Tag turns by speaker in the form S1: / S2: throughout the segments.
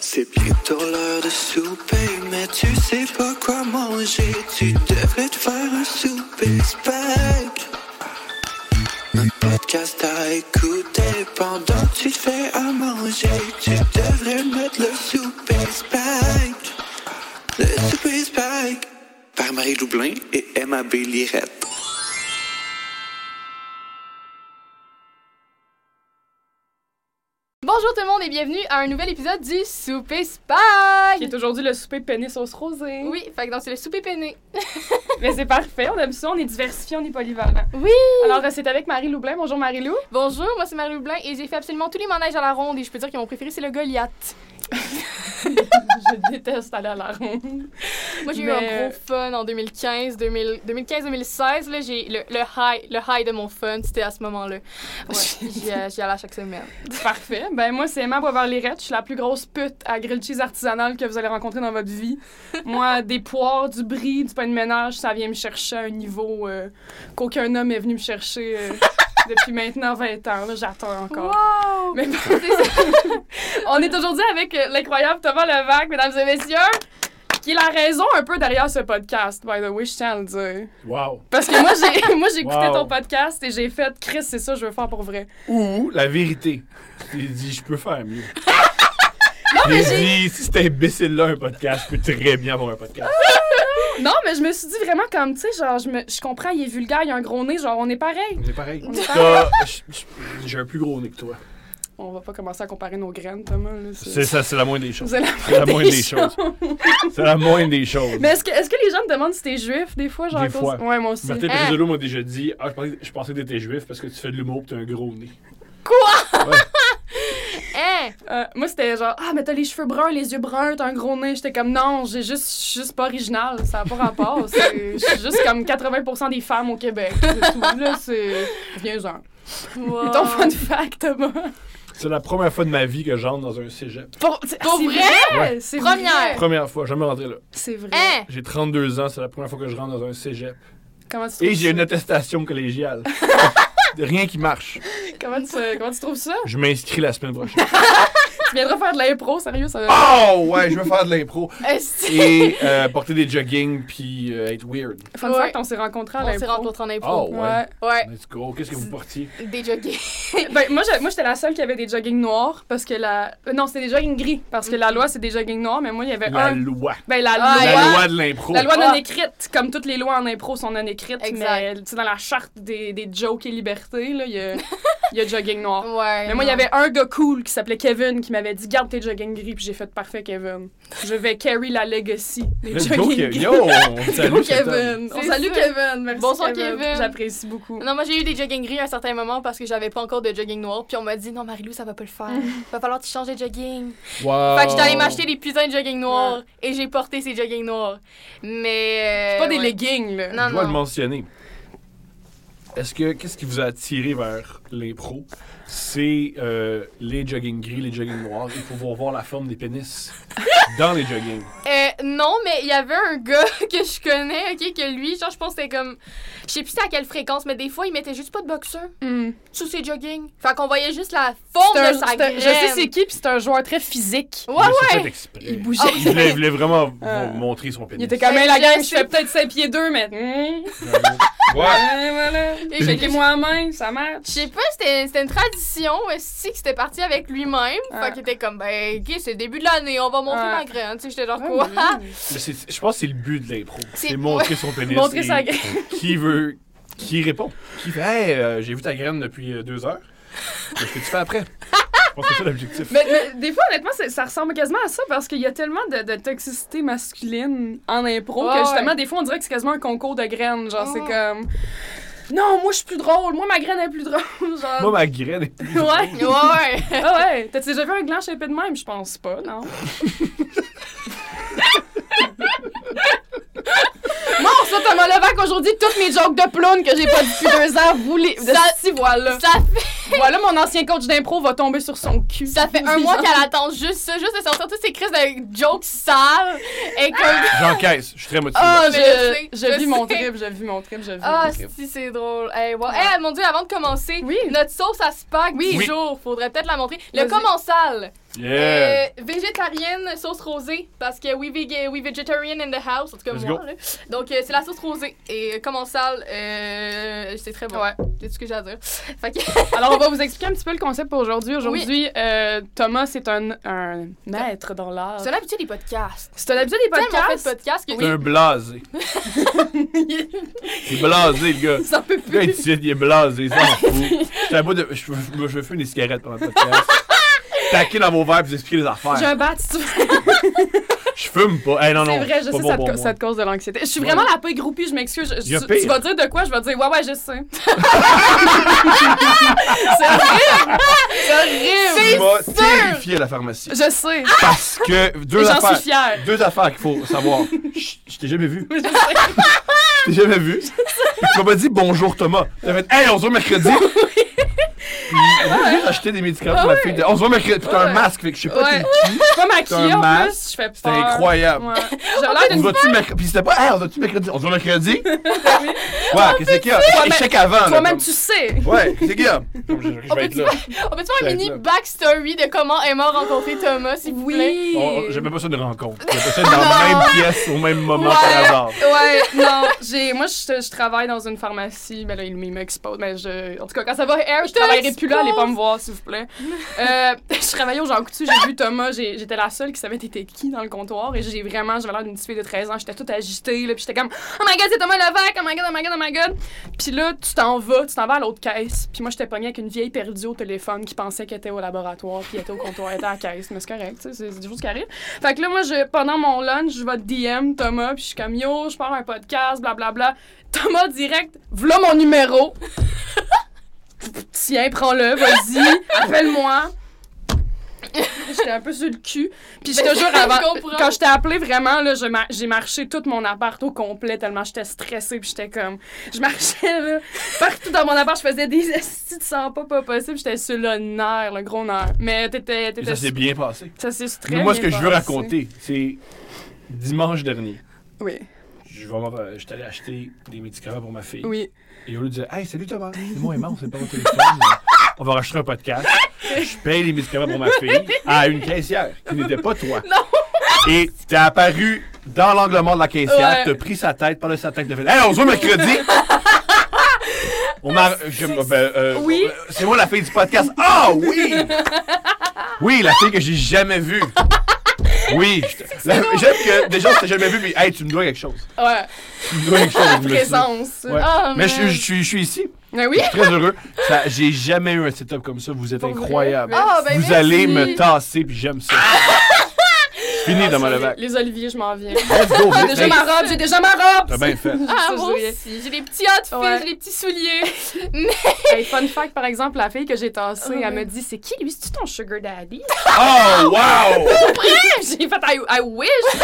S1: C'est bientôt l'heure de souper, mais tu sais pas quoi manger. Tu devrais te faire un souper spag. Un podcast à écouter pendant que tu te fais à manger. Tu devrais mettre le souper spag. Le souper spag. Par Marie Loublin et Emma Lirette.
S2: Bonjour tout le monde et bienvenue à un nouvel épisode du Souper
S3: qui est
S2: Spag!
S3: aujourd'hui le souper pénis sauce rosée.
S2: Oui, fait que donc c'est le souper peiné.
S3: Mais c'est parfait, on aime ça, on est diversifié, on est polyvalent.
S2: Oui!
S3: Alors, euh, c'est avec Marie Loublin. Bonjour Marie-Lou.
S2: Bonjour, moi c'est Marie Blanc et j'ai fait absolument tous les manèges à la ronde et je peux dire que mon préféré c'est le Goliath.
S3: Je déteste aller à la ronde.
S2: Moi j'ai eu
S3: Mais- euh,
S2: un gros fun en 2015, 2000 2015-2016, là j'ai le, le high, le high de mon fun, c'était à ce moment-là. Ouais, j'y euh, j'y allais à chaque semaine.
S3: Parfait. Ben, moi, c'est Emma Boisvert-Lirette. Je suis la plus grosse pute à grilled cheese artisanal que vous allez rencontrer dans votre vie. moi, des poires, du brie, du pain de ménage, ça vient me chercher à un niveau euh, qu'aucun homme est venu me chercher euh, depuis maintenant 20 ans. là. J'attends encore.
S2: Wow!
S3: Mais
S2: C'est ça.
S3: On est aujourd'hui avec euh, l'incroyable Thomas Levac, mesdames et messieurs, qui est la raison un peu derrière ce podcast, by the way, je tiens à le dire.
S4: Wow.
S3: Parce que moi, j'ai, moi, j'ai écouté
S4: Wow.
S3: ton podcast et j'ai fait « Chris, c'est ça que je veux faire pour vrai
S4: Ou la vérité. Il dit, je peux faire mieux. non, mais dit, si cet imbécile-là a un podcast, je peux très bien avoir un podcast. ».
S3: Non, mais je me suis dit vraiment comme, tu sais, genre, je, me- je comprends, il est vulgaire, il a un gros nez, genre, on est pareil.
S4: C'est pareil.
S3: On est pareil.
S4: T'as- je- je- J'ai un plus gros nez que toi.
S3: On va pas commencer à comparer nos graines, Thomas. Là, c'est-
S4: C'est ça, c'est la moindre des choses.
S3: Vous allez
S4: C'est la
S3: avoir
S4: moindre
S3: des
S4: des choses. C'est la moindre des choses.
S3: Mais est-ce que, est-ce que les gens te demandent si t'es juif, des fois, genre,
S4: Des
S3: à cause-
S4: fois. Ben,
S3: Ouais, moi aussi.
S4: Martin
S2: Hein?
S4: Pezzolo m'a déjà dit Ah, je pensais, je pensais que t'étais juif parce que tu fais de l'humour pis t'as un gros nez.
S2: Hein?
S3: Euh, moi, c'était genre, ah, mais t'as les cheveux bruns, les yeux bruns, t'as un gros nez. J'étais comme, non, j'ai juste, je suis juste pas original, ça n'a pas rapport. C'est- Je suis juste comme 80% des femmes au Québec. C'est tout. Là, c'est. Viens-en.
S2: Wow.
S3: Et ton fun fact, Thomas.
S4: C'est la première fois de ma vie que j'entre dans un cégep.
S3: Pour,
S2: Pour
S4: Ouais.
S3: C'est
S2: Première.
S3: vrai.
S4: Première fois, jamais rentré là.
S3: C'est vrai.
S2: Hein?
S4: J'ai 32 ans, c'est la première fois que je rentre dans un cégep.
S3: Comment, tu
S4: Et
S3: trouves
S4: j'ai une
S3: ça?
S4: attestation collégiale. Rien qui marche.
S3: Comment, tu, comment tu trouves ça?
S4: Je m'inscris la semaine prochaine.
S3: Tu viendras faire de l'impro, sérieux? Ça...
S4: Oh ouais, je veux faire de l'impro
S2: Est-ce-
S4: et euh, porter des jogging puis euh, être weird.
S3: Fun
S2: Ouais.
S3: fact, on s'est rencontrés à
S2: On s'est
S3: l'impro.
S2: rencontrés en
S4: Oh
S2: impro.
S4: ouais.
S2: Ouais,
S4: Let's go. Qu'est-ce que vous portiez
S2: des jogging.
S3: Ben, moi, j'ai- moi, j'étais la seule qui avait des joggings noirs parce que la. euh, Non, c'était des joggings gris parce que la loi, c'est des joggings noirs, mais moi, il y avait
S4: La
S3: un.
S4: loi.
S3: Ben, la
S2: Ah,
S3: loi.
S4: La
S2: ouais.
S4: loi de l'impro.
S3: La loi non
S2: Ah.
S3: écrite, comme toutes les lois en impro sont non écrites,
S2: Exact.
S3: mais tu sais, dans la charte des, des jokes et liberté, là, il y a, il y a jogging noir.
S2: Ouais.
S3: Mais moi, il y avait un gars cool qui s'appelait Kevin qui m'avait dit Garde tes jogging gris, puis j'ai fait parfait, Kevin. Je vais carry la legacy des
S4: Let's go,
S3: jogging
S4: Ke-
S3: gris.
S4: Yo, on salue
S3: Go,
S4: cet homme.
S3: Kevin. On
S2: C'est
S3: salue
S2: ça.
S3: Kevin. Merci.
S2: Bonsoir, Kevin.
S3: J'apprécie beaucoup.
S2: Non, moi j'ai eu des jogging gris à un certain moment parce que j'avais pas encore de jogging noir. Puis on m'a dit non, Marilou, ça va pas le faire. Va falloir que tu changes de jogging.
S4: Wow.
S2: Fait que j'étais allée m'acheter des putains de jogging noirs et j'ai porté ces jogging noirs. Mais. euh,
S3: Pas des
S2: ouais.
S3: leggings, là.
S2: Non,
S4: Je dois
S2: non.
S4: le mentionner. Est-ce que qu'est-ce qui vous a attiré vers l'impro C'est euh, les jogging gris, les jogging noirs et pouvoir voir la forme des pénis dans les jogging.
S2: Euh, non, mais il y avait un gars que je connais, ok, que lui, genre, je pense que c'était comme. Je sais plus c'était à quelle fréquence, mais des fois, il mettait juste pas de boxeur
S3: Hmm.
S2: sous ses jogging. Fait qu'on voyait juste la forme
S3: C'est un-
S2: de sa
S3: c'est un-
S2: graine.
S3: je sais c'est qui, puis c'est un joueur très physique.
S2: Ouais,
S4: Il s'est
S2: ouais.
S4: fait exprès.
S3: Il bougeait.
S4: Il voulait, il voulait vraiment
S3: Euh.
S4: vous montrer son pénis.
S3: Il était comme
S2: Mais
S3: Hey, la
S2: Ben, je
S3: gang, je
S2: sais-
S3: fais peut-être 5 pieds 2, mais. hmm.
S4: Ouais.
S3: Ouais, voilà.
S2: Et j'ai-
S3: moi à main, ça marche.
S2: Je sais pas, c'était c'était une tradition, si, que c'était parti avec lui-même. Fait
S3: Ouais.
S2: qu'il était comme, ben, ok, c'est le début de l'année, on va montrer
S3: Ouais.
S2: ma graine. Tu sais, j'étais genre, quoi?
S3: Ouais,
S4: Mais c'est- je pense que c'est le but de l'impro.
S2: C'est-
S4: C'est montrer son pénis.
S3: Montrer
S4: et
S3: sa graine.
S4: Qui veut. Qui répond. Qui fait Hey, euh, j'ai vu ta graine depuis euh, deux heures. Qu'est-ce que tu fais après Je pense que c'est ça l'objectif.
S3: Mais, mais des fois, honnêtement, c'est- ça ressemble quasiment à ça parce qu'il y a tellement de, de toxicité masculine en impro
S2: Ouais,
S3: que justement,
S2: ouais.
S3: des fois, on dirait que c'est quasiment un concours de graines. Genre, c'est
S2: Ouais.
S3: comme. Non, moi, je suis plus drôle. Moi, ma graine est plus drôle. Genre.
S4: Moi, ma graine est plus
S3: Ouais.
S2: Ouais, ouais.
S3: Ah ouais. T'as déjà vu un gland shapé de même? Je pense pas, non. Moi, on se Thomas Levac aujourd'hui toutes mes jokes de ploune que j'ai pas dit depuis deux ans. Vous les.
S2: Ça-
S3: si, voilà.
S2: Ça fait,
S3: Voilà, mon ancien coach d'impro va tomber sur son cul.
S2: ça fait un mois qu'elle attend juste ça, juste de sortir toutes ces crises de jokes sales. Et comme.
S4: J'encaisse. Je suis très motivé.
S3: Ah,
S2: Mais
S3: je,
S2: je
S3: je
S2: sais, je
S3: vis mon
S2: sais.
S3: trip, je vis mon trip, je vis
S2: Ah,
S3: mon trip.
S2: si, c'est drôle. Hey, wow. Hey, mon Dieu, avant de commencer,
S3: Oui.
S2: notre sauce à spag
S3: Oui.
S2: du
S4: Oui.
S2: jour, faudrait peut-être la montrer. Le
S3: Vas-y.
S2: commensal.
S4: Yeah!
S2: Euh, végétarienne, sauce rosée, parce que we, veg- we vegetarian in the house, en tout cas
S4: Let's
S2: moi.
S4: go.
S2: là. Donc, euh, c'est la sauce rosée. Et euh, commensal, euh, c'est très bon.
S3: Ouais.
S2: C'est tout ce que j'ai à dire. Fait que,
S3: Alors, on va vous expliquer un petit peu le concept pour aujourd'hui. Aujourd'hui, euh, Thomas, c'est un, un maître dans l'art.
S2: c'est l'habitude des podcasts.
S3: C'est un habitué Ah. des
S2: Tellement fait de
S3: podcasts.
S2: podcasts que
S4: C'est un blasé. Il est blasé, le gars.
S3: Ça peut
S4: Le gars, il est ici, il est blasé, il s'en fout. J'avais pas de- Je je me je me fume des cigarettes pendant le podcast. Taquer dans vos verres puis vous expliquer les
S3: J'ai
S4: affaires.
S3: un bat, si tu veux.
S4: Je fume pas. Eh non, non.
S3: C'est vrai, je
S4: pas
S3: sais,
S4: bon
S3: ça,
S4: pour
S3: te,
S4: moi.
S3: ça te cause de l'anxiété. Je suis
S4: Ouais.
S3: vraiment la paix groupie, je m'excuse. Je-
S4: Il y a
S3: tu-
S4: pire.
S3: Tu vas dire de quoi? Je vais dire, ouais, ouais, je sais. c'est horrible! C'est
S4: Tu
S3: horrible!
S4: m'as terrifié à la pharmacie.
S3: Je sais.
S4: Parce que
S3: Et
S4: deux
S3: J'en
S4: affaires.
S3: suis fière.
S4: Deux affaires qu'il faut savoir. Chut, Je t'ai jamais vu.
S3: Je sais.
S4: Je t'ai jamais vu. Puis tu m'as pas dit bonjour Thomas. Tu fait Hey, on se voit mercredi. Puis j'ai juste acheté des médicaments pour ma fille. de- On se voit mercredi. Puis t'as un
S3: Ouais.
S4: masque. Fait que je sais pas
S3: Ouais.
S4: t'es qui.
S3: Je suis pas
S4: C'est
S3: maquillée
S4: un
S3: en
S4: masque.
S3: plus, je fais peur.
S4: C'était incroyable.
S3: Ouais. J'ai l'air
S4: On se
S3: d'une
S4: voit-tu mercredi? Puis c'était pas, hey, on se voit-tu mercredi? On se voit mercredi? ouais, qu'est-ce qu'il y a?
S3: Toi-même-
S4: Échec avant. là,
S3: Toi-même,
S4: comme-
S3: tu sais.
S4: Ouais, qu'est-ce qu'il y a? Comme je, je vais être là.
S2: On peut faire
S4: Ça
S2: une
S4: va
S2: mini
S4: être là.
S2: backstory de comment Emma a rencontré Thomas, s'il vous plaît?
S4: On- J'aimais pas ça une rencontre. J'aimais ça dans la même pièce au même moment par
S3: Ouais.
S4: hasard.
S3: Ouais, non, j'ai, moi, je, je travaille dans une pharmacie. Ben là, il m'expose, mais je, en tout cas, quand ça va air, je travaillerai plus là. Allez pas me voir, s'il vous plaît. Euh, je travaillais au Jean Coutu, j'ai vu Thomas, j'ai- j'étais la seule qui savait t'étais qui dans le comptoir, et j'ai vraiment, j'avais l'air d'une petite fille de 13 ans, j'étais toute agitée, là, puis j'étais comme, oh my god, c'est Thomas Levac, oh my god, oh my god, oh my god. Puis là, tu t'en vas, tu t'en vas à l'autre caisse, puis moi, j'étais pognée avec une vieille perdue au téléphone qui pensait qu'elle était au laboratoire, puis elle était au comptoir, elle était à la caisse, mais c'est correct, tu sais, c'est c'est des choses qui arrivent. Fait que là, moi, je, pendant mon lunch, je vais DM Thomas, puis je suis comme yo, je pars un podcast, blablabla. Thomas, direct, voilà mon numéro. Tiens, prends-le, vas-y, appelle-moi. J'étais un peu sur le cul. Puis je te jure,
S2: je
S3: avant,
S2: comprends.
S3: quand je t'ai appelé, vraiment, là, je mar- j'ai marché tout mon appart au complet tellement j'étais stressée, puis j'étais comme... Je marchais, là, partout dans mon appart, je faisais des estis de sang pas, pas possible. J'étais sur le nerf, le gros nerf. Mais t'étais...
S4: Et
S3: t'étais-
S4: ça s'est bien passé.
S3: Ça s'est très
S4: Mais moi, ce
S3: bien
S4: que je veux
S3: passé.
S4: raconter, c'est dimanche dernier.
S3: Oui,
S4: Je vais m'en- euh, j'étais allé acheter des médicaments pour ma fille.
S3: oui.
S4: Et au lieu de dire Hey, salut Thomas, c'est moi Emma, on s'est pas au téléphone. mais on va enregistrer un podcast. Je paye les médicaments pour ma fille à une caissière qui n'était pas toi. Non! Et t'es apparu dans l'angle mort de la caissière,
S3: Ouais.
S4: t'as pris sa tête, par-dessus sa tête, t'as fait Hey, on se voit mercredi! On m'a. je- ben, euh,
S3: Oui.
S4: euh, C'est moi la fille du podcast. Ah oui! Oui, la fille que j'ai jamais vue. Oui. je te- la- J'aime que déjà, on s'est jamais vu, mais hey, tu me dois quelque chose.
S3: Ouais.
S4: Tu me dois quelque chose. je me suis dit.
S3: Présence.
S4: Ouais.
S2: Ah,
S4: mais je,
S2: man.
S4: je suis- je suis ici.
S3: Mais oui.
S4: Je suis très heureux. Ça, J'ai jamais eu un setup comme ça. Vous êtes
S3: Pour vrai?
S4: incroyable.
S2: Ah, ben
S4: vous
S2: merci.
S4: allez me tasser, puis j'aime ça. C'est Fini dans ma levaque.
S3: Les oliviers, je m'en viens.
S4: Let's go.
S3: J'ai
S4: vite.
S3: déjà
S4: Hey,
S3: ma robe, j'ai déjà ma robe.
S4: T'as bien fait.
S2: Ah,
S3: Ça,
S2: moi
S3: j'ai-
S2: aussi. J'ai des petits outfits,
S3: Ouais.
S2: j'ai des petits souliers.
S3: Hey, fun fact, par exemple, la fille que j'ai tassée,
S2: Ouais.
S3: elle me dit C'est qui lui C'est-tu ton sugar daddy
S4: Oh, wow!
S3: J'ai fait I, I wish
S4: Si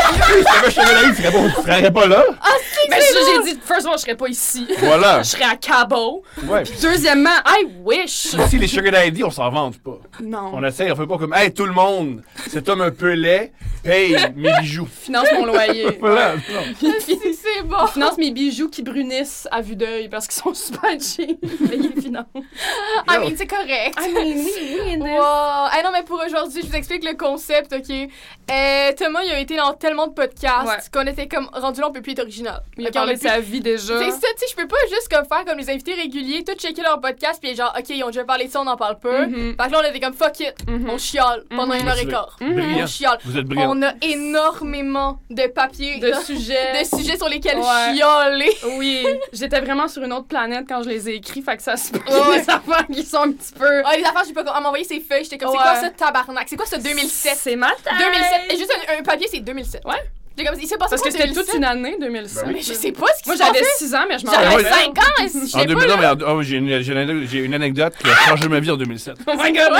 S4: t'avais jamais la vie, tu serais pas- tu serais pas là.
S3: Mais ça, j'ai dit First of all, je serais pas ici.
S4: Voilà.
S3: Je serais à Cabo.
S4: Ouais.
S3: Deuxièmement, I wish
S4: Si les Sugar Daddy, on s'en vante pas.
S3: Non.
S4: On essaie, on fait pas comme, hey, tout le monde, cet homme un peu laid, paye mes bijoux.
S3: Finance mon loyer.
S4: Voilà. Non.
S2: C'est c'est bon.
S3: Finance mes bijoux qui brunissent à vue d'œil parce qu'ils sont super cheap. Mais ils financent.
S2: I mean, c'est correct. Wow. Ah non, mais pour aujourd'hui, je vous explique le concept, OK? Euh, Thomas, il a été dans tellement de podcasts
S3: Ouais.
S2: qu'on était comme rendu là, on peut plus être original.
S3: Il a
S2: Ok, on
S3: parlé
S2: a
S3: de
S2: plus-
S3: sa vie déjà.
S2: C'est ça, tu sais, je peux pas juste comme faire comme les invités réguliers, tout checker leur podcast, puis genre, OK, ils ont déjà parlé de ça, on en parle pas.
S3: Mhm.
S2: Fait que là, on était comme fuck it,
S3: Mhm.
S2: on chiale pendant une heure et
S4: Mhm.
S2: quart.
S3: Mm-hmm.
S4: Brillant.
S2: On chiale.
S4: Vous êtes brillants.
S2: On a énormément de papiers,
S3: De
S2: de,
S3: sujets.
S2: de sujets sur lesquels
S3: Ouais.
S2: chialer.
S3: Oui, j'étais vraiment sur une autre planète quand je les ai écrits, fait que ça se peut qu'il y
S2: Ouais.
S3: ait des affaires qui sont un petit peu.
S2: Ah, les affaires, j'ai pas. On m'a envoyé ces feuilles, j'étais comme, c'est
S3: Ouais.
S2: quoi ce tabarnak? C'est quoi ce 2007?
S3: C'est ma taille.
S2: 2007. Et Oh, juste un, un papier, c'est 2007.
S3: Ouais.
S2: J'ai comme, il s'est passé
S3: Parce que
S2: quoi,
S3: c'était
S2: 2007?
S3: toute une année, 2007.
S4: Ben oui.
S2: Mais je sais pas ce qui
S3: Moi,
S2: se passait.
S3: j'avais 6 ans, mais je m'en
S2: J'avais
S4: ouais.
S3: rappelle.
S2: 5 ans. je sais
S4: En
S2: pas,
S4: 2000,
S2: là.
S4: non, mais en- oh, j'ai une, j'ai une anecdote- j'ai une anecdote qui a changé ma vie en 2007.
S3: Oh my god!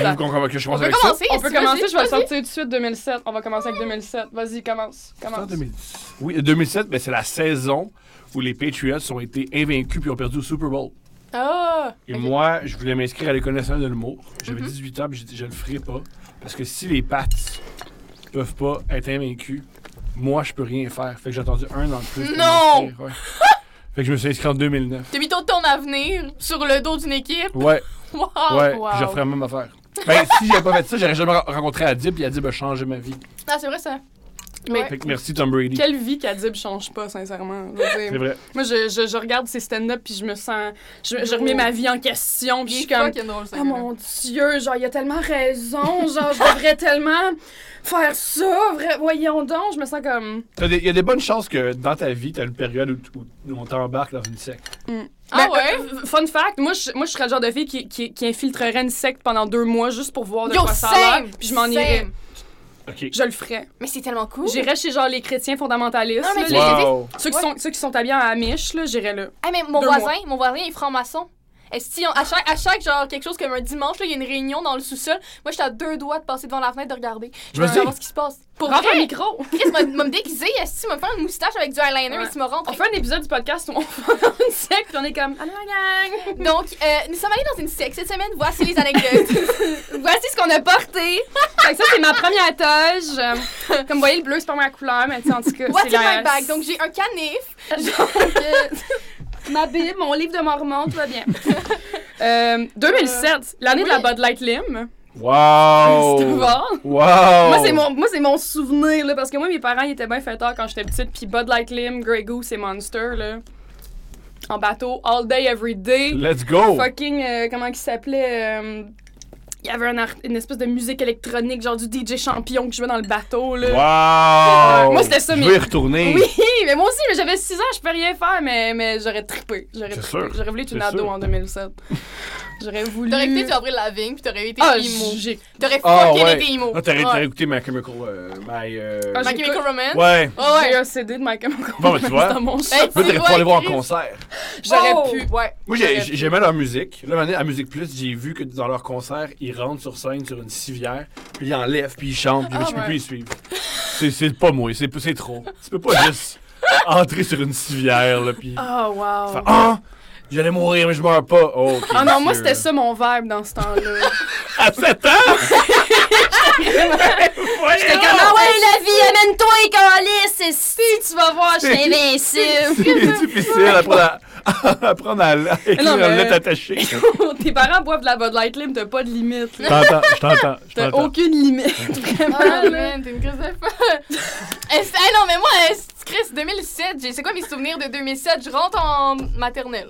S4: Vous comprenez que je
S2: On
S4: commence
S2: peut
S4: avec ça?
S2: commencer.
S3: On
S2: si
S3: peut
S2: tu veux,
S3: commencer,
S2: vas-y,
S3: je vais le
S2: vas-y.
S3: sortir tout de suite, 2007. On va commencer avec 2007. Vas-y, commence.
S4: En
S3: Commence.
S4: 2010. Oui, 2007, ben, c'est la saison où les Patriots ont été invaincus puis ont perdu au Super Bowl.
S2: Ah!
S4: Et moi, je voulais m'inscrire à l'école nationale de l'humour.
S2: Mhm.
S4: J'avais 18 ans, puis j'ai dit, je le ferai pas. Parce que si les Pats peuvent pas être invaincus, moi, je peux rien faire. Fait que j'ai attendu un an de plus. pour
S2: Non!
S4: m'inscrire, ouais. fait que je me suis inscrit en 2009.
S2: T'as mis tout ton avenir sur le dos d'une équipe.
S4: Ouais,
S2: Wow!
S4: ouais.
S3: wow.
S2: Oh,
S4: Puis je referai la même affaire. Ben, si j'avais pas fait ça, j'aurais jamais re- rencontré Adib, puis Adib a changé ma vie.
S2: Ah, c'est vrai ça.
S3: Mais-
S2: Ouais.
S4: Fait que merci, Tom Brady.
S3: Quelle vie qu'Adib change pas, sincèrement. Je veux dire,
S4: C'est vrai.
S3: Moi, je, je, je regarde ses stand-up, puis je me sens... Je, je remets ma vie en question, puis je
S2: Il
S3: suis
S2: est
S3: comme...
S2: fucking drôle, ce
S3: Ah
S2: gars-là.
S3: mon Dieu, genre, il a tellement raison, genre, je devrais tellement faire ça, vrai- voyons donc, je me sens comme...
S4: T'as des- Il y a des bonnes chances que dans ta vie, t'as une période où, t- où- où on t'embarque dans une secte.
S2: Ah
S3: Ben,
S2: ouais?
S3: euh, fun fact, moi je, moi, je serais le genre de fille qui, qui, qui infiltrerait une secte pendant deux mois juste pour voir de
S2: Yo,
S3: quoi ça a
S2: same!
S3: l'air, puis je m'en
S2: same.
S3: irais.
S4: OK.
S3: Je le ferais.
S2: Mais c'est tellement cool.
S3: J'irais chez genre les chrétiens fondamentalistes,
S2: Non, mais
S3: là,
S2: tu
S3: les-
S2: l'as dit.
S4: Wow.
S3: ceux, qui
S2: Ouais.
S3: sont, ceux qui sont habillés en Amish, là, j'irais là.
S2: Ah, mais mon
S3: Deux
S2: voisin, mon voisin, il est franc-maçon. Est-ce qu'ils ont- à chaque, à chaque, genre, quelque chose comme un dimanche, là, il y a une réunion dans le sous-sol. Moi, j'étais à deux doigts de passer devant la fenêtre de regarder.
S4: Je me
S2: veux
S4: dis,
S2: savoir ce qui se passe. Pour
S3: Rentre un
S2: vrai,
S3: micro!
S2: Chris m'a m'a me déguisé, est-ce qu'il m'a fait une moustache avec du eyeliner
S3: Ouais.
S2: et tu me rentres.
S3: On fait un épisode du podcast où on va dans une secte, puis on est comme « Allô la gang!
S2: Donc, euh, nous sommes allés dans une secte cette semaine. Voici les anecdotes. »
S3: Voici ce qu'on a porté! fait que ça, c'est ma première toge. Euh, Comme vous voyez, le bleu, c'est pas ma couleur, mais tu sais, en tout cas, c'est
S2: Voici
S3: la-
S2: my bag. Donc, j'ai un canif.
S3: Ma Bible, mon livre de Mormon, tout va bien. Euh, 2007, l'année de la Bud Light Lim.
S4: Wow.
S3: Festival.
S4: Wow.
S3: Moi, c'est mon, moi, c'est mon souvenir, là, parce que moi, mes parents, ils étaient bien fêtards quand j'étais petite, puis Bud Light Lim, Grey Goose et Monster, là. En bateau, all day, every day.
S4: Let's go.
S3: Fucking, euh, comment il s'appelait? euh, Il y avait un art- une espèce de musique électronique, genre du DJ champion que je jouais dans le bateau, là.
S4: Wow.
S3: Moi, c'était ça,
S4: Je
S3: mais-
S4: vais y retourner.
S3: Oui, mais moi aussi, mais j'avais 6 ans, je peux rien faire, mais, mais j'aurais trippé. J'aurais
S4: C'est
S3: trippé.
S4: sûr.
S3: J'aurais voulu être une
S4: C'est
S3: ado
S4: sûr.
S3: en 2007. J'aurais voulu.
S2: T'aurais été Avril Lavigne, puis t'aurais été
S3: Ah,
S2: emo.
S3: j'ai.
S2: T'aurais
S4: Ah,
S2: fucking
S4: ouais.
S2: été emo.
S4: Non, t'aurais t'aurais
S2: Ouais.
S4: écouté ma chemical... euh, my, euh,
S3: Ah,
S2: My Chemical Romance.
S4: Oh, Ouais.
S2: Ah ouais.
S3: J'ai un CD de Michael
S4: Bon, ben, tu vois.
S3: dans mon chat.
S2: Hey,
S4: Moi,
S2: tu
S4: t'aurais pu aller voir en
S2: Chris.
S4: concert.
S3: J'aurais
S2: Oh!
S3: pu.
S2: Ouais.
S4: Moi, j'ai- j'ai- j'aimais leur musique. Là, maintenant, à Musique Plus, j'ai vu que dans leur concert, ils rentrent sur scène sur une civière, puis ils enlèvent, puis ils chantent, puis
S3: Ah,
S4: je peux
S3: ouais.
S4: plus les suivre. C'est- C'est pas moi, c'est c'est trop. Tu peux pas juste entrer sur une civière, là, puis
S3: Oh, wow.
S4: faire « Ah! J'allais mourir, mais je meurs pas! Oh, ok,
S3: Ah non, moi,
S4: monsieur.
S3: c'était ça mon verbe dans ce temps-là.
S4: À 7 ans!
S3: J'étais comme, ah ouais, la vie, amène-toi, Calis, si tu vas voir, je suis invincible.
S4: C'est difficile à prendre à, à, prendre à, à écrire
S3: Non, mais-
S4: en lettres attachées.
S3: Tes parents boivent de la Bud Light Lim, t'as pas de limite.
S4: Je
S3: là.
S4: t'entends, je t'entends, je
S3: T'as
S4: t'entends.
S3: aucune limite, vraiment.
S2: Ah,
S3: là.
S2: man, t'es une crise de feu. Est-ce- Ah non, mais moi, euh, Chris, 2007, j'ai- c'est quoi mes souvenirs de 2007? Je rentre en maternelle.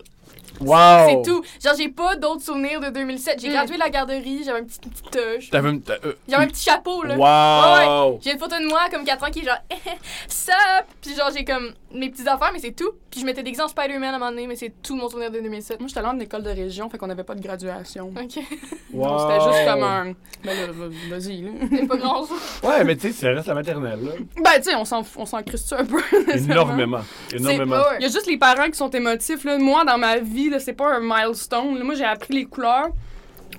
S4: Wow!
S2: C'est tout. Genre, j'ai pas d'autres souvenirs de 2007. J'ai
S3: Mm.
S2: gradué de la garderie, j'avais un petit, une petite toche.
S4: T'avais une... t'as- euh,
S2: J'avais un petit chapeau, là.
S4: Wow!
S2: J'ai une photo de moi, comme 4 ans, qui est genre, ça. Puis genre, j'ai comme mes petites affaires, mais c'est tout. Puis je m'étais déguisée en Spider-Man à un moment donné, mais c'est tout mon souvenir de 2007.
S3: Moi, j'étais allée en école de région, fait qu'on avait pas de graduation.
S2: Ok,
S3: Non, C'était juste
S4: Wow.
S3: comme un. Ben là, vas- vas-y, là.
S2: c'est pas grand chose.
S4: Ouais, mais tu sais, ça reste la maternelle, là.
S3: Ben, tu sais, on s'en on s'en crisse un peu. hein.
S4: Énormément. Énormément.
S3: Il y a juste les parents qui sont émotifs. Là. Moi, dans ma vie, là, c'est pas un milestone. là. Moi, j'ai appris les couleurs.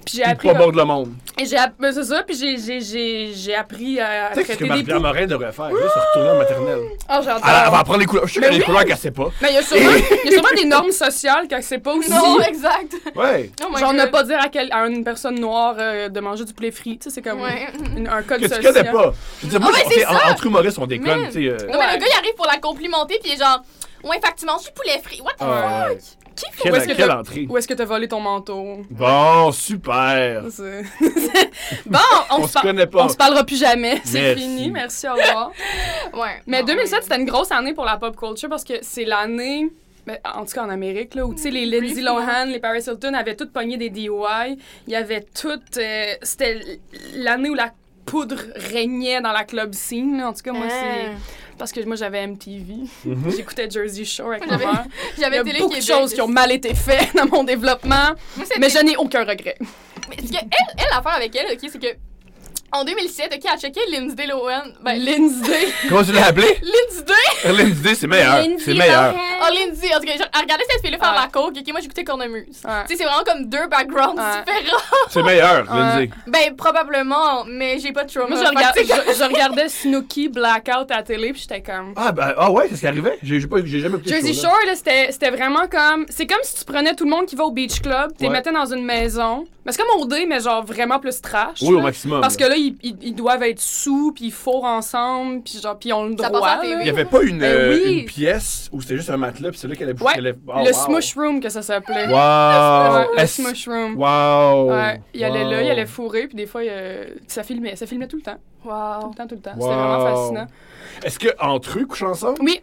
S3: Puis j'ai
S4: Puis
S3: appris.
S4: pas bon de le monde.
S3: Et j'ai app- ben, c'est ça, puis j'ai, j'ai, j'ai, j'ai appris à
S4: Tu sais, c'est ce
S3: traiter
S4: que
S3: des
S4: Marie-Pierre
S3: poux.
S4: Morin devrait faire, juste se retourner en maternelle.
S3: Ah, j'adore.
S4: Elle, elle va apprendre les couleurs. Je sais qu'elle a les couleurs qu'elle sait pas.
S3: Mais il y a sûrement, il y a sûrement des normes sociales qu'elle sait pas aussi.
S2: Non, exact.
S4: Ouais.
S2: Oh my
S3: Genre, ne
S2: God.
S3: pas dire à, quel- à une personne noire euh, de manger du poulet frit. Tu sais, c'est comme
S2: Ouais.
S3: une- un code
S4: Que tu
S3: social.
S4: connais pas. Je veux dire, moi,
S2: Ah, mais
S4: on-
S2: c'est
S4: t'sais, en-
S2: ça.
S4: entre humoristes, on déconne,
S2: Man.
S4: tu sais. euh,
S2: Non, mais
S3: Ouais.
S2: le gars, il arrive pour la complimenter, puis il est genre, ouais, fait que tu manges du poulet frit. What the
S4: Ah,
S2: fuck?
S4: ouais.
S2: Qui fait
S3: Où est-ce que
S4: Quelle, quelle
S3: t'as-
S4: entrée.
S3: Où est-ce que t'as volé ton manteau?
S4: Bon, super.
S3: C'est- bon, on,
S4: On
S3: se
S4: se
S3: par-
S4: connaît pas.
S3: on se parlera plus jamais. C'est
S4: Merci.
S3: fini. Merci, au revoir.
S2: Ouais.
S3: Mais
S2: Non,
S3: 2007, c'était une grosse année pour la pop culture parce que c'est l'année, ben, en tout cas en Amérique, là, où tu sais, les Lindsay Lohan, les Paris Hilton avaient toutes pogné des DUI. Il y avait toutes. euh, c'était l- l'année où la poudre régnait dans la club scene. là. En tout cas, moi,
S2: Hein.
S3: c'est. Parce que moi, j'avais MTV.
S4: Mhm.
S3: J'écoutais Jersey Shore avec ma
S2: J'avais-
S3: mère. Il y
S2: J'avais
S3: a
S2: télé
S3: beaucoup de choses qui ont mal été faites dans mon développement, mais je n'ai aucun regret.
S2: Parce que elle, elle, l'affaire avec elle, ok, c'est que. En 2007, ok, elle checkait Lindsay Lohan. Ben, Lin-
S3: Lindsay.
S4: Comment tu l'as appelé?
S2: Lindsay!
S4: Lindsay, c'est meilleur. C'est meilleur.
S2: Oh, Lindsay! En tout cas, genre, elle regardait cette fille-là faire
S3: Ouais.
S2: la coke, ok, moi j'écoutais Cornemuse.
S3: Ouais.
S2: Tu sais, c'est vraiment comme deux backgrounds
S3: Ouais.
S2: différents.
S4: C'est meilleur,
S3: Ouais.
S4: Lindsay.
S2: Ben, probablement, mais j'ai pas de trauma.
S3: Moi, je,
S2: Fait que,
S3: regard-
S2: tu sais,
S3: je- je regardais Snooki Blackout à la télé, puis j'étais comme.
S4: Ah, ben, ah ouais, c'est ce qui arrivait. J'ai j'ai pas- j'ai jamais écouté
S3: Jersey
S4: ce show-là.
S3: Shore, là, c'était c'était vraiment comme. C'est comme si tu prenais tout le monde qui va au beach club, tu les
S4: Ouais.
S3: mettais dans une maison. Mais c'est comme OD, mais genre vraiment plus trash.
S4: Oui, au
S3: là.
S4: maximum.
S3: Parce que
S4: là.
S3: là, ils, ils- ils doivent être sous, puis ils fourrent ensemble, puis genre, puis ils ont le
S2: Ça
S3: droit.
S2: passe à la
S3: là.
S2: TV.
S4: Il n'y avait pas une,
S3: Ben
S4: euh,
S3: oui.
S4: une pièce où c'était juste un matelas, puis c'est là qu'elle a
S3: Ouais,
S4: qu'elle a- oh,
S3: le
S4: wow.
S3: smush room que ça s'appelait. Ouais,
S4: Wow!
S3: le
S4: Est-ce-
S3: smush room.
S4: Wow!
S3: Ouais, il allait là, il
S4: Wow.
S3: allait fourrer, puis des fois, il, euh, ça filmait, ça filmait tout le temps, tout
S2: Wow.
S3: le temps, tout le temps.
S4: Wow.
S3: C'était vraiment fascinant.
S4: Est-ce qu'entre eux, couchent ensemble?
S3: Oui.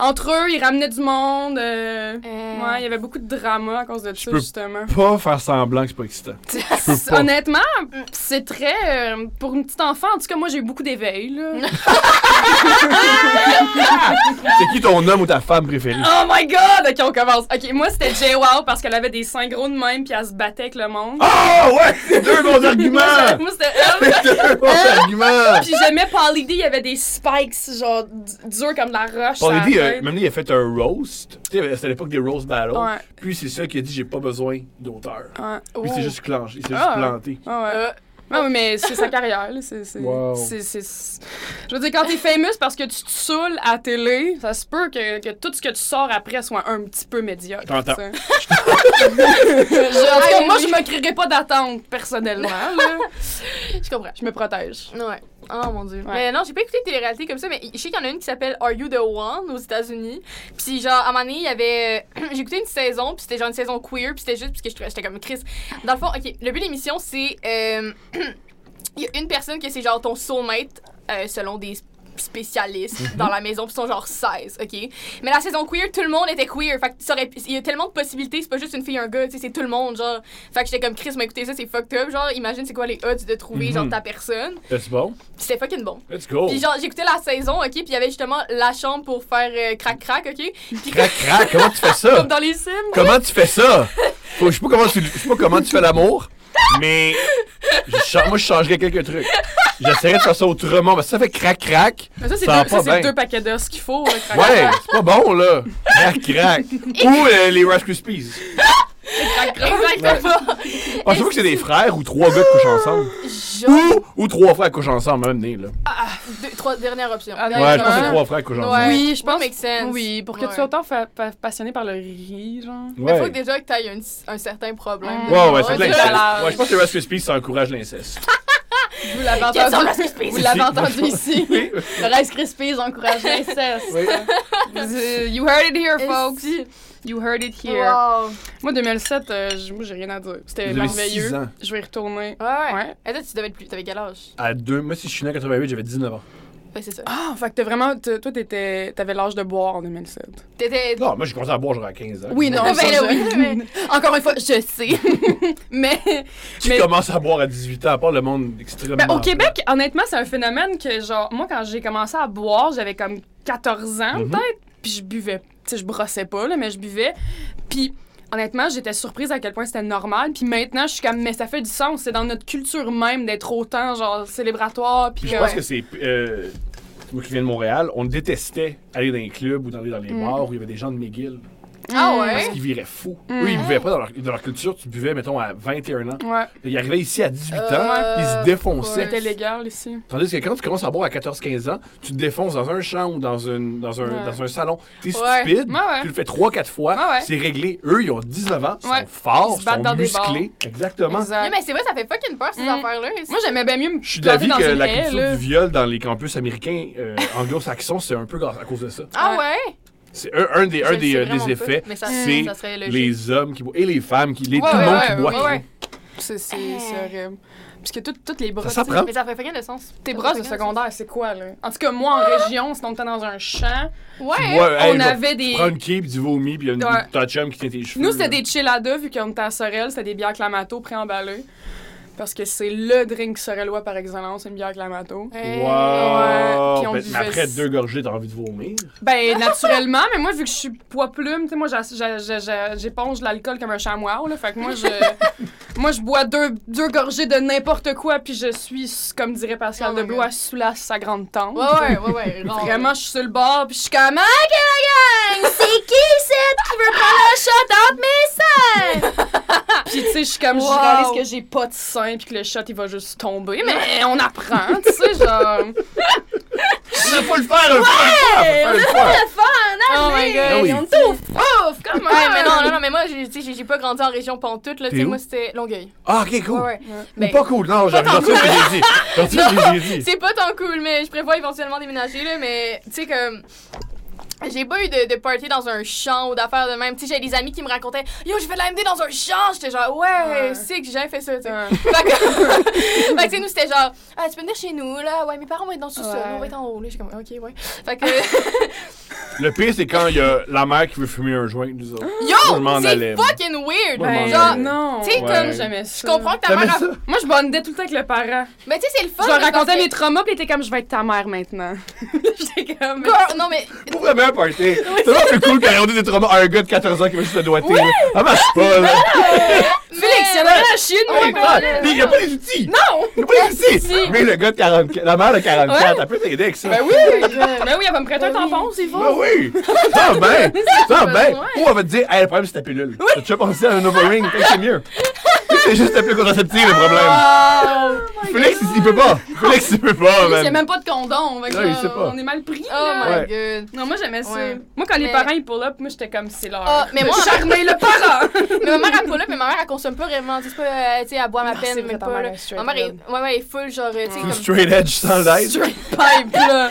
S3: Entre eux, ils ramenaient du monde. euh,
S2: Euh,
S3: Ouais, il y avait beaucoup de drama à cause de ça,
S4: peux-
S3: justement.
S4: Pas faire semblant que c'est pas excitant. peux pas.
S3: Honnêtement, c'est très. euh, pour une petite enfant, en tout cas, moi, j'ai eu beaucoup d'éveil, là.
S4: C'est qui ton homme ou ta femme préférée?
S3: oh my god! Ok, on commence. Ok, moi, c'était J-Wow parce qu'elle avait des seins gros de même, puis elle se battait avec le monde.
S4: Ah ouais! C'est deux bons arguments!
S3: moi, c'était elle.
S4: C'est deux bons arguments!
S3: Hein? Puis j'aimais Pauly D, il y avait des spikes, genre, du- durs comme de la roche. sur
S4: Paul
S3: la
S4: Eddy, euh,
S3: tête.
S4: même lui, il a fait un roast. Tu sais, c'était à l'époque des roast battles.
S3: Ouais.
S4: Puis c'est ça qu'il a dit j'ai pas besoin d'auteur.
S3: Ouais.
S4: Lui, c'est
S2: oh.
S4: juste clenché. Il s'est
S3: Ah.
S4: juste planté.
S3: Ah ouais.
S2: Euh,
S3: Non, mais c'est sa carrière. là. C'est, c'est,
S4: Wow.
S3: c'est, c'est- c'est- Je veux dire, quand t'es famous parce que tu te saoules à télé, ça se peut que, que tout ce que tu sors après soit un petit peu médiocre.
S4: T'entends.
S3: tu sais. Je- en tout cas, moi, je me créerais pas d'attente, personnellement. là.
S2: Je comprends.
S3: Je me protège.
S2: Ouais. Oh mon dieu.
S3: Ouais.
S2: Mais non, j'ai pas écouté de télé-réalité comme ça, mais je sais qu'il y en a une qui s'appelle Are You the One aux États-Unis. Puis genre, à un moment donné, il y avait. euh, j'ai écouté une saison, puis c'était genre une saison queer, puis c'était juste, parce que je trouvais- j'étais comme Chris. Dans le fond, ok, le but de l'émission, c'est. euh, Il y a une personne que c'est genre ton soulmate, euh, selon des spécialistes dans la maison, puis ils sont genre 16, ok? Mais la saison queer, tout le monde était queer. Fait que ça aurait- il y a tellement de possibilités, c'est pas juste une fille, un gars, tu sais, c'est tout le monde, genre. Fait que j'étais comme Chris, m'a écouté ça, c'est fucked up. Genre, imagine c'est quoi les odds de trouver, genre,
S4: Mhm.
S2: ta personne.
S4: C'est bon?
S2: Pis c'était fucking bon.
S4: Let's go!
S2: Puis genre, j'écoutais la saison, OK, puis il y avait justement la chambre pour faire euh, crac-crac, OK? Puis
S4: Crac, crac, comment tu fais ça?
S2: comme dans les Sims.
S4: Comment tu fais ça? Faut- je sais pas comment tu, je sais pas comment tu fais l'amour, mais je cha- moi, je changerais quelques trucs. J'essaierais de faire ça autrement, parce que ça fait crac, crac.
S3: Mais ça, c'est,
S4: Ça va
S3: deux, ça,
S4: pas
S3: c'est
S4: bien.
S3: deux paquets d'os qu'il faut. là, crac,
S4: Ouais,
S3: crac,
S4: c'est pas bon, là. Crac, crac. Ou euh, les Rice Krispies. Ah,
S3: crac, crac.
S2: Exactement.
S4: Pensez-vous que c'est des frères ou trois gars qui couchent ensemble?
S2: Genre,
S4: Ou trois frères qui couchent ensemble, même nez, là.
S2: deux- trois dernières options.
S3: Ah,
S4: Ouais, je pense que
S3: Ouais.
S4: c'est trois frères qui couchent ensemble.
S3: Oui, je pense-
S2: make sense.
S3: Oui, pour que tu
S2: Ouais.
S3: sois autant fa- fa- passionné par le riz, genre.
S2: Mais faut
S4: Ouais.
S2: que déjà que t'ailles un, un certain problème.
S4: Ouais, ouais, c'est de
S3: Ouais,
S4: l'inceste.
S3: c'est malade.
S4: Ouais, je pense que les Rice Krispies, ça encourage l'inceste.
S3: Vous l'avez
S2: Quels sont leurs
S3: entendu,
S2: Krispies?
S3: vous l'avez
S4: Si.
S3: entendu ici.
S4: Oui.
S3: Le Rice Krispies encourage l'inceste.
S4: Oui.
S3: You heard it here, folks.
S2: Esti.
S3: You heard it here.
S2: Wow.
S3: Moi, 2007, euh, j- moi, j'ai rien à dire. C'était
S4: Vous avez six
S3: merveilleux.
S4: ans.
S3: Je vais y retourner.
S2: Ouais.
S3: Ouais.
S2: Et toi, tu devais être plus. T'avais quel âge?
S4: À deux, moi, si je suis né en 88, j'avais 19 ans.
S2: Ouais, c'est ça.
S3: Ah, fait que t'es vraiment. t'es- Toi, t'étais- t'avais l'âge de boire en 2007.
S2: T'étais.
S4: Non, moi, j'ai commencé à boire, genre à 15 ans.
S2: Ben
S3: ça,
S2: là,
S3: je-
S2: oui, mais- Encore une fois, je sais.
S3: mais.
S4: Qui
S3: mais-
S4: commence à boire à 18 ans, à part le monde extrêmement.
S3: ben, au Québec, honnêtement, c'est un phénomène que, genre, moi, quand j'ai commencé à boire, j'avais comme 14 ans,
S4: Mhm.
S3: peut-être. Puis je buvais. Tu sais, je brossais pas, là, mais je buvais. Puis. Honnêtement, j'étais surprise à quel point c'était normal. Puis maintenant, je suis comme, mais ça fait du sens. C'est dans notre culture même d'être autant, genre, célébratoire. Puis
S4: Puis je
S3: que-
S4: pense que c'est. euh, moi qui viens de Montréal, on détestait aller dans les clubs ou dans les, dans les
S3: Mm.
S4: bars où il y avait des gens de McGill.
S2: Ah
S4: Parce
S2: ouais?
S4: qu'ils viraient fous.
S3: Mm.
S4: Eux, ils buvaient pas dans leur, dans leur culture. Tu buvais, mettons, à 21 ans.
S3: Ouais.
S4: Ils arrivaient ici à 18 ans,
S2: Euh,
S4: ils se défonçaient.
S3: C'était légal ici.
S4: Tandis que quand tu commences à boire à 14-15 ans, tu te défonces dans un champ ou dans, une, dans, un,
S3: Ouais.
S4: dans un salon. T'es
S2: Ouais.
S4: stupide,
S3: Ouais, ouais.
S4: tu le fais 3-4 fois,
S3: Ouais, ouais.
S4: c'est réglé. Eux, ils ont 19 ans, ils
S3: Ouais.
S4: sont forts,
S3: Ils se
S4: ils
S3: battent
S4: sont
S3: dans des bars.
S4: musclés. Exactement.
S3: Exact.
S2: Non, mais c'est vrai, ça fait fucking peur, ces
S3: Mm.
S2: affaires-là.
S3: Moi, j'aimais bien mieux me
S4: Je suis d'avis
S3: planter
S4: que
S3: dans une
S4: la
S3: haie,
S4: culture
S3: là.
S4: du viol dans les campus américains euh, anglo-saxons, c'est un peu grâce à cause de ça.
S2: Ah ouais?
S4: C'est un, un des, un
S2: Je le
S4: des,
S2: sais
S4: euh,
S2: vraiment
S4: des
S2: pas,
S4: effets.
S2: mais ça-
S4: c'est
S2: ça serait logique.
S4: les hommes qui boivent et les femmes qui. Les,
S3: Ouais,
S4: tout le
S3: ouais,
S4: monde
S3: ouais,
S4: qui boit.
S3: ouais,
S4: trop.
S3: ouais. C'est c'est- c'est horrible. Parce que tout- toutes les
S4: Ça
S3: brosses,
S4: s'apprend.
S2: Mais ça fait fucking de sens.
S3: tes
S2: Ça
S3: brosses
S2: fait
S3: de
S2: fucking
S3: secondaire, c'est quoi, là? En tout cas, moi, en région, sinon, t'es dans un champ.
S2: sens. Ouais.
S4: Ouais, Euh, hey,
S3: on
S4: va-
S3: avait des...
S4: Tu prends une quille, puis du vomi, puis il y a une
S3: Ouais.
S4: ta chum qui tient tes
S2: Mmh.
S4: cheveux.
S3: Nous, c'était
S4: là.
S3: des chilladas, vu qu'on était à Sorel, c'était des bières Clamato pré-emballées. Parce que c'est le drink sorellois par excellence, une bière Clamato.
S2: Ouais.
S3: Ouais, puis
S4: Wow!
S3: on
S4: Ben, mais
S3: buvait
S4: après
S3: ça.
S4: deux gorgées, t'as envie de vomir.
S3: Ben, naturellement, mais moi, vu que je suis poids plume, tu sais, moi, j'a- j'a- j'a- j'a- j'éponge l'alcool comme un chamois, là. Fait que moi, je, moi, je bois deux, deux gorgées de n'importe quoi, puis je suis, comme dirait Pascal
S2: Oh my
S3: Deblois, sous la sa grande tente.
S2: Ouais, ouais, ouais, ouais. genre.
S3: Vraiment, je suis sur le bord, puis je suis comme, ah! OK, la gang, c'est qui cette qui veut prendre la shot entre mes seins? puis, tu sais, je suis comme,
S2: Wow.
S3: je réalise que j'ai pas
S2: Ben,
S3: de seins, puis que le shot, il va juste tomber, mais on apprend, tu sais, genre.
S4: mais faut le faire une fois, faut le faire une fois.
S2: Oh my god.
S4: Ah oui.
S5: on touffe, ouf, comment?
S2: Ouais, mais non, non, non, mais moi, j'ai tu sais, j'ai- j'ai pas grandi en région pantoute, là. Tu
S4: T'es
S2: sais,
S4: où?
S2: moi, c'était Longueuil.
S4: Ah, ok, cool.
S2: Ouais, ouais.
S4: Ou
S2: Ben,
S4: pas cool. Non, j'arrive dans ça, que j'ai dit. Dans ça, que j'ai dit.
S2: C'est pas tant cool, mais je prévois éventuellement déménager, là, mais tu sais, comme. J'ai pas eu de, de party dans un champ ou d'affaires de même. Tu sais, j'ai des amis qui me racontaient Yo, j'ai fait de la MD dans un champ. J'étais genre, ouais,
S3: Ouais.
S2: c'est que j'ai jamais fait ça, tu sais.
S3: Ouais.
S2: fait que, fait que, tu sais, nous, c'était genre, ah, tu peux venir chez nous, là. Ouais, mes parents vont être dans le sous-sol,
S3: Ouais.
S2: nous, on va être en haut, là. J'ai comme, ok, ouais. Fait que,
S4: Le pire, c'est Ah. quand il y a la mère qui veut fumer un joint, nous autres.
S2: yo,
S4: Moi, je m'en allais,
S2: c'est
S4: moi.
S2: fucking weird.
S4: Moi, je
S3: Ben,
S4: m'en
S2: genre,
S4: allais.
S3: non.
S2: tu sais,
S4: Ouais.
S2: comme, je-
S3: Jamais
S2: je
S3: ça.
S2: comprends que ta
S4: T'aimais
S2: mère.
S4: ça?
S2: a-
S3: Moi, je bondais tout le temps avec le parent.
S2: Mais tu sais, c'est le fun.
S3: je leur
S2: parce
S3: racontais
S2: que-
S3: mes traumas, puis ils étaient comme, je vais être ta mère maintenant. J'étais comme.
S2: Girl, Non, mais
S4: Pour vraiment un party. C'est vraiment plus cool quand on dit des traumas à un gars de 14 ans qui veut juste le doigter. là. Ça marche pas, là.
S3: Félix, il y en a Oh la chienne,
S4: Ah, Il
S3: moi,
S4: prend- mais il y a pas les outils. Non! Il y a pas les outils. Mais le gars de 44, la mère de 44, elle peut t'aider avec ça.
S3: Ben
S2: Oh
S3: oui! Ben oui, elle va me prêter un tampon, c'est faux!
S4: Ben oui! Ça va bien! Ça va bien!
S2: besoin.
S4: Ou on va te dire, hey, le problème c'est ta pilule. T'as déjà pensé à un overring, peut-être que c'est mieux. C'est juste ta pilule contraceptive le problème.
S2: Oh
S4: Félix, il- il peut pas! Félix, il peut pas,
S3: Il n'y a
S4: man!
S3: même pas de condom, fait que
S4: Ouais, il
S3: là,
S4: sait pas.
S3: on est mal pris.
S2: Oh
S3: là.
S2: my
S4: Ouais.
S2: god.
S3: Non, moi j'aimais ça.
S2: Ouais.
S3: Moi, quand
S2: Mais-
S3: les parents ils pull up, moi j'étais comme c'est l'heure.
S2: Ah, mais moi,
S3: charmer le parent!
S2: mais ma mère, elle pull up, mais ma mère, elle consomme pas vraiment. Tu sais, c'est pas, euh, tu sais, elle
S3: Ah,
S2: boit ma
S5: c'est
S2: peine,
S5: vrai,
S2: même
S5: ta
S2: pas.
S5: mère
S2: là.
S5: est straight
S2: Ma mère,
S5: up.
S2: est, ouais, ouais, elle est full, genre, euh, tu sais,
S4: Tout
S2: comme.
S4: Straight edge sans l'aide.
S2: pipe, là.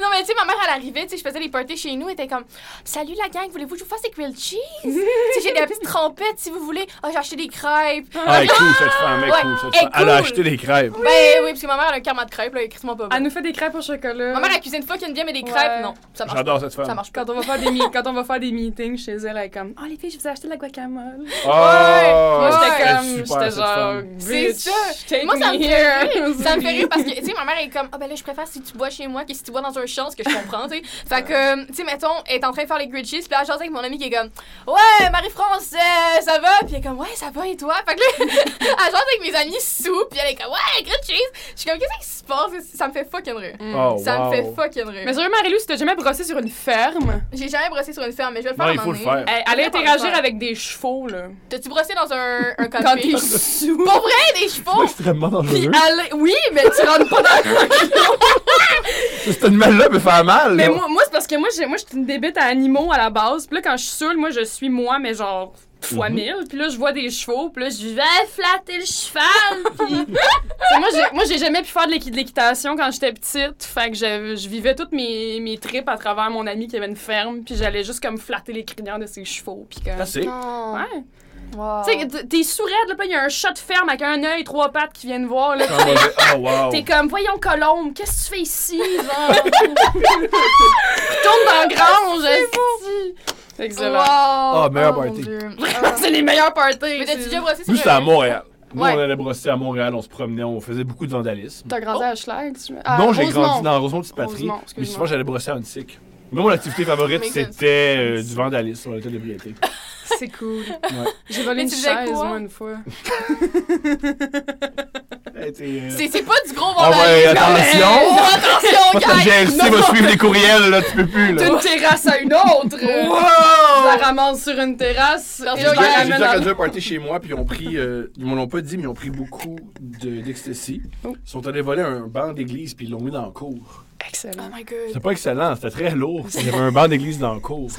S2: non, mais tu sais, ma mère, elle arrivait, tu sais, je faisais les parties chez nous, elle était comme Salut la gang, voulez-vous que je vous fasse des grilled cheese? tu sais, j'ai des petites trompettes si vous voulez. Ah, j'ai acheté des crêpes.
S4: Ah, elle est cool cette femme, elle est
S2: Ouais,
S4: cool cette
S2: elle est
S4: femme. Elle a
S2: cool.
S4: acheté des crêpes.
S2: Ben oui, parce que ma mère, elle a un karma de crêpes, là, écris-moi pas. bon.
S3: Elle Ah, nous fait des crêpes au chocolat.
S2: Ma mère, elle cuisine fucking bien, mais des crêpes,
S3: Ouais.
S2: non, ça marche
S4: J'adore cette
S2: pas. Ça
S4: femme.
S2: marche pas.
S3: Quand on, va faire des mi- quand on va faire des meetings chez elle, elle est comme Oh les filles, je vous ai acheté de la guacamole.
S4: Oh!
S3: Moi
S4: elle est
S3: j'étais comme,
S4: super,
S3: j'étais
S4: cette
S3: genre,
S4: femme.
S2: C'est
S3: bitch,
S2: ça.
S3: take
S2: Moi, ça me
S3: me
S2: fait
S3: here.
S2: rire. Ça me fait rire parce que, tu sais, ma mère est comme, ah ben là, je préfère si tu bois chez moi que si tu bois dans un champ, ce que je comprends, tu sais. Fait que, euh, tu sais, mettons, elle est en train de faire les grilled cheese, puis là, j'en avec mon ami qui est comme, ouais, Marie-France, euh, ça va? Puis elle est comme, ouais, ça va, et toi? Fait que là, elle jase avec mes amis sous, puis elle est comme, ouais, grilled cheese. Je suis comme, qu'est-ce qui se passe? Ça me fait fucking rire.
S3: Mm.
S4: Oh,
S2: hmm, Ça
S4: wow.
S2: me fait fucking rire.
S3: Mais sérieux, Marie-Lou, si t'as jamais brossé sur une ferme,
S2: J'ai jamais brossé sur une ferme, mais je vais le faire
S4: Non,
S2: un
S4: il faut
S2: moment
S4: le
S2: donné.
S4: faire.
S3: elle, elle allait
S2: Faut le
S3: interagir
S2: faire.
S3: avec des chevaux, là.
S2: T'as-tu brossé dans un, un
S3: Quand
S2: codpiece?
S3: t'es sous.
S2: Pour vrai, des chevaux!
S4: Extrêmement
S3: Puis
S4: dangereux.
S3: elle- Oui, mais tu rentres pas dans
S4: Cet animal-là peut faire mal,
S3: Mais
S4: là.
S3: moi, moi c'est parce que moi, j'ai- moi, je suis une débite à animaux à la base. Puis là, quand je suis seule, moi, je suis moi, mais genre fois
S4: Mhm.
S3: mille. Puis là, je vois des chevaux. Puis là, je vais flatter le cheval. Puis... T'sais, moi, j'ai- moi, j'ai jamais pu faire de l'équi- de l'équitation quand j'étais petite. Fait que je, je vivais toutes mes, mes tripes à travers mon ami qui avait une ferme. Puis j'allais juste comme flatter les crinières de ses chevaux. Puis comme...
S4: Assez.
S2: Non.
S3: Ouais.
S2: Wow.
S3: Tu sais, t'es sourd, là, puis il y a un chat de ferme avec un œil, trois pattes qui viennent voir, là.
S4: Ah, mauvais. Oh, wow.
S3: T'es comme, voyons, Colombe, qu'est-ce que tu fais ici, genre? Retourne dans la grange, esti. Excellent. Ah.
S2: Wow! Oh,
S4: Ah, meilleur
S2: mon
S4: party.
S2: Dieu.
S3: C'est les meilleurs parties.
S2: Mais
S3: c'est-
S2: t'as-tu déjà brossé sur
S4: Nous, c'était à Montréal. Nous,
S2: Ouais.
S4: on allait brosser à Montréal, on se promenait, on faisait beaucoup de vandalisme.
S3: T'as grandi à Schlag?
S2: Euh,
S4: non, j'ai grandi dans Rosemont petite patrie,
S3: Rosemont,
S4: mais
S3: excuse-moi.
S4: souvent j'allais brosser à Huntsic. Mais mon activité favorite,
S2: Mais que-
S4: c'était euh, du vandalisme, on était l'ébriété.
S3: C'est cool. J'ai volé
S2: Mais
S3: une
S2: tu faisais
S3: chaise,
S2: quoi?
S3: moi, une fois.
S4: Hey, t'es, euh,
S2: C'est c'est pas du gros
S4: Ah ouais,
S2: vandalisme. Oh,
S4: attention!
S2: attention,
S4: Parce que
S2: guys!
S4: GLC va suivre les courriels, là, tu peux plus, là.
S3: D'une terrasse à une autre! Je la
S4: Wow!
S3: ramasse sur une terrasse.
S2: Parce
S3: et
S2: que
S3: je la
S2: j'ai- j'ai
S3: ramène
S4: déjà
S3: en-
S4: organisé un party chez moi, puis ils ont pris, euh, ils m'ont l'ont pas dit, mais ils ont pris beaucoup de- d'ecstasy.
S3: Oh.
S4: Ils sont allés voler un banc d'église, puis ils l'ont mis dans le cours.
S2: Oh
S3: Excellent.
S2: my god.
S4: C'était pas excellent, c'était très lourd. Il y avait un banc d'église dans le cours.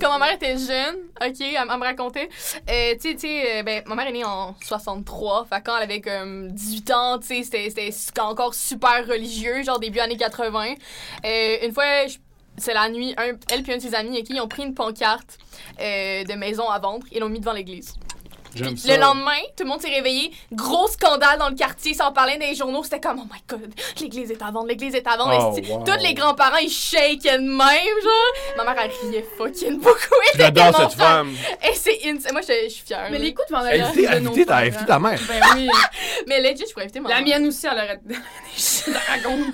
S2: Quand ma mère était jeune, ok, elle, elle me racontait, euh, tu sais, tu sais, euh, ben, ma mère est née en 63, fait quand elle avait comme 18 ans, tu sais, c'était- c'était su- encore super religieux, genre début années 80. Euh, une fois, je- c'est la nuit, un, elle puis un de ses amis, ok, ils ont pris une pancarte euh, de maison à vendre et l'ont mis devant l'église.
S4: J'aime
S2: Le
S4: ça.
S2: lendemain, tout le monde s'est réveillé. Gros scandale dans le quartier. Ça en parlait dans les journaux. C'était comme, oh my god, l'église est à vendre, l'église est à vendre.
S4: Oh,
S2: Et si-
S4: wow.
S2: Tous les grands-parents, ils shakaient de même, genre. Ma mère, elle riait fucking beaucoup. Elle était
S4: J'adore
S2: tellement
S4: cette
S2: fière.
S4: femme.
S2: Et c'est insane. Moi, je je suis fière.
S3: Mais
S2: là.
S3: les coups de vandalisme.
S4: Invitez,
S3: de nos
S4: invitez, ta,
S3: parents.
S4: invitez ta mère.
S3: Ben oui.
S2: Mais legit, je pourrais éviter ma
S3: La
S2: mère.
S3: mienne aussi, elle aurait. Je la raconte.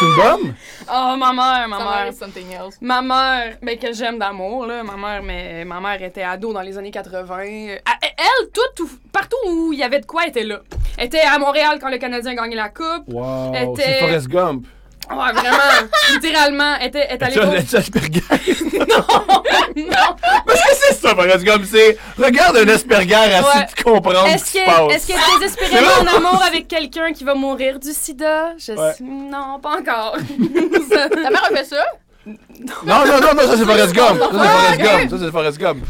S4: C'est une bombe?
S3: Oh, ma mère, ma
S2: Ça m'a
S3: mère.
S2: l'air something else.
S3: Ma mère, mais que j'aime d'amour, là. Ma mère, mais ma mère était ado dans les années 80. Euh, Elle, elle, tout, tout- partout où il y avait de quoi, elle était là. Elle était à Montréal quand le Canadien gagnait la Coupe.
S4: Wow,
S3: Était-
S4: c'est Forrest Gump.
S3: Ouais, vraiment. littéralement, elle était, elle est allée
S4: Ça,
S3: voir-
S4: le Asperger.
S3: Non.
S4: Parce que c'est ça, parce que comme c'est. Regarde un Asperger
S3: Ouais.
S4: assez de comprendre ce
S3: Est-ce
S4: qui se passe.
S3: que, est-ce que est désespérément en amour avec quelqu'un qui va mourir du sida? Je
S4: Ouais.
S3: suis- Non, pas encore.
S2: Ta mère a fait ça?
S4: Non, non, non, non, ça c'est Forrest Gump. Ça c'est Forrest
S2: Ah, ok.
S4: Gump. Ça c'est Forrest Gump.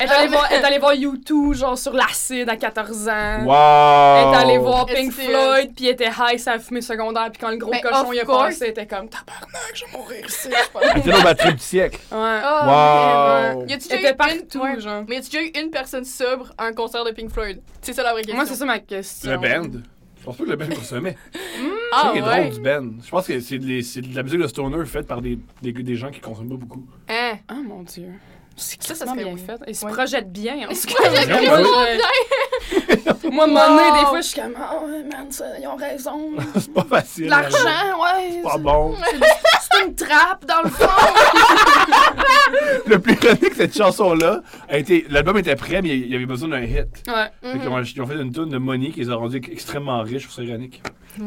S3: Elle est allée voir, elle est allée voir U2, genre sur l'acide à 14 ans.
S4: Wow.
S3: Elle est allée voir Pink
S2: Est-ce que-
S3: Floyd, puis elle était high sa fumée secondaire, puis quand le gros
S2: Ben,
S3: cochon
S2: of
S3: il est
S2: course.
S3: passé, elle était comme tabarnak, je vais mourir ici. je pense.
S4: Elle était là au batterie du siècle.
S3: ouais.
S2: Oh, man.
S4: Wow.
S2: Y a-tu
S3: Elle
S2: déjà
S3: était
S2: eu
S3: partout,
S2: une... ouais.
S3: genre.
S2: Mais y a-tu déjà eu une personne sobre à un concert de Pink Floyd? C'est ça la vraie question.
S3: Moi, c'est ça ma question.
S4: Le Ben. band. Je pense pas que le band consommait.
S2: Ah,
S4: c'est ça qui est
S2: ouais.
S4: drôle du band. Je pense que c'est de, les- c'est de la musique de stoner faite par des, des, des gens qui consomment pas beaucoup.
S2: Hein?
S3: Ah mon dieu. C'est
S2: Ça,
S3: ça,
S2: ça
S3: ça
S2: serait
S3: bien
S2: weird.
S3: fait. Ils se
S2: Ouais.
S3: projettent bien.
S2: Ils
S3: en tout
S2: se
S3: cas.
S2: projettent
S3: Moi,
S4: vraiment
S3: je- Moi, à un moment donné, des
S2: Wow.
S3: fois, je suis comme, ah ouais, man, ça, ils ont raison.
S4: c'est pas facile.
S3: De
S4: hein.
S3: L'argent, ouais.
S4: C'est Pas bon.
S3: C'est une trappe, dans le fond.
S4: Le plus ironique, cette chanson-là, a été- l'album était prêt, mais il y avait besoin d'un hit.
S3: ouais. Mm-hmm.
S4: Fait qu'ils ont- ils, ont, fait une tonne de money qui les a rendus extrêmement riches, c'est ironique.
S2: Wow.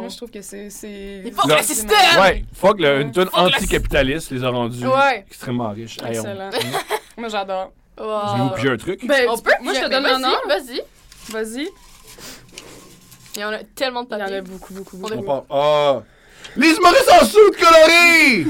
S3: Moi, je trouve que c'est. c'est...
S2: Il faut
S4: Non.
S2: le système!
S4: Ouais, fuck, le, une tonne
S2: Fuck la-
S4: anticapitaliste les a rendus
S2: Ouais.
S4: extrêmement riches. Hey, on-
S3: Excellent. Moi, j'adore.
S4: Je vais vous
S2: Wow.
S4: piger un truc.
S3: Ben,
S2: On peut?
S3: moi, je te
S2: Mais
S3: donne un
S2: vas-y,
S3: nom.
S2: Vas-y.
S3: Vas-y.
S2: Il y en a tellement de
S3: Il y en
S2: papier.
S3: a beaucoup, beaucoup,
S2: On
S3: beaucoup.
S4: On part. Ah! Les humoristes en soude colorée!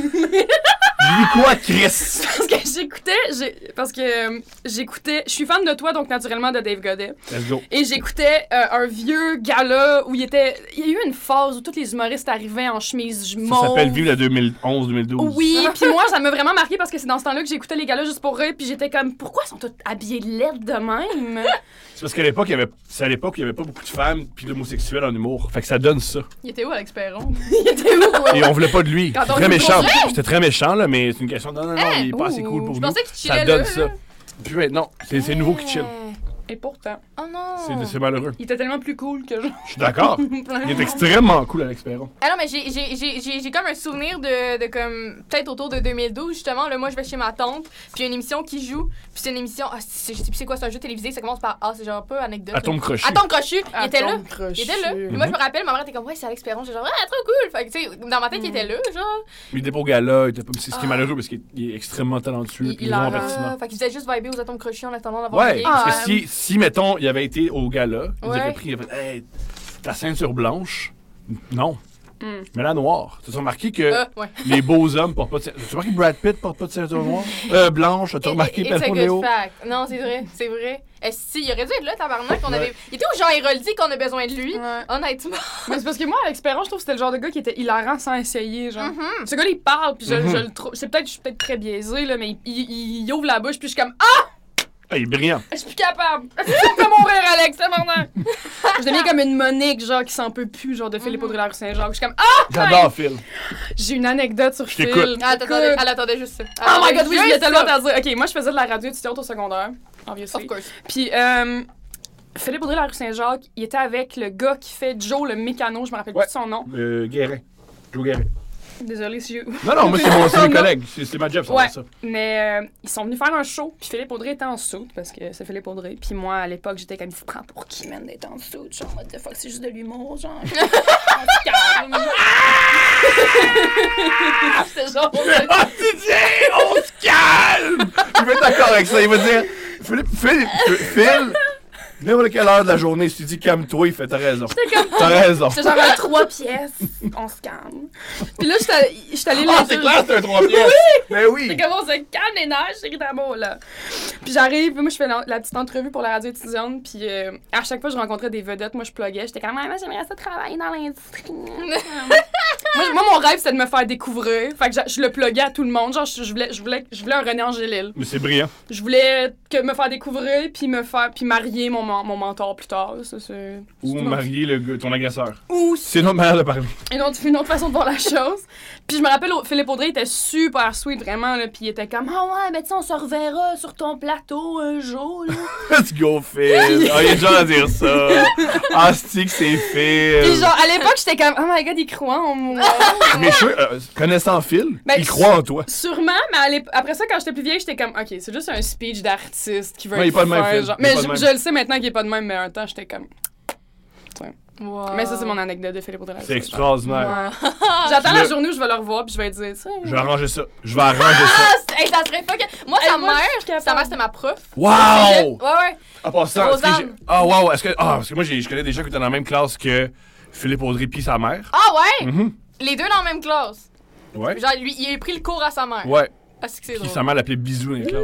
S4: Dis quoi, Chris?
S3: Parce que j'écoutais, j'ai- parce que euh, j'écoutais, je suis fan de toi donc naturellement de Dave Godet
S4: Let's go.
S3: et j'écoutais euh, un vieux gala où il était, il y a eu une phase où tous les humoristes arrivaient en chemise
S4: Ça
S3: mauve.
S4: s'appelle Vive la 2011-2012.
S3: Oui, puis moi ça m'a vraiment marqué parce que c'est dans ce temps-là que j'écoutais les galas juste pour rire puis j'étais comme pourquoi ils sont tous habillés laides de même
S4: C'est parce qu'à l'époque, il y avait... c'est à l'époque, il n'y avait pas beaucoup de femmes puis d'homosexuels en humour. Fait que ça donne ça.
S2: Il était où, Alex Perron?
S3: Il était où
S4: Et on voulait pas de lui.
S3: Quand on
S4: Très
S3: dit
S4: méchant. C'était très méchant, là, mais c'est une question. de- Non, non, non,
S2: Hey,
S4: il est pas assez
S3: Hein? ouh,
S4: cool pour
S2: Je
S4: nous.
S2: pensais qu'il chillait là.
S4: Ça donne ça. Puis maintenant, c'est c'est nouveau qui chill.
S2: Ouais.
S3: Et pourtant,
S2: Oh non!
S4: C'est c'est malheureux.
S3: il était tellement plus cool que je.
S4: Je suis d'accord. Il est extrêmement cool, Alex Perron.
S2: Ah non, mais j'ai- j'ai- j'ai j'ai- j'ai comme un souvenir de, de comme, peut-être autour de 2012, justement. Là, moi, je vais chez ma tante, puis il y a une émission qui joue, puis c'est une émission. Ah, c'est- je sais plus c'est quoi, c'est un jeu télévisé, ça commence par. Ah, c'est genre pas anecdote.
S4: Atome crochu.
S2: Attends, Crochu, il était là. Il était là.
S3: là.
S2: Moi, je me rappelle, ma mère était comme, ouais, c'est Alex Perron. J'ai genre, ah, trop cool. Fait que, tu sais, dans ma tête, il était là, genre.
S4: Il était pas au gala, il était pas... c'est ce qui est
S2: Ah.
S4: malheureux parce qu'il il est extrêmement talentueux
S3: Il-
S4: et
S3: il
S4: vraiment
S3: a-
S4: pertinent.
S2: Ah, fait qu'il faisait juste vibrer aux atomes crochus en attendant d'avoir
S4: Ouais,
S2: une
S3: Ah,
S4: parce que
S3: ouais.
S4: si, si, mettons, il avait été au gala, il nous
S2: Ouais.
S4: aurait pris, il aurait fait Hey, ta ceinture blanche, non,
S3: Mm.
S4: mais la noire. Tu as remarqué que
S2: Ah, ouais.
S4: les beaux hommes portent pas de ceinture. Tu as remarqué que Brad Pitt porte pas de ceinture noire Euh, Blanche, tu as remarqué
S2: It- it's a
S4: Pelton
S2: good
S4: Léo
S2: fact. Non, c'est vrai, c'est vrai. Est-ce si, il aurait dû être là, tabarnak, qu'on
S4: Ouais.
S2: avait... Il était où Jean Héroldi qu'on a besoin de lui,
S3: Ouais.
S2: honnêtement.
S3: Mais c'est parce que moi, Alex Perron, je trouve que c'était le genre de gars qui était hilarant sans essayer, genre. Ce gars, il parle, puis je,
S4: Mhm.
S3: je le trouve... C'est peut-être, je suis peut-être très biaisée, là, mais il, il- il ouvre la bouche, puis je suis comme « Ah!
S4: Ah, Il est brillant.
S3: Je suis plus capable! Fais mourir, Alex, c'est maintenant! » Je deviens comme une Monique, genre, qui s'en peut plus, genre, de Philippe
S2: Mhm.
S3: Audrey la Saint-Jean. Je suis comme « Ah!
S4: J'adore Phil.
S3: J'ai une anecdote sur Phil.
S4: t'écoute.
S2: Ah,
S3: Écoute.
S2: attendez, elle attendait juste ça. Elle
S3: Oh my
S2: attendait
S3: God, oui, je
S2: juste
S3: l'ai tellement
S2: ça.
S3: à dire. OK, moi, je faisais de la radio étudiante au secondaire, obviously.
S2: Of course.
S3: Puis, euh, Philippe Audrey la Saint-Jacques, il était avec le gars qui fait Joe le mécano, je me rappelle
S4: Ouais.
S3: plus son nom.
S4: Euh, Guérin. Joe Guérin.
S3: Désolée si j'ai
S4: Non, non, moi, c'est mon c'est mes collègues. C'est c'est ma job, ça.
S3: Ouais.
S4: ça.
S3: Mais euh, ils sont venus faire un show, puis Philippe Audrey était en soute, parce que c'est Philippe Audrey. Puis moi, à l'époque, j'étais comme, il se prend pour qui, man, d'être en soute? Genre, what the fuck, c'est juste de l'humour, genre. On se calme. C'était genre.
S4: Ah, DJ, on se calme! Je vais être d'accord avec ça. Il va dire, Philippe, Phil, Phil, n'importe quelle heure de la journée, si tu dis calme-toi, il fait t'as raison. T'as raison.
S3: C'était genre un trois pièces, on se calme. Puis là, j'étais allée- j'étais allée
S4: Ah,
S3: là-
S4: c'est clair, c'est un 3 pièces. Mais oui.
S3: C'est comme on se calme les nerfs, chérie d'amour, là. Puis j'arrive, moi, je fais la, la petite entrevue pour la radio étudiante, puis euh, à chaque fois que je rencontrais des vedettes, moi, je pluguais. J'étais comme, Ah, moi, j'aimerais ça travailler dans l'industrie. moi, moi, mon rêve, c'était de me faire découvrir. Fait que j'a- je le pluguais à tout le monde. Genre, je, je voulais, je, voulais, je voulais un René Angélil.
S4: Mais c'est brillant.
S3: Je voulais que me faire découvrir, puis me faire, puis marier mon, men- mon mentor plus tard. Ça, c'est...
S4: Ou
S3: c'est-
S4: marier le gars, ton agresseur.
S3: Ou
S4: C'est notre manière de parler.
S3: une autre, une autre façon de voir la chose. Puis je me rappelle, au- Philippe Audrey était super sweet, vraiment, là, puis il était comme « Ah ouais, ben tu sais, on se reverra sur ton plateau un jour, là.
S4: Let's go, Phil. Ah, il y a des gens à dire ça. Ah, c'est que c'est »
S3: Puis
S4: Phil.
S3: genre, à l'époque, j'étais comme « Oh my God, il croit en moi.
S4: Mais je, euh, connaissant Phil,
S3: Ben,
S4: il croit en toi. »
S3: Sûrement, mais à l'ép- après ça, quand j'étais plus vieille, j'étais comme « Ok, c'est juste un speech d'artiste qui veut
S4: Ouais, il est
S3: être
S4: pas de même,
S3: fin,
S4: Phil.
S3: genre.
S4: Il est
S3: Mais
S4: pas de
S3: je,
S4: même.
S3: je le sais maintenant qu'il est pas de même, mais en même temps, j'étais comme tu sais.
S2: Wow.
S3: Mais ça, c'est mon anecdote de Philippe Audrey.
S4: C'est extraordinaire.
S3: J'attends
S4: Je
S3: la
S4: le-
S3: journée où je vais le revoir, puis je vais dire, tu sais,
S4: Je vais arranger ça. Je vais arranger ça.
S2: Ah, c'est- hey, ça serait pas que. Moi,
S3: Hey,
S2: sa
S3: moi, je suis
S2: mère,
S3: capable.
S2: sa mère, c'était ma prof.
S4: Wow!
S2: Ouais, ouais.
S4: En passant, est-ce que
S2: Rosanne.
S4: j'ai- Ah, wow! Est-ce que. Ah, parce que moi, j'ai- je connais des gens qui étaient dans la même classe que Philippe Audrey puis sa mère.
S2: Ah, ouais!
S4: Mhm.
S2: Les deux dans la même classe.
S4: Ouais.
S2: Genre, lui, il a pris le cours à sa mère.
S4: Ouais.
S2: Ah, c'est que c'est
S4: Puis
S2: drôle.
S4: sa mère l'appelait Bisou dans les classes.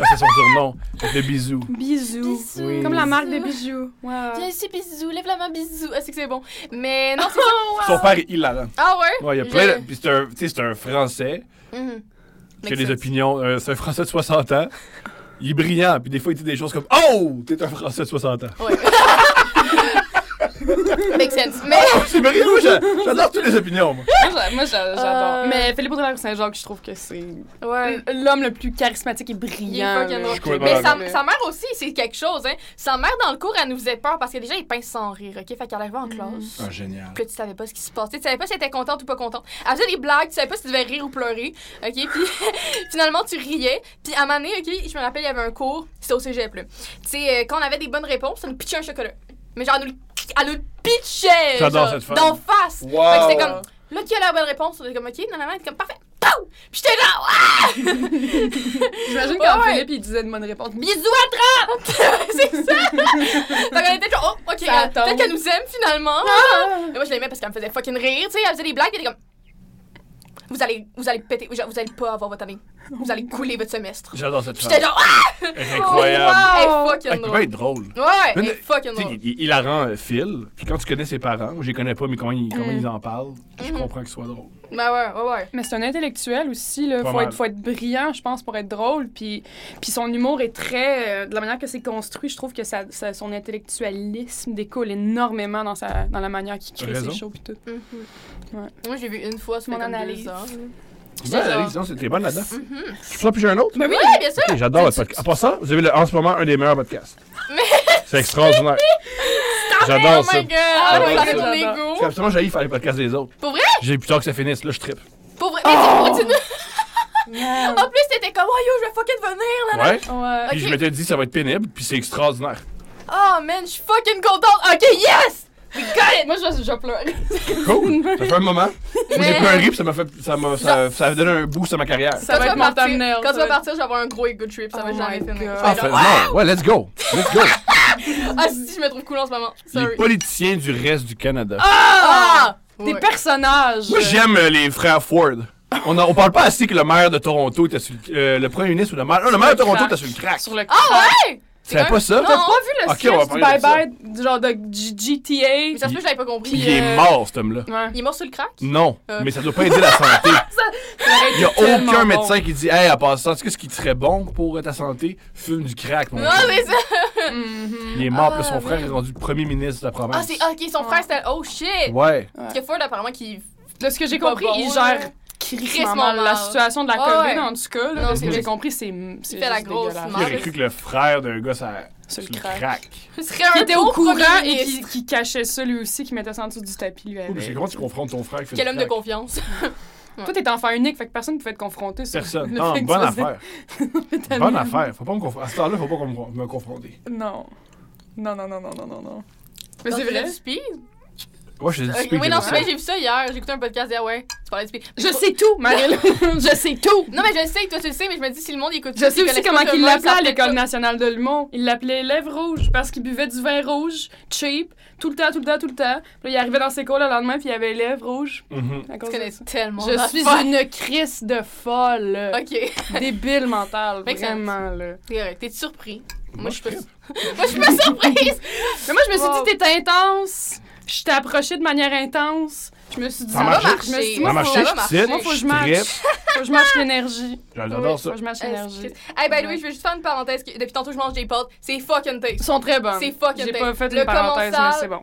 S4: Ah, c'est son surnom. Elle l'appelait Bisou.
S3: bisous.
S4: Oui.
S3: Comme la marque de bijoux. Wow.
S2: Viens ici, bisous, lève la main, bisous. Ah, c'est que c'est bon. Mais non, c'est ça.
S4: Son père est hilarant.
S2: Ah, ouais?
S4: Ouais, il y a plein de- Puis c'est un, tu sais, c'est un Français
S2: Mhm.
S4: qui a
S2: Makes
S4: des
S2: sense.
S4: opinions. euh, c'est un Français de 60 ans. Il est brillant. Puis des fois, il dit des choses comme Oh! T'es un Français de 60 ans.
S2: Ouais. Make sense. Mais.
S4: C'est brillant. Moi, j'a- j'adore toutes les opinions,
S3: Moi,
S4: moi.
S3: j'a- Ah, Moi, j'a- j'adore.
S2: Euh.
S3: Mais Philippe Audrey Saint-Jacques, je trouve que c'est
S2: Ouais.
S3: l'homme le plus charismatique et
S2: Il est
S3: brillant.
S2: fucking
S3: là.
S2: drôle.
S4: Je crois
S2: Mais
S4: pas
S2: sa,
S3: là.
S2: sa mère aussi, c'est quelque chose, hein. Sa mère, dans le cours, elle nous faisait peur parce que déjà, il pince sans rire, OK? Fait qu'elle arrivait en classe.
S4: Ah, génial.
S2: que tu savais pas ce qui se passait. Tu savais pas si elle était contente ou pas contente. Elle faisait des blagues, tu savais pas si tu devais rire ou pleurer. OK? Puis finalement, tu riais. Puis à un moment donné, OK, je me rappelle, il y avait un cours, c'était au cégep, là. Tu sais, euh, quand on avait des bonnes réponses, elle nous pitchait un chocolat. Mais genre, elle nous, le- elle nous le pitchait!
S4: J'adore
S2: genre,
S4: cette femme.
S2: D'en face!
S4: Wow.
S2: Fait que
S3: Ah,
S2: c'était comme, là, qui a la bonne réponse? On était comme, OK, normalement, elle était comme, parfait! Pow! Puis j'étais là, ouais,
S3: J'imagine quand
S2: Ouais.
S3: Philippe, il disait de bonnes réponses.
S2: bisous à 30! C'est ça! fait qu'on était genre, oh, OK, euh,
S3: Ça
S2: peut-être
S3: tombe. Ah!
S2: qu'elle nous aime finalement. Mais moi, je l'aimais parce qu'elle me faisait fucking rire, tu sais. Elle faisait des blagues, elle était comme. Vous allez, vous allez péter, genre, vous allez pas avoir votre année. Vous allez couler votre semestre.
S4: J'adore cette
S2: J'étais Oh,
S4: femme.
S2: genre, ah!
S4: Elle est incroyable.
S2: Elle est
S4: Elle
S2: fucking
S4: peut pas
S2: drôle.
S4: être drôle.
S2: Ouais, ouais, elle
S4: Mais-
S2: est fucking
S4: Tu sais,
S2: drôle.
S4: il, il- il la rend euh, Phil. Puis quand tu connais ses parents, moi, je les connais pas, mais comment ils, comment
S3: Mm.
S4: ils en parlent, je
S2: Mhm.
S4: comprends que ce soit drôle.
S2: Ben ouais, ouais, ouais.
S3: Mais c'est un intellectuel aussi, là.
S4: Pas
S3: Faut
S4: mal.
S3: être, faut être brillant, je pense, pour être drôle. Puis, puis son humour est très. euh, de la manière que c'est construit, je trouve que ça, ça- son intellectualisme découle énormément dans, sa, dans la manière qu'il crée
S4: Raison.
S3: ses shows. Puis tout.
S2: Mhm.
S3: Ouais.
S2: Moi, j'ai vu une fois sur
S3: Mon
S2: mon analyse.
S3: analyse.
S4: Ouais,
S2: genre-
S4: Alex, non, c'est- t'es bonne là-dedans.
S2: Mm-hmm.
S4: Tu peux en piger un autre?
S2: Ben oui, bien sûr.
S4: Ok, J'adore votre podcast. En passant, vous avez le- en ce moment un des meilleurs podcasts. C'est extraordinaire. J'adore
S2: Oh
S4: ça.
S2: my god! Ah,
S4: J'adore
S2: ouais,
S4: ça.
S2: mon
S4: C'est
S2: ego.
S4: absolument jailli faire les podcasts des autres.
S2: Pour vrai?
S4: J'ai plus tard que ça finisse, là je trippe.
S2: Pour vrai, mais
S3: Oh!
S2: tu continues. En plus, t'étais comme, oh yo, je vais fucking venir, là. là.
S4: Ouais.
S3: Ouais.
S4: Puis
S2: Ok.
S4: je m'étais dit ça va être pénible, puis c'est extraordinaire.
S2: Oh man, je suis fucking contente. OK, yes! We got it!
S3: Moi, je, je pleure.
S4: Cool. Ça fait un moment. Moi j'ai
S2: Mais-
S4: pleuré, puis ça m'a fait ça m'a ça, ça a donné un boost à ma carrière.
S3: Ça
S2: Quand
S3: va
S2: tu vas
S3: être mon
S2: partir-
S3: thumbnail.
S2: Quand
S3: ça
S2: tu vas
S3: va être-
S2: partir, je vais avoir un gros good trip, ça
S3: Oh
S2: va jamais
S3: my
S2: finir.
S3: God.
S2: Je vais
S4: Ah,
S2: genre,
S4: fait- non, ouais, let's go. Let's go.
S2: Ah, si, je me trouve cool en ce moment.
S4: Les
S2: Sorry.
S4: politiciens du reste du Canada.
S2: Ah!
S3: Des
S2: Ouais.
S3: personnages.
S4: Moi, j'aime euh, les frères Ford. On, en- on parle pas assez que le maire de Toronto était sur le, euh, le premier ministre ou le maire. Non, le maire de Toronto était sur le crack.
S3: Sur le
S2: Ah ouais!
S4: C'est pas ça?
S3: T'as
S2: Non.
S3: pas vu le
S4: Ok,
S3: sketch
S4: on va
S3: du
S4: parler de ça.
S3: bye-bye, du genre de G-
S2: Mais
S3: GTA?
S2: ça se peut, j'avais pas compris.
S4: Il est
S2: Euh,
S4: mort, cet homme-là.
S3: Ouais.
S2: Il est mort sur le crack?
S4: Non,
S2: Euh.
S4: mais ça doit pas aider la santé. Il y a
S3: tellement
S4: aucun
S3: bon.
S4: médecin qui dit Hey, à part ça, est-ce que ce qui serait bon pour euh, ta santé, fume du crack. mon
S2: Non,
S4: gars.
S2: Ah, mais ça.
S3: Mhm.
S4: Il est mort,
S2: Ah,
S4: puis là, son frère
S2: ouais.
S4: est rendu premier ministre de la
S2: Ah,
S4: province.
S2: c'est. Ok, son frère, c'était. Oh shit!
S4: Ouais.
S2: Parce que Ford, apparemment, qui.
S3: De ce que j'ai
S2: Pas
S3: compris,
S2: bon,
S3: il
S2: ouais.
S3: gère
S2: Crissement
S3: crissement mal la
S2: mal.
S3: situation de la
S2: Ah
S3: COVID,
S2: ouais.
S3: en tout cas. là,
S2: Non,
S3: de ce
S2: c'est
S3: que j'ai
S2: juste-
S3: compris, c'est c'est
S2: fait la
S3: juste
S2: grosse
S3: dégueulasse.
S4: Qui
S2: marde.
S4: aurait cru que le frère d'un gars, ça.
S3: Sur le
S4: sur le
S3: crack.
S4: crack.
S2: Ce serait
S3: Qui
S2: un
S3: était au
S2: bon
S3: courant
S2: premier
S3: et qui,
S2: ministre.
S3: qui cachait ça lui aussi, qui mettait ça en dessous du tapis lui.
S4: Ouh, mais c'est
S3: avec.
S4: comment tu confrontes ton frère qui fait
S2: Quel
S4: du
S2: homme de
S4: crack?
S2: confiance.
S3: Toi, t'es enfant unique, fait que personne ne pouvait te confronter sur
S4: Personne.
S3: le
S4: Non,
S3: fait que
S4: bonne
S3: tu faisais-
S4: affaire. Bonne affaire. Faut pas me confronter. À ce temps-là, faut pas qu'on me- me confronter.
S3: Non. Non, non, non, non, non, non, non. Mais
S2: Donc,
S3: c'est
S2: tu fais
S3: vrai.
S2: du speed?
S4: Ouais, je te dis
S2: Euh,
S4: speak,
S2: Oui, non,
S4: c'est
S2: c'est
S4: ça.
S2: vrai, j'ai vu ça hier. J'ai écouté un podcast hier, ouais. Tu parlais de speed.
S3: Je sais tout, Marie-Lou. je sais tout.
S2: Non, mais je le sais, toi, tu le sais, mais je me dis si le monde écoute
S3: Je sais aussi comment il
S2: il
S3: l'appelait à l'École nationale de l'humour. Il l'appelait lèvres rouges parce qu'il buvait du vin rouge, cheap, tout le temps, tout le temps, tout le temps. Puis là, il arrivait dans ses cours le lendemain, puis il avait les lèvres rouges.
S4: Mhm.
S3: à
S2: Tu
S3: cause de
S2: connais
S3: ça.
S2: tellement.
S3: Je
S2: d'affaires.
S3: suis une crise de folle.
S2: Ok.
S3: Débile mentale,
S2: Make sense.
S3: vraiment, là.
S2: C'est correct. T'es surpris. Moi, je suis pas.
S4: trippe.
S2: Moi, je suis pas surprise.
S3: Mais moi, je me suis
S2: Wow.
S3: dit, t'es intense. Je t'ai approché de manière intense. Je me suis dit,
S4: Ça va
S3: marche.
S2: marcher.
S3: Je me suis dit,
S4: Ça
S3: moi,
S2: Ça
S4: marche,
S3: faut,
S2: va
S4: je
S2: marcher.
S4: suis
S3: moi, faut que je
S4: je
S3: marche.
S4: trippe.
S3: Faut que je marche l'énergie.
S4: J'adore ça.
S3: Faut que je marche l'énergie.
S2: Euh, Hey, by the way, je veux juste faire une parenthèse. que- Depuis tantôt, je mange des pâtes. C'est fucking
S3: Ils
S2: taste.
S3: sont très bonnes.
S2: C'est fucking
S3: J'ai
S2: bon.
S3: pas fait
S2: Le
S3: une parenthèse, mais
S2: commensal.
S3: c'est bon.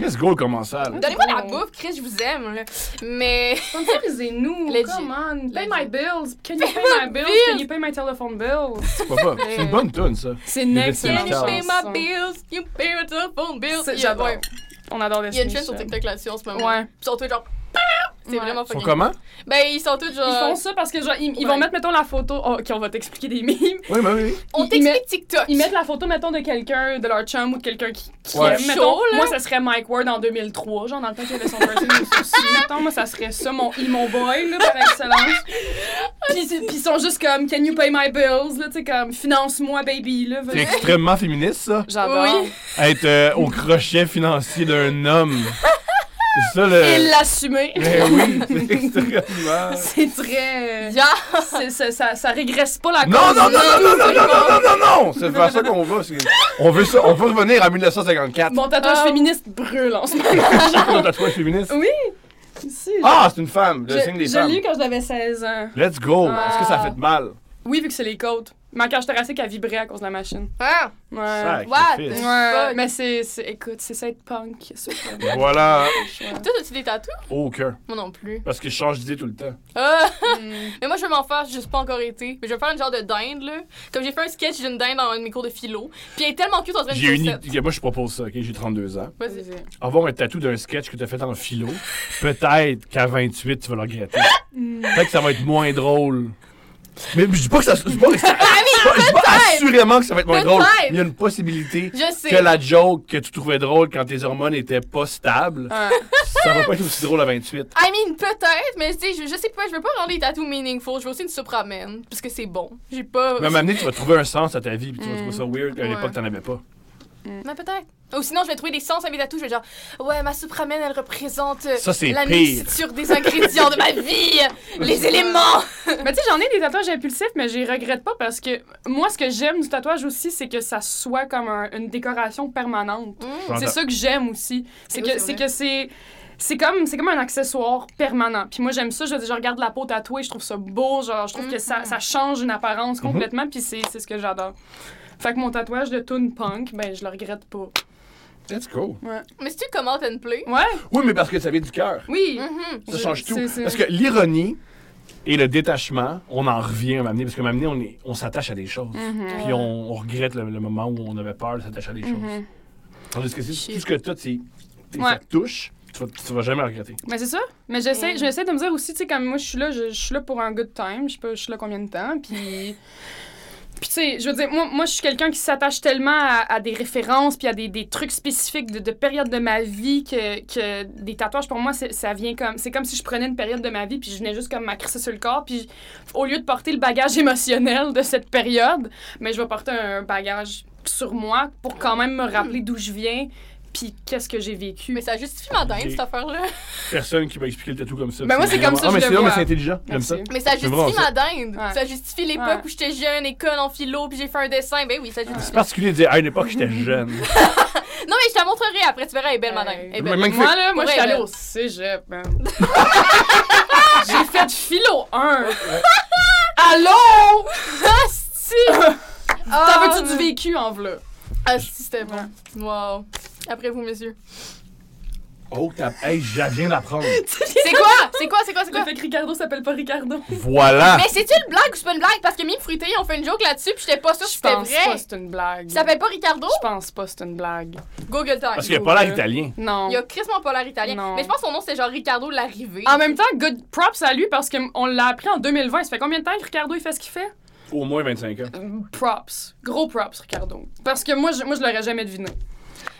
S4: Let's go, le commensal.
S2: Donnez-moi de la
S3: bon.
S2: bouffe, Chris, je vous aime. là. Mais.
S3: Sponsorisez-nous.
S2: Legit.
S3: Come on. Pay
S2: Legit.
S3: my bills. Can you pay my bills? Can you pay my telephone bills?
S4: C'est pas grave. C'est une bonne tune, ça.
S3: C'est une
S4: Les
S2: Can
S3: excellente
S2: you pay my
S3: chanson.
S2: bills? Can you pay my telephone bills?
S3: C'est-
S2: Il y a-
S3: J'adore.
S2: ouais.
S3: On adore les
S2: Il y a une chaîne sur TikTok là-dessus en ce moment.
S3: Ouais.
S2: Puis sur Twitch, genre. C'est
S3: Ouais.
S2: vraiment
S4: Ils sont
S2: fucking.
S4: comment?
S2: Ben, ils sont tous genre.
S3: Ils font ça parce que, genre, ils, ils
S2: Ouais.
S3: vont mettre, mettons, la photo. Oh, ok, on va t'expliquer des mimes.
S4: Oui, mais oui.
S2: On
S3: ils- ils
S2: t'explique
S3: mettent-
S2: TikTok.
S3: Ils mettent la photo, mettons, de quelqu'un, de leur chum ou de quelqu'un qui, qui
S4: Ouais.
S3: aime. Mettons,
S2: Chaud, là.
S3: moi, ça serait Mike Ward en 2003, genre, dans le temps qu'il avait son person aussi. Mettons, moi, ça serait ça, mon emo boy, là, par excellence.
S2: Ah,
S3: Puis c'est- puis ils sont juste comme, can you pay my bills, là, tu sais, comme, finance-moi, baby, là.
S4: C'est
S3: vas-y.
S4: extrêmement féministe, ça.
S5: J'adore.
S2: Oui.
S4: Être euh, au crochet financier d'un homme. C'est ça, le...
S3: Il l'assumer.
S4: Mais oui, c'est extrêmement...
S3: C'est très. euh,
S2: Yeah.
S3: c'est- ça, ça, ça régresse pas la
S4: Non,
S3: cause.
S4: non, non, non, non, non, non, non, non, non, non! C'est vers ça qu'on va. c'est- On veut ça, on veut revenir à 1954.
S3: Mon tatouage
S2: Ah.
S3: féministe brûle en ce moment.
S4: Ton tatouage féministe.
S3: Oui. Ici,
S4: Ah, c'est une femme,
S3: je
S4: le signe des
S3: je
S4: femmes.
S3: l'ai eu quand j'avais 16 ans.
S4: Let's go!
S3: Ah.
S4: Est-ce que ça fait de mal?
S3: Oui, vu que c'est les côtes. Ma cage thoracique a vibré à cause de la machine.
S2: Ah.
S3: Ouais.
S4: Sacrifice.
S3: Ouais. Mais c'est. c'est- Écoute, c'est ça être punk. ça.
S4: Voilà,
S2: Toi, as-tu des tatous?
S4: aucun.
S2: Moi non plus.
S4: Parce que je change d'idée tout le temps.
S2: Ah.
S3: Mm.
S2: Mais moi, je vais m'en faire, j'ai juste pas encore été. Mais je vais faire une genre de dinde, là. Comme j'ai fait un sketch d'une dinde dans un de mes cours de philo. Puis elle est tellement cute, on dirait
S4: J'ai
S2: une
S4: une
S2: chaussette.
S4: idée. Moi, je propose ça, ok? J'ai 32 ans.
S2: Vas-y.
S4: Avoir un tatou d'un sketch que t'as fait en philo, peut-être qu'à 28, tu vas le regretter.
S2: Mm.
S4: peut-être que ça va être moins drôle. Mais je dis pas que ça. Je dis pas, que ça- je dis pas assurément que ça va être moins drôle.
S2: Peut-être.
S4: Il y a une possibilité
S2: Je sais.
S4: que la joke que tu trouvais drôle quand tes hormones étaient pas stables,
S3: Ouais.
S4: ça va pas être aussi drôle à 28.
S2: I mean, peut-être, mais je dis, je, je sais pas, je veux pas rendre les tatous meaningful. Je veux aussi une Supraman, parce que c'est bon. J'ai pas.
S4: Même amener, tu vas trouver un sens à ta vie, puis tu vas
S3: Mm.
S4: trouver ça weird. À
S2: Ouais.
S4: l'époque, t'en avais pas.
S2: Mais peut-être. Ou sinon, je vais trouver des sens à mes tatous. Je vais dire, ouais, ma Supraman, elle représente euh,
S4: Ça, c'est
S2: la
S4: pire.
S2: mixture des ingrédients de ma vie, les éléments.
S3: Mais tu sais, j'en ai des tatouages impulsifs, mais j'y regrette pas parce que moi, ce que j'aime du tatouage aussi, c'est que ça soit comme un- une décoration permanente. C'est ça que j'aime aussi. C'est
S2: Et oui,
S3: que
S2: c'est
S3: c'est
S2: vrai.
S3: que c'est c'est comme c'est comme un accessoire permanent. Puis moi j'aime ça, je, veux dire, je regarde la peau tatouée, je trouve ça beau, genre je trouve que ça, ça change une apparence
S4: Mm-hmm.
S3: complètement puis c'est c'est ce que j'adore. Fait que mon tatouage de toon punk, ben je le regrette pas.
S4: Let's go.
S2: Mais si tu comment and play,
S3: Ouais.
S4: Oui, mais parce que ça vient du cœur.
S3: Oui.
S2: Mhm.
S4: Ça
S3: Je-
S4: change tout.
S3: c'est- c'est-
S4: Parce que l'ironie et le détachement, on en revient à m'amener. Parce que m'amener, on, est- on s'attache à des choses.
S3: Mm-hmm.
S4: Puis on, on regrette le, le moment où on avait peur de s'attacher à des choses. Tandis que si tout ce que t'as, c'est- c'est- ça
S3: Mm-hmm. Ouais.
S4: te touche, tu vas, tu vas jamais regretter.
S3: Mais c'est ça. Mais j'essaie
S2: Mm.
S3: j'essaie de me dire aussi tu sais comme moi je suis là je, je suis là pour un good time, je sais pas je suis là combien de temps puis Puis, tu sais, je veux dire, moi, moi je suis quelqu'un qui s'attache tellement à, à des références puis à des, des trucs spécifiques de, de périodes de ma vie que, que des tatouages, pour moi, c'est- ça vient comme... C'est comme si je prenais une période de ma vie puis je venais juste comme m'accrisser sur le corps puis je- au lieu de porter le bagage émotionnel de cette période, mais je vais porter un bagage sur moi pour quand même me rappeler d'où je viens puis qu'est-ce que j'ai vécu.
S2: Mais ça justifie ma dinde,
S4: Ok.
S2: cette affaire-là.
S4: Personne qui m'a expliqué le tatou comme ça.
S3: Ben, moi, c'est comme
S4: vraiment-
S3: ça que
S4: Ah, mais
S3: je
S4: c'est
S3: le
S4: non, mais
S3: vois.
S4: c'est intelligent. J'aime
S3: Merci.
S4: ça.
S2: Mais ça
S4: C'est vrai,
S2: justifie ma dinde.
S3: Ouais.
S2: Ça justifie l'époque
S3: Ouais.
S2: où j'étais jeune, école en philo, puis j'ai fait un dessin. Ben oui, ça justifie.
S4: C'est particulier de dire, à une époque, j'étais jeune.
S2: Non, mais je te la montrerai après, tu verras, elle est belle, ma dinde. Elle est belle.
S4: Mais magnifique.
S3: Moi, là, moi, je suis
S2: Ouais,
S3: allée
S2: ben.
S3: au cégep, man. J'ai fait philo 1. Allô?
S2: Asti!
S3: T'en
S2: Ah,
S3: veux-tu du vécu en v'là?
S2: Asti, Ah, c'était bon. Wow. Après vous, messieurs.
S4: Oh, t'as- hey, je viens d'apprendre.
S2: C'est quoi? C'est quoi? C'est quoi? C'est
S3: Le
S2: quoi?
S3: fait que Ricardo s'appelle pas Ricardo.
S4: voilà.
S2: Mais c'est-tu une blague ou c'est pas une blague? Parce que Mime Fruité, ils ont fait une joke là-dessus, puis j'étais pas sûre que
S3: Je
S2: c'était
S3: pense
S2: vrai.
S3: pas c'est une blague.
S2: Il s'appelle pas Ricardo?
S3: Je pense pas c'est une blague.
S2: Google Time.
S4: Parce qu'il n'y a pas l'air italien.
S3: Non.
S2: Il y a crissement pas l'air italien.
S3: Non.
S2: Mais je pense que son nom, c'est genre Ricardo l'arrivée.
S3: En même temps, good props à lui parce qu'on l'a appris en 2020. Ça fait combien de temps que Ricardo il fait ce qu'il fait?
S4: Au moins 25 ans.
S3: Euh, Props. Gros props, Ricardo. Parce que moi, je, moi, je l'aurais jamais deviné.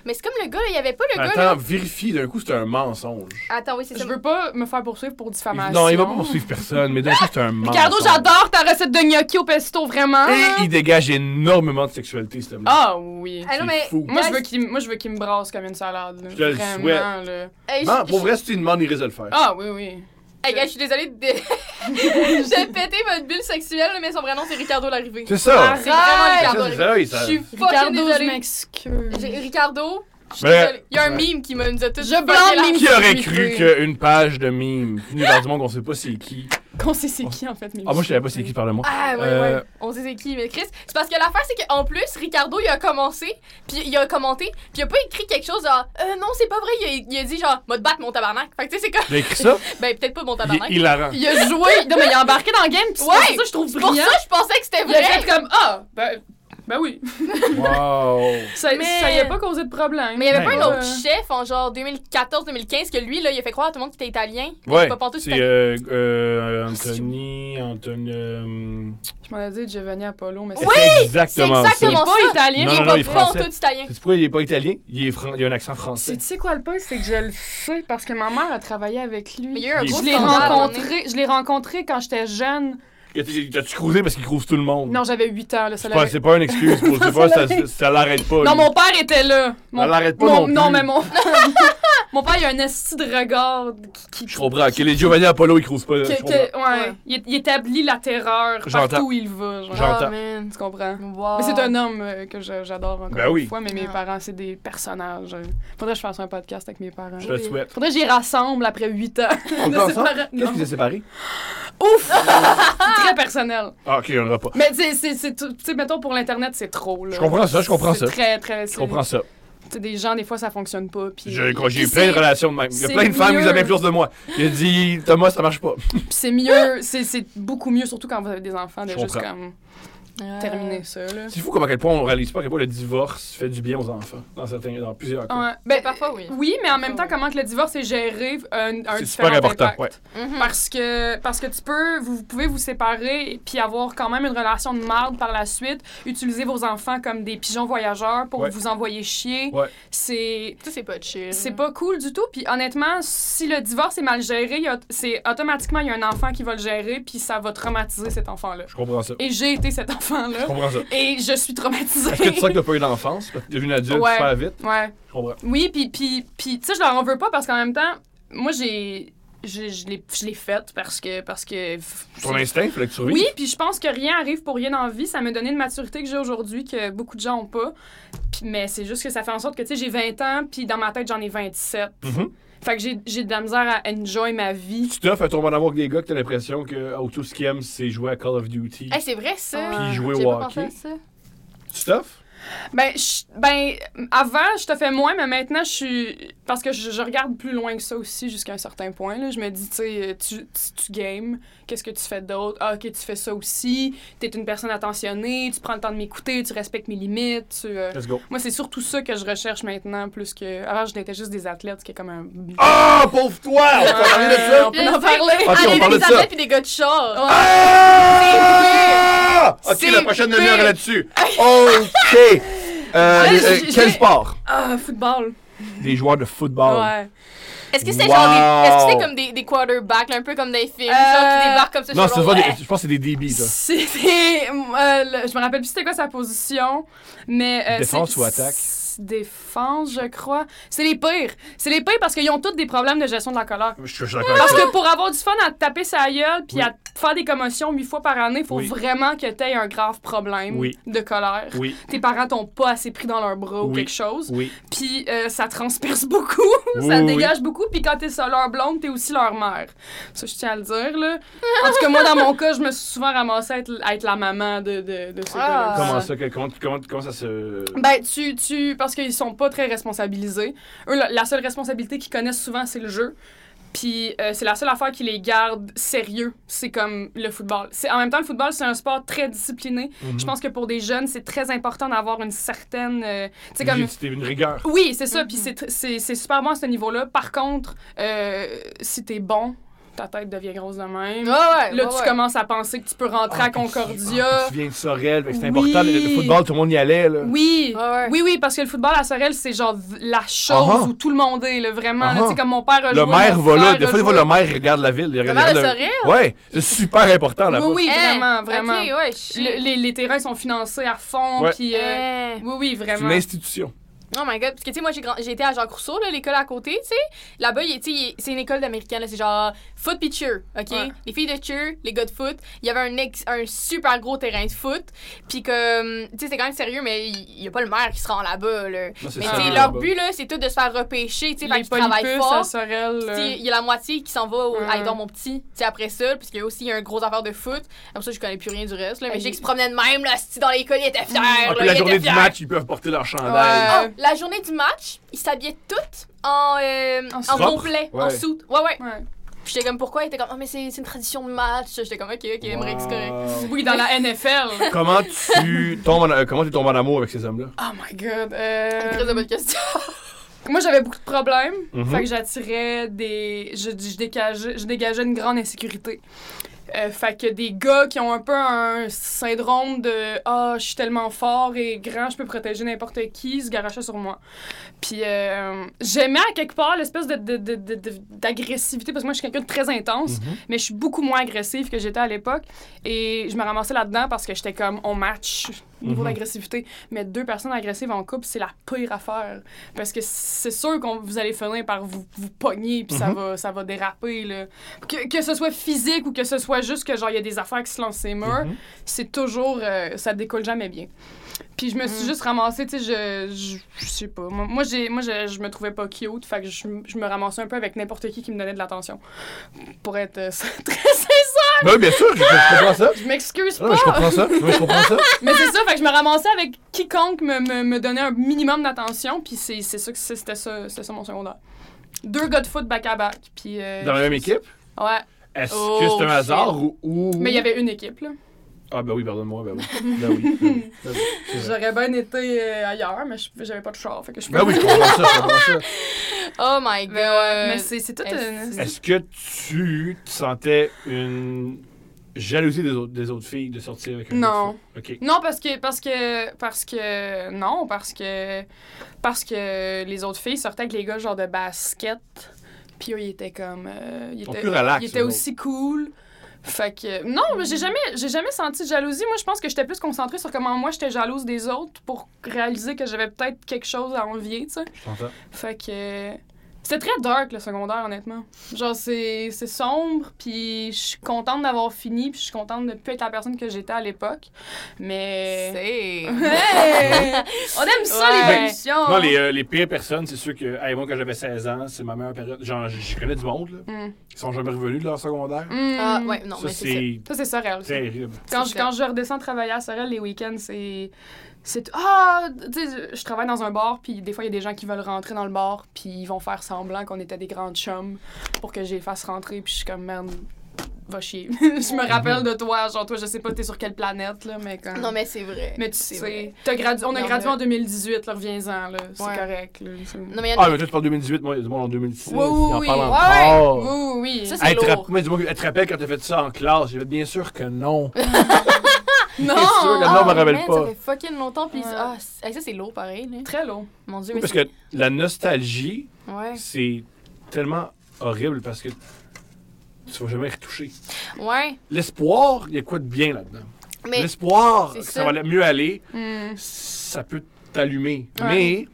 S2: Mais c'est comme le gars, là, il y avait pas le gars.
S4: Attends,
S2: Là...
S4: vérifie. D'un coup, c'est un mensonge.
S2: Attends, oui, c'est
S3: Je
S2: ça.
S3: veux pas me faire poursuivre pour diffamation.
S4: Non, il va pas poursuivre personne, mais d'un coup, c'est un mensonge.
S3: Ricardo, j'adore ta recette de gnocchi au pesto, vraiment.
S4: Et il dégage énormément de sexualité, cet homme-là.
S3: Ah oui.
S2: Ah non,
S4: C'est
S2: mais.
S4: fou.
S3: Moi, je veux qu'il moi, je veux qu'il me brasse comme une salade. là.
S4: Je te le
S3: Vraiment,
S4: souhaite.
S3: là.
S2: Hey, Ah, je-
S4: Non, pour vrai, si tu lui demandes, il risque de le faire.
S3: Ah oui, oui.
S2: Hey, gars, je suis désolée de. J'ai pété votre bulle sexuelle, mais son vrai nom, c'est Ricardo l'arrivée.
S4: C'est ça!
S2: C'est vraiment
S4: Ça,
S2: Ricardo
S4: c'est ça, il-
S2: Je
S4: ça-
S2: suis fucking
S3: Ricardo, je
S2: désolée.
S3: m'excuse.
S2: J'ai- Ricardo, je suis
S4: Mais-
S2: désolée. Il y a un mime qui me- nous a tous.
S3: Je blâme
S2: mime.
S3: Mime.
S4: Qui aurait cru qu'une page de mime venue dans du monde qu'on sait pas c'est qui?
S3: Qu'on sait c'est qui, en fait, mais
S4: Ah, moi, je savais pas c'est qui, parle-moi.
S2: Ah, ouais,
S4: Euh,
S2: ouais. On sait c'est qui, mais Chris. C'est parce que l'affaire, c'est qu'en plus, Ricardo, il a commencé, puis il a commenté, puis il a pas écrit quelque chose genre, euh, non, c'est pas vrai. Il a, il a dit genre, m'a te battre mon tabarnak. Fait que tu sais, c'est comme,
S4: Il a écrit ça?
S2: ben, peut-être pas mon
S4: Il est
S2: tabarnak.
S4: hilarant.
S3: Il a joué. Non, mais il a embarqué dans le game, pis c'est
S2: Ouais.
S3: pour ça que je trouve
S2: Pour
S3: brillant.
S2: ça, je pensais que c'était
S3: Il a
S2: vrai.
S3: fait comme Ah, ben, Ben oui.
S4: Wow!
S3: Ça,
S2: Mais-
S3: ça y a pas causé de problème.
S2: Mais il y avait
S4: Ouais.
S2: pas un autre
S3: Euh,
S2: chef en genre 2014-2015 que lui, là, il a fait croire à tout le monde qu'il était italien. Il
S4: Ouais,
S2: était pas pantoute
S4: c'est
S2: italien.
S4: euh, euh, Anthony, Anthony... euh,
S3: Je m'en ai dit Giovanni Apollo, mais
S4: c'est
S2: Oui,
S4: exactement
S2: c'est
S4: ça.
S3: Il est
S2: exactement- Comment ça?
S3: pas italien.
S4: Non,
S2: il
S4: non,
S2: est
S4: non,
S2: pas
S4: il est français.
S2: pantoute italien.
S4: C'est pourquoi il est pas italien? Il, est fran- il a un accent français.
S3: C'est- Tu sais quoi le point, c'est que je le sais parce que ma mère a travaillé avec lui.
S2: Mais il y a eu un
S4: Je
S2: gros
S3: je l'ai
S2: scandale. on est-
S3: rencontré, je l'ai rencontré quand j'étais jeune.
S4: T'as- T'as-tu croisé parce qu'il croise tout le monde?
S3: Non, j'avais 8 ans là, ça
S4: C'est pas,
S3: l'avait-
S4: c'est pas une excuse. Pour, c'est pas, ça, ça l'arrête pas.
S3: Non,
S4: lui. Ah,
S3: mon père était là. Mon...
S4: Ça l'arrête pas
S3: mon-
S4: non plus.
S3: non, mais mon Mon père il a un esti de regard qui, qui-
S4: Je comprends. Que les Giovanni Apollo, ils croisent pas.
S3: que-
S4: je
S3: que-
S4: comprends.
S3: ouais, il, il établit la terreur
S4: J'entends.
S3: partout où il va, genre.
S4: J'en- J'entends.
S2: Oh, man.
S3: Tu comprends
S2: Wow.
S3: Mais c'est un homme euh, que je- j'adore encore
S4: Ben
S3: une
S4: oui.
S3: fois, mais mes
S2: Ah.
S3: parents, c'est des personnages. euh. Faudrait que je fasse un podcast avec mes parents.
S4: Je te le souhaite.
S3: Faudrait que j'y rassemble après 8 ans.
S4: On est
S3: de
S4: ensemble?
S3: séparation.
S4: Qu'est-ce qui vous a séparé?
S3: Ouf! C'est très personnel.
S4: Ah, ok, on l'aura pas.
S3: Mais c'est- c'est, c'est tout- tu sais, mettons, pour l'Internet, c'est trop, là.
S4: Je comprends ça, je comprends
S3: C'est
S4: ça.
S3: très, très...
S4: Je comprends ça.
S3: C'est des gens, des fois, ça fonctionne pas, puis...
S4: Je- quand J'ai eu
S3: puis
S4: plein de
S3: c'est-
S4: relations de même. Il y a
S3: c'est
S4: plein de femmes qui
S3: mieux.
S4: nous avaient plus de moi. Il a dit, Thomas, ça marche pas.
S3: puis c'est mieux, c'est, c'est beaucoup mieux, surtout quand vous avez des enfants, de
S4: Je
S3: juste,
S4: comprends.
S3: comme,
S2: Euh,
S3: terminer ça, là.
S4: C'est fou comme à quel point on réalise pas à quel point le divorce fait du bien aux enfants. Dans, certains, dans plusieurs cas.
S3: Ouais.
S2: Ben,
S3: Ben,
S2: parfois, oui.
S3: oui, mais en même temps, comment que le divorce est géré, un, un
S4: C'est
S3: différent
S4: super important.
S3: impact.
S4: Ouais.
S2: Mhm.
S3: Parce que, parce que tu peux, vous pouvez vous séparer puis avoir quand même une relation de marde par la suite, utiliser vos enfants comme des pigeons voyageurs pour
S4: Ouais.
S3: vous envoyer chier.
S4: Ouais.
S3: C'est
S2: Ça, c'est pas chill.
S3: c'est pas cool du tout. Puis honnêtement, si le divorce est mal géré, il y a- c'est automatiquement il y a un enfant qui va le gérer puis ça va traumatiser cet enfant-là.
S4: Je comprends ça.
S3: Et j'ai été cet
S4: Je
S3: enfant-là
S4: comprends ça.
S3: et je suis traumatisée.
S4: Est-ce que tu sens que t'as pas eu d'enfance? Parce que t'es devenu adulte
S3: Ouais.
S4: super vite.
S3: Ouais.
S4: Je comprends.
S3: Oui, puis, puis, puis tu sais, je leur en veux pas parce qu'en même temps, moi, j'ai. Je, je l'ai je l'ai faite parce que. Parce que
S4: Ton instinct, il fallait que tu
S3: Oui,
S4: survives.
S3: puis je pense que rien arrive pour rien dans la vie. Ça m'a donné une maturité que j'ai aujourd'hui que beaucoup de gens ont pas. Puis- mais c'est juste que ça fait en sorte que, tu sais, j'ai 20 ans, puis dans ma tête, j'en ai 27.
S4: Mhm.
S3: Fait que j'ai, j'ai de la misère à enjoy ma vie.
S4: Tu t'offres à tomber en amour avec des gars que t'as l'impression que oh, tout ce qu'ils aiment, c'est jouer à Call of Duty.
S2: Hey, c'est vrai, ça.
S4: Puis jouer
S2: J'ai
S4: au
S2: pas pensé
S4: hockey.
S2: à ça.
S4: Tu t'offres?
S3: Ben, je- ben avant, je te fais moins, mais maintenant, je suis... Parce que je, je regarde plus loin que ça aussi, jusqu'à un certain point. Là. Je me dis, tu sais, euh, tu, tu, tu games, qu'est-ce que tu fais d'autre? Ah, OK, tu fais ça aussi. T'es une personne attentionnée, tu prends le temps de m'écouter, tu respectes mes limites, tu... euh,
S4: Let's go.
S3: Moi, c'est surtout ça que je recherche maintenant, plus que. Avant, j'étais juste des athlètes, ce qui est comme un.
S4: Ah, pauvre toi! On t'a parlé de
S3: Euh,
S4: ça?
S3: on peut en parler.
S4: Ok, on
S2: Allez,
S4: parlait
S2: des
S4: de ça.
S2: athlètes puis des gars de char.
S3: Ouais.
S4: Ah!
S2: C'est
S4: Ok,
S2: fait.
S4: la prochaine
S2: C'est
S4: demi-heure
S2: fait.
S4: est là-dessus. Ok! Euh,
S3: Je-
S4: euh,
S3: je-
S4: quel
S3: je-
S4: sport?
S3: Ah, football.
S4: Des joueurs de football.
S3: Ouais.
S2: Est-ce que c'est
S4: Wow.
S2: genre des, est-ce que c'est comme des, des quarterbacks, là, un peu comme des films,
S3: Euh,
S2: genre qui débarquent comme ça
S4: Non,
S2: sur
S4: c'est
S2: le-
S4: pas des-
S2: Ouais.
S4: je pense que c'est des débits, ça.
S3: C'est. c'est- euh, le- je me rappelle plus c'était quoi sa position, mais. euh,
S4: Défense
S3: c'est-
S4: ou attaque?
S3: c'est- Défense, je crois. C'est les pires. C'est les pires parce qu'ils ont tous des problèmes de gestion de la colère.
S4: Je suis je suis d'accord avec
S3: Parce
S4: ça.
S3: que pour avoir du fun à te taper sa gueule puis
S4: Oui.
S3: à te faire des commotions huit fois par année, il faut
S4: Oui.
S3: vraiment que tu aies un grave problème
S4: Oui.
S3: de colère.
S4: Oui,
S3: Tes parents t'ont pas assez pris dans leur bras ou
S4: Oui.
S3: quelque chose.
S4: oui.
S3: Puis euh, ça transperce beaucoup, ça
S4: Oui, oui.
S3: dégage beaucoup. Puis quand t'es ça, leur blonde, t'es aussi leur mère. Ça, je tiens à le dire, là. En tout cas, moi, dans mon cas, je me suis souvent ramassée à être, à être la maman de, de, de ces
S2: Ah.
S3: deux-là.
S4: Comment ça? que- Comment, comment, comment ça se.
S3: Ben, tu, tu, parce qu'ils sont pas très responsabilisés. Eux, la, la seule responsabilité qu'ils connaissent souvent, c'est le jeu. Puis euh, c'est la seule affaire qui les garde sérieux. C'est comme le football. C'est, en même temps, le football, c'est un sport très discipliné.
S4: Mhm.
S3: Je pense que pour des jeunes, c'est très important d'avoir une certaine. euh, tu sais,
S4: J'ai
S3: comme
S4: dit, C'était une rigueur.
S3: oui, c'est ça. Puis
S2: Mm-hmm.
S3: c'est tr- c'est c'est super bon à ce niveau-là. Par contre, euh, si t'es bon, ta tête devient grosse de même.
S2: Ouais, ouais,
S3: Là,
S2: ouais,
S3: tu
S2: ouais.
S3: commences à penser que tu peux rentrer à
S4: Ah, puis tu- ah,
S3: Concordia.
S4: puis Tu viens de Sorel, fait que c'est
S3: Oui.
S4: important. Le, le football, tout le monde y allait, là.
S3: Oui.
S2: Ouais, ouais.
S3: Oui, oui, parce que le football à Sorel, c'est genre v- la chose
S4: Ah, ah.
S3: où tout le monde est, là, vraiment. là.
S4: Ah,
S3: Tu sais, comme mon père a
S4: Le
S3: joué,
S4: maire
S3: mon
S4: va là.
S3: frère
S4: Des
S3: a
S4: fois, des fois,
S3: joué.
S4: le maire, il regarde la ville. Il
S2: Le
S4: regarde,
S2: maire
S4: il
S2: de
S4: regarde
S2: Sorel?
S4: la- Ouais, c'est super important là-bas.
S3: Oui, oui,
S2: Hey,
S3: vraiment, vraiment.
S2: Ok, ouais, shit. Eh.
S3: Le- les, les terrains sont financés à fond,
S4: Ouais.
S3: puis... euh,
S2: Hey.
S3: Oui, oui,
S4: C'est
S3: vraiment.
S4: une institution.
S2: Oh my god, parce que tu sais, moi j'ai grand- j'ai été à Jacques Rousseau, là, l'école à côté, tu sais. Là-bas, il- tu sais, il- c'est une école d'américains, là, c'est genre foot pis cheer, ok?
S3: Ouais.
S2: Les filles de cheer, les gars de foot. Il y avait un, ex- un super gros terrain de foot, puis comme, tu sais, c'est quand même sérieux, mais il n'y a pas le maire qui se rend là-bas, là.
S4: Non, c'est
S2: Mais tu
S4: ça,
S2: sais, leur
S4: là, là-bas.
S2: but, là, c'est tout de se faire repêcher, tu sais, fait
S3: Les
S2: qu'ils travaillent
S3: polypus à
S2: fort.
S3: Sorel...
S2: Puis, tu
S3: euh,
S2: sais, Il y a la moitié qui s'en va au
S3: Ouais.
S2: Aïe dans mon petit, tu sais, après ça, parce qu'il y a aussi un gros affaire de foot. Après ça, je connais plus rien du reste, là, mais
S3: Hey.
S2: j'ai qui se promenait de même, là, si dans l'école, il était fier.
S4: Ah,
S2: là,
S4: puis la
S2: il
S4: journée
S2: était
S4: du
S2: fier.
S4: match, ils peuvent porter leur
S3: Ouais.
S4: chandail.
S2: Ah, la journée du match, ils s'habillaient toutes en, euh,
S3: En
S2: en,
S3: soupe.
S2: complet, en
S4: Ouais.
S2: soute. Ouais, ouais.
S3: ouais.
S2: Puis j'étais comme, pourquoi? Il était comme, ah, mais c'est c'est une tradition de match. J'étais comme, ok, ok, Emmerich, c'est correct.
S4: Wow.
S3: Oui, dans la NFL.
S4: Comment tu tombes en, euh, comment tu tombes en amour avec ces hommes-là?
S3: Oh my god.
S2: Une
S3: euh,
S2: Très bonne question.
S3: Moi, j'avais beaucoup de problèmes.
S4: Mhm.
S3: Fait que j'attirais des. Je, je, dégageais, je dégageais une grande insécurité. Euh, fait que des gars qui ont un peu un syndrome de Ah, je suis tellement fort et grand, je peux protéger n'importe qui, se garachaient sur moi. Puis euh, j'aimais à quelque part l'espèce de- de- de- de- de- d'agressivité, parce que moi, je suis quelqu'un de très intense,
S4: Mhm.
S3: mais je suis beaucoup moins agressive que j'étais à l'époque. Et je me ramassais là-dedans parce que j'étais comme On match niveau
S4: Mhm.
S3: d'agressivité. Mais deux personnes agressives en couple, c'est la pire affaire. Parce que c'est sûr que vous allez finir par vous, vous pogner, puis ça,
S4: Mhm.
S3: va, ça va déraper. Là. Que, que ce soit physique ou que ce soit juste que genre il y a des affaires qui se lancent les murs,
S4: Mhm.
S3: c'est toujours. euh, ça décolle jamais bien. Puis je me suis
S2: Mm.
S3: juste ramassée, tu sais, je, je, je sais pas. Moi, moi, j'ai, moi je, je me trouvais pas cute, fait que je, je me ramassais un peu avec n'importe qui qui me donnait de l'attention. Pour être euh, très sincère,
S4: Ben oui, bien sûr, je, je comprends ça.
S3: je m'excuse
S4: Non, mais Ah, je
S3: pas.
S4: comprends ça. Non, mais je comprends ça.
S3: Mais c'est ça, fait que je me ramassais avec quiconque me, me, me donnait un minimum d'attention, puis c'est, c'est ça que c'est- c'était ça, c'était ça mon secondaire. Deux gars de foot back-à-back, puis... euh,
S4: Dans la même équipe,
S3: Ouais,
S4: est-ce
S2: Oh,
S4: que c'est un
S2: shit.
S4: hasard ou, ou-
S3: mais il y avait une équipe, là.
S4: Ah, ben oui, pardonne-moi, ben oui. Ben oui. Ben oui, ben oui, c'est vrai.
S3: J'aurais bien été euh, ailleurs, mais je- j'avais pas de char, fait que je
S4: Ben oui, je comprends ça, je comprends ça.
S2: Oh my god.
S3: Mais c'est, c'est tout
S2: est-ce-
S3: une-
S4: Est-ce que tu te sentais une jalousie des autres, des autres filles de sortir avec un
S3: Non.
S4: gars de fou?
S3: Non, parce que, parce que, parce que, non, parce que, parce que les autres filles sortaient avec les gars genre de basket, puis eux, ils étaient comme, euh, ils
S4: Ils sont
S3: étaient,
S4: plus relax,
S3: ils étaient
S4: eux
S3: aussi cool. Fait que, non, mais j'ai jamais, j'ai jamais senti de jalousie. Moi, je pense que j'étais plus concentrée sur comment moi, j'étais jalouse des autres pour réaliser que j'avais peut-être quelque chose à envier, tu sais.
S4: OK. Je t'entends.
S3: Fait que. C'était très dark le secondaire, honnêtement. Genre, c'est c'est sombre, puis je suis contente d'avoir fini, puis je suis contente de ne plus être la personne que j'étais à l'époque. Mais.
S2: C'est.
S3: Hey! On aime ça,
S2: Ouais.
S3: l'évolution!
S4: Non, les, euh, les pires personnes, c'est sûr que, hey, moi, quand j'avais 16 ans, c'est ma meilleure période. Genre, j- je connais du monde, là.
S3: Mm.
S4: Ils sont jamais revenus de leur secondaire.
S3: Mm.
S2: Ah, ouais, non,
S4: ça,
S2: mais c'est ça.
S3: Ça, c'est
S4: c'est
S3: Sorel. ça.
S4: terrible.
S3: Quand
S2: C'est
S3: je,
S2: ça.
S3: quand je redescends travailler à Sorel les week-ends, c'est. C'est. Ah! Tu sais, je travaille dans un bar, puis des fois, il y a des gens qui veulent rentrer dans le bar, puis ils vont faire semblant qu'on était des grandes chums pour que je les fasse rentrer, puis je suis comme, merde, va chier. je me rappelle de toi, genre, toi, je sais pas, t'es sur quelle planète, là, mais quand.
S2: Mm-hmm. Non, mais c'est vrai.
S3: Mais tu
S2: C'est
S3: sais,
S2: vrai.
S3: t'as gradu- on a
S2: Non,
S3: gradué
S2: mais-
S3: en 2018, là, reviens-en, là, c'est
S2: Ouais.
S3: correct. Là, c'est-
S2: Non, mais il y en
S4: Ah,
S2: a.
S4: mais toi, tu parles 2018, moi, il y a du monde en 2016.
S3: Oui, oui,
S4: ils en
S3: oui.
S4: parlent
S3: Ouais,
S4: encore.
S3: Oui, oui, oui.
S2: Ça,
S4: Elle te,
S2: lourd.
S4: rapp- mais dis-moi, elle te rappelle quand t'as fait ça en classe? J'ai fait, bien sûr que non.
S3: non! Ah,
S4: c'est sûr, la norme- me rappelle
S2: Ah, man,
S4: pas.
S2: Ça fait fucking longtemps, puis
S3: Ouais.
S2: ah, c'est- hey, ça c'est lourd pareil. Là.
S3: Très long.
S2: Mon dieu, mais
S4: Parce
S2: c'est-
S4: que la nostalgie,
S2: ouais,
S4: c'est tellement horrible parce que tu vas jamais retoucher.
S2: ouais,
S4: L'espoir, il y a quoi de bien là-dedans?
S2: mais
S4: L'espoir
S2: c'est
S4: que
S2: ça.
S4: ça va aller- mieux aller,
S3: Mm.
S4: ça peut t'allumer.
S3: Ouais.
S4: Mais,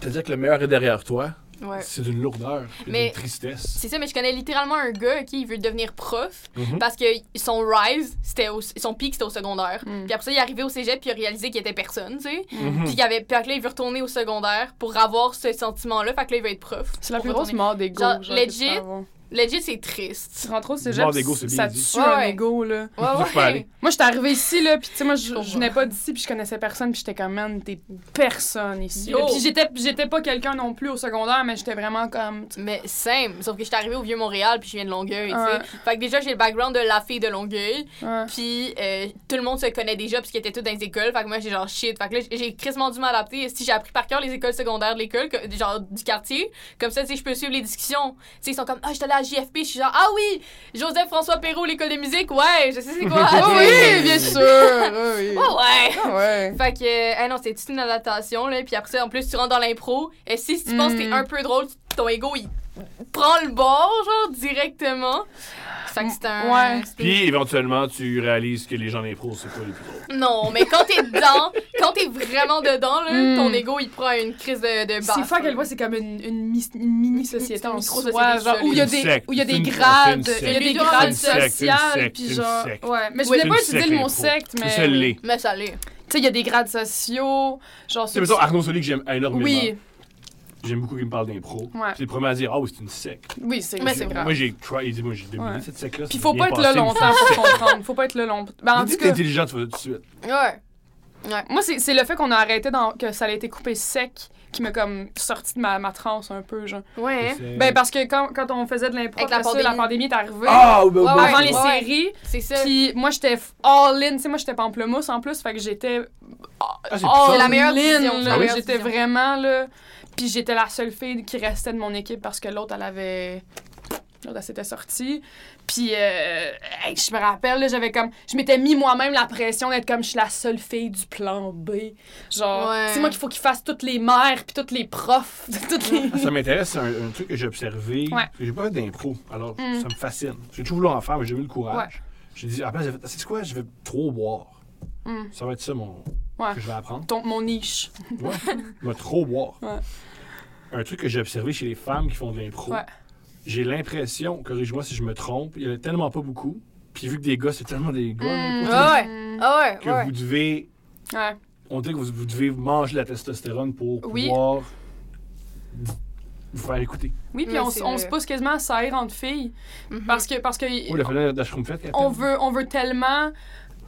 S4: c'est-à-dire que le meilleur est derrière toi,
S2: ouais.
S4: c'est d'une lourdeur, puis
S2: Mais-
S4: d'une tristesse.
S2: C'est ça, mais je connais littéralement un gars qui veut devenir prof
S4: Mhm.
S2: parce que son rise, c'était au- son pic, c'était au secondaire.
S3: Mm.
S2: Puis après ça, il est arrivé au cégep puis il a réalisé qu'il était personne, tu sais.
S4: Mhm.
S2: Puis, qu'il avait, puis que là, il veut retourner au secondaire pour avoir ce sentiment-là. Fait que là, il veut être prof.
S3: C'est la
S2: Pour
S3: plus grosse
S2: retourner.
S3: mort des gars.
S2: Genre,
S3: que tu peux
S2: legit,
S3: avoir.
S2: Legit, c'est triste.
S3: Tu rentres au
S4: Mort
S3: cégep,
S4: d'ego, c'est bien
S3: ça
S4: dit.
S3: tue
S2: Ouais,
S3: un
S2: ouais.
S3: ego, là.
S2: Ouais,
S4: Je peux aller.
S2: ouais.
S3: Moi, j'étais arrivée ici, là, puis tu sais, moi, je,
S2: comprends.
S3: je venais pas d'ici, puis je connaissais personne, puis j'étais comme, man, t'es personne ici.
S2: Yo.
S3: là. Puis j'étais, j'étais pas quelqu'un non plus au secondaire, mais j'étais vraiment comme. tu-
S2: Mais same, sauf que j'étais arrivée au Vieux-Montréal puis je viens de Longueuil,
S3: Ouais.
S2: tu sais. Fait que déjà, j'ai le background de la fille de Longueuil.
S3: Ouais.
S2: Puis euh, tout le monde se connaît déjà parce qu'ils étaient tous dans les écoles. Fait que moi, j'ai genre shit. Fait que là, j'ai- j'ai crissement dû m'adapter. Si j'ai appris par cœur les écoles secondaires de l'école, que- genre du quartier, comme ça, tu sais, je peux suivre les discussions. Tu sais, ils sont comme, ah, j'étais allée à JFP. Je suis genre, ah oui, Joseph-François Perrault, l'école de musique. Ouais, je sais c'est quoi.
S3: Ah
S2: Ah
S3: oui, bien sûr! oui, oui.
S2: Ouais, ouais.
S3: Ah ouais.
S2: Fait que, euh, hey, non, c'est toute une adaptation, là. Puis après ça, en plus, tu rentres dans l'impro. Et si, si tu penses que t'es
S3: Mm.
S2: un peu drôle, tu- ton ego, il prend le bord, genre, directement. Fait que c'est un.
S3: Ouais.
S2: c'est une
S4: Puis éventuellement, tu réalises que les gens d'impro, c'est pas les plus drôles.
S2: Non, mais quand t'es dedans, quand t'es vraiment dedans, là,
S3: Mm.
S2: ton ego il prend une crise de, de
S3: C'est
S2: baffe,
S3: fou à
S2: là.
S3: quel point c'est comme une, une mi- une mini-société
S2: Bah, Une
S3: en
S2: micro-société
S3: soi, genre,
S2: isolée.
S3: où il y a
S4: C'est une
S3: des,
S4: secte,
S3: où il y a
S4: c'est
S3: des
S4: une-
S3: grades,
S4: c'est une
S3: il y a des
S2: secte.
S3: grades
S2: C'est une
S4: secte, c'est une
S3: sociales,
S4: secte,
S3: puis
S4: c'est une
S3: genre,
S4: secte.
S3: ouais. Mais je
S2: Oui.
S3: voulais
S2: C'est
S3: pas
S4: une
S3: utiliser
S4: secte,
S3: le mot
S4: l'impro.
S3: secte, mais.
S4: Mais ça l'est.
S2: Mais ça l'est.
S3: Tu sais, il y a des grades sociaux, genre.
S4: C'est pour ça, Arnaud Soli, que j'aime énormément.
S3: Oui,
S4: J'aime beaucoup qu'il me parle d'impro.
S3: Ouais.
S4: C'est le premier à dire, oh, c'est une secte.
S3: oui, c'est
S2: Mais
S3: c'est
S2: c'est
S3: grave.
S4: Moi, j'ai try, il dit, moi, j'ai dominé
S3: Ouais.
S4: cette sec-là.
S3: Puis faut pas être là longtemps pour comprendre. Faut pas être là longtemps. Ben, en tout cas,
S4: intelligent, tu fais ça tout de suite.
S2: Ouais.
S3: Ouais. Moi, c'est c'est le fait qu'on a arrêté, dans, que ça a été coupé sec, qui m'a comme sorti de ma, ma transe un peu, genre.
S2: Ouais. hein.
S4: C'est-
S3: Ben, parce que quand, quand on faisait de l'impro,
S2: Avec la
S3: après ça, la
S2: pandémie.
S3: pandémie est arrivée.
S4: Ah, ben, ben,
S2: ouais,
S3: avant
S4: ben,
S3: les
S4: ben.
S2: ouais.
S3: séries,
S2: C'est ça.
S3: puis moi j'étais f- all in, tu sais moi j'étais pamplemousse en plus, fait que j'étais
S4: Ah, c'est
S3: all
S2: C'est
S4: plus
S2: la
S4: ça.
S2: meilleure
S3: in,
S2: décision,
S3: là. Ah
S2: c'est la meilleure
S3: j'étais
S2: décision.
S3: vraiment là, puis j'étais la seule fille qui restait de mon équipe parce que l'autre elle avait l'autre elle s'était sortie, puis euh, hey, je me rappelle là, j'avais comme je m'étais mis moi-même la pression d'être comme je suis la seule fille du plan B, genre
S2: Ouais.
S3: c'est moi qu'il faut qu'il fasse toutes les mères puis toutes les profs, toutes les
S4: Ah, Ça m'intéresse, c'est un, un truc que j'ai observé.
S3: Ouais.
S4: J'ai pas fait d'impro, alors
S3: Mm.
S4: ça me fascine. J'ai toujours voulu en faire, mais j'ai eu le courage. J'ai dit, après, j'ai fait, c'est quoi, je vais trop boire.
S3: Mm.
S4: Ça va être ça mon...
S3: Ouais.
S4: que je vais apprendre.
S3: ton, mon niche.
S4: Ouais. Je vais trop boire.
S3: Ouais.
S4: Un truc que j'ai observé chez les femmes qui font de l'impro,
S3: Ouais.
S4: j'ai l'impression, corrige-moi si je me trompe, il y en a tellement pas beaucoup. Puis vu que des gars, c'est tellement des gars,
S3: Mm.
S4: l'impro,
S2: Ah ouais. Ah
S4: que
S2: ouais, ouais.
S4: vous devez...
S3: Ouais.
S4: On dit que vous, vous devez manger la testostérone pour
S3: Oui.
S4: pouvoir vous faire écouter.
S3: Oui, puis
S2: Mais
S3: on,
S2: c'est
S3: s- on
S2: vrai.
S3: se pousse quasiment à s'aïr entre filles.
S2: Mhm.
S3: Parce que, parce que
S4: Oh, le phénomène d'Ashroom Fett, Catherine.
S3: on, veut, on veut tellement.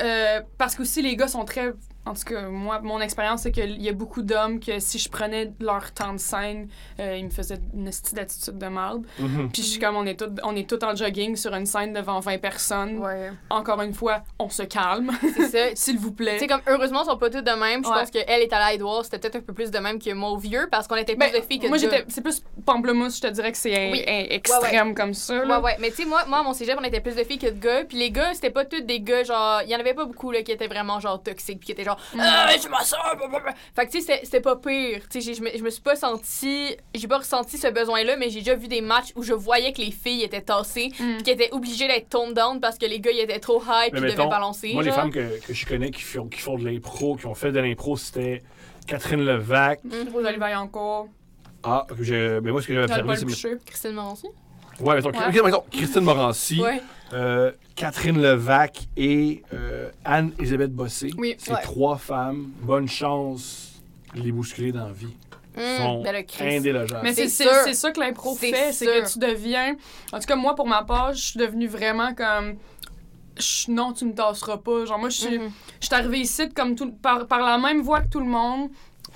S3: euh, parce qu'aussi, les gars sont très. En tout cas, moi, mon expérience, c'est qu'il y a beaucoup d'hommes que si je prenais leur temps de scène, euh, ils me faisaient une petite attitude de marde.
S4: Mhm.
S3: Puis je suis comme, on est, toutes, on est toutes en jogging sur une scène devant 20 personnes.
S2: Ouais.
S3: Encore une fois, on se calme,
S2: C'est ça.
S3: s'il vous plaît.
S2: Tu sais, comme heureusement, ils sont pas tous de même. Je
S3: Ouais.
S2: pense qu'elle est allée à Edouard, c'était peut-être un peu plus de même que moi au vieux parce qu'on était plus
S3: Ben,
S2: de filles que
S3: moi,
S2: de gars.
S3: j'étais. C'est plus pamplemousse, je te dirais que c'est un,
S2: Oui.
S3: un extrême comme ça. là.
S2: Ouais, ouais. Mais tu sais, moi, moi, à mon cégep, on était plus de filles que de gars. Puis les gars, c'était pas tous des gars, genre, il y en avait pas beaucoup, là, qui étaient vraiment, genre, toxiques, puis qui étaient genre, ah, je m'en sors, blablabla. Fait que, tu sais, c'était- c'était pas pire. Tu sais, j'ai- je me- je me suis pas senti, j'ai pas ressenti ce besoin-là, mais j'ai déjà vu des matchs où je voyais que les filles étaient tassées,
S3: Mm.
S2: puis qu'elles étaient obligées d'être toned down parce que les gars, ils étaient trop high, puis
S4: Mais
S2: ils
S4: mettons,
S2: devaient balancer.
S4: Moi, les
S2: genre.
S4: femmes que, que je connais qui font, qui font de l'impro, qui ont fait de l'impro, c'était Catherine Levac.
S2: Mm.
S3: Rosalie Vaillancourt,
S4: Ah, que je, mais moi, ce que j'avais
S3: Paul
S4: observé, c'est.
S3: Boucher.
S2: Christine Morancy.
S4: Ouais, mettons,
S3: Ouais.
S4: ok, mettons, Christine Morancy,
S2: Ouais.
S4: euh, Catherine Levac et euh, Anne-Elisabeth Bossé.
S3: Oui,
S4: Ces
S2: ouais.
S4: trois femmes, bonne chance, les bousculer dans la vie.
S2: Mm,
S4: sont
S2: ben, le Christ.
S4: indélogeables.
S3: Mais c'est
S2: C'est
S3: c'est-
S2: sûr.
S3: c'est ça que l'impro
S2: C'est
S3: fait, c'est
S2: sûr.
S3: que tu deviens. En tout cas, moi, pour ma part, je suis devenue vraiment comme. Chut, Non, tu me tasseras pas. Genre, moi, je suis
S2: Mhm.
S3: je suis arrivée ici comme tout, par, par la même voie que tout le monde.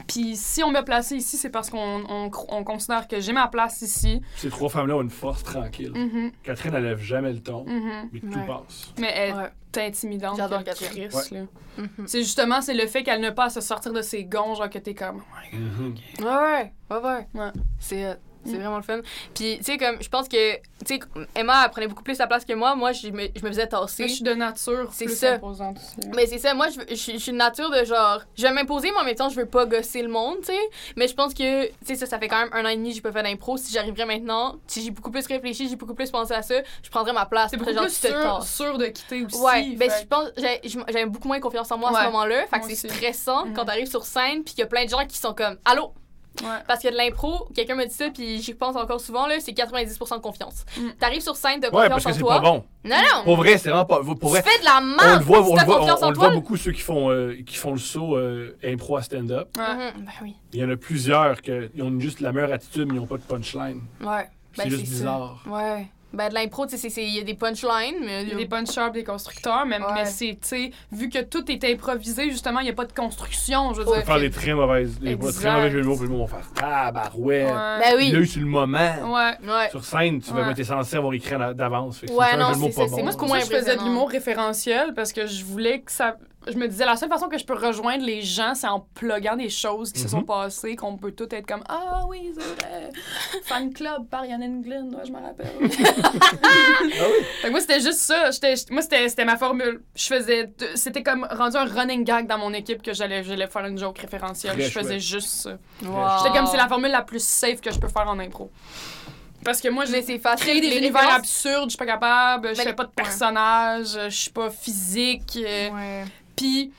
S3: Puis si on m'a placée ici, c'est parce qu'on on cro- on considère que j'ai ma place ici.
S4: Ces trois femmes-là ont une force tranquille.
S2: Mm-hmm.
S3: Mhm,
S4: Catherine, elle lève jamais le ton,
S3: mhm.
S4: mais tout
S2: Ouais.
S4: passe.
S3: Mais elle
S2: Ouais.
S3: est intimidante.
S2: J'adore
S3: que le
S2: Catherine.
S3: Christ, là.
S2: Mhm.
S3: C'est justement c'est le fait qu'elle n'a pas à se sortir de ses gonds, genre que t'es comme.
S4: Mhm.
S2: Ouais, ouais, ouais, ouais.
S3: Ouais.
S2: C'est hot. C'est
S3: Mm.
S2: vraiment le fun. Puis, tu sais, comme, je pense que, tu sais, Emma, elle prenait beaucoup plus la place que moi. Moi, je me, je me faisais tasser.
S3: Moi, je suis de nature
S2: C'est
S3: plus
S2: ça.
S3: imposante aussi.
S2: Mais c'est ça, moi, je, veux- je, suis- je suis de nature de genre, je vais m'imposer, mais en même temps, je veux pas gosser le monde, tu sais. Mais je pense que, tu sais, ça, ça fait quand même un an et demi que j'ai pas fait d'impro. Si j'arriverais maintenant, si j'ai beaucoup plus réfléchi, j'ai beaucoup plus pensé à ça, je prendrais ma place.
S3: C'est
S2: Après,
S3: beaucoup
S2: genre,
S3: plus
S2: tu te
S3: sûr,
S2: tasses.
S3: sûr de quitter aussi.
S2: Ouais, ben
S3: fait
S2: je pense j'ai- j'm- j'avais beaucoup moins confiance en moi à
S3: Ouais,
S2: ce moment-là, fait que
S3: moi
S2: c'est
S3: aussi.
S2: stressant
S3: Mhm.
S2: quand t'arrives sur scène puis qu'il y a plein de gens qui sont comme allô.
S3: Ouais.
S2: Parce que de l'impro, quelqu'un me dit ça puis j'y pense encore souvent là, c'est 90% de confiance.
S3: Mhm.
S2: T'arrives sur scène, t'as
S4: Ouais,
S2: confiance
S4: parce que
S2: en
S4: c'est
S2: toi.
S4: pas bon.
S2: Non non,
S4: Pour vrai, c'est vraiment pas. Pour vrai,
S2: tu fais de la
S4: on
S2: merde.
S4: le voit, on
S2: si
S4: le
S2: t'as
S4: voit,
S2: confiance
S4: on, on
S2: en
S4: le voit
S2: toi.
S4: beaucoup ceux qui font, euh, qui font le saut euh, impro à stand-up.
S3: Ouais.
S2: Mhm, ben oui.
S4: Il y en a plusieurs qui ont juste la meilleure attitude, mais ils n'ont pas de punchline.
S2: Ouais.
S4: C'est
S2: Ben,
S4: juste
S2: ça.
S4: bizarre.
S2: Ouais. Ben de l'impro, tu sais, c'est- c'est- il y a des punchlines, mais
S3: Il y a des punchers, des constructeurs, mais,
S2: Ouais.
S3: mais c'est, tu sais, vu que tout est improvisé, justement, il n'y a pas de construction, je veux
S4: On peut
S3: dire.
S4: faire des très mauvaises, des
S3: Exact.
S4: très mauvais jeux de mots, puis le monde va faire tabarouette.
S3: Ouais.
S2: Ben
S4: Il l'a eu
S2: oui.
S4: sur le moment.
S3: Ouais.
S2: Ouais.
S4: Sur scène, tu vas
S3: Ouais.
S4: mettre t'es censé avoir écrit en- d'avance. Fait que
S2: Ouais,
S4: c'est un
S2: non,
S4: jeu de mots
S2: c'est-
S4: pas
S2: c'est-
S4: bon.
S2: c'est- moi,
S3: C'est pour ça que je faisais de
S2: impressionnant.
S3: l'humour référentiel, parce que je voulais que ça... Je me disais, la seule façon que je peux rejoindre les gens, c'est en pluguant des choses qui se sont
S4: Mhm.
S3: passées, qu'on peut tout être comme « Ah oui, c'est vrai! Fan club par Yann Englund, ouais, je me rappelle. »
S4: Ah
S3: Fait que moi, c'était juste ça. J'étais- j'étais- moi, c'était c'était ma formule. Je faisais... deux- C'était comme rendu un running gag dans mon équipe que j'allais j'allais faire une joke référentielle.
S4: Très
S3: je faisais
S4: chouette.
S3: juste ça.
S2: Wow.
S3: J'étais comme c'est la formule la plus safe que je peux faire en impro. Parce que moi,
S2: mais
S3: j'ai
S2: c'est facile
S3: créé des
S2: les
S3: univers
S2: références- Ben,
S3: absurdes, je suis pas capable, je
S2: Mais-
S3: fais pas de personnage, je suis pas physique. euh,
S2: Ouais.
S3: Puis,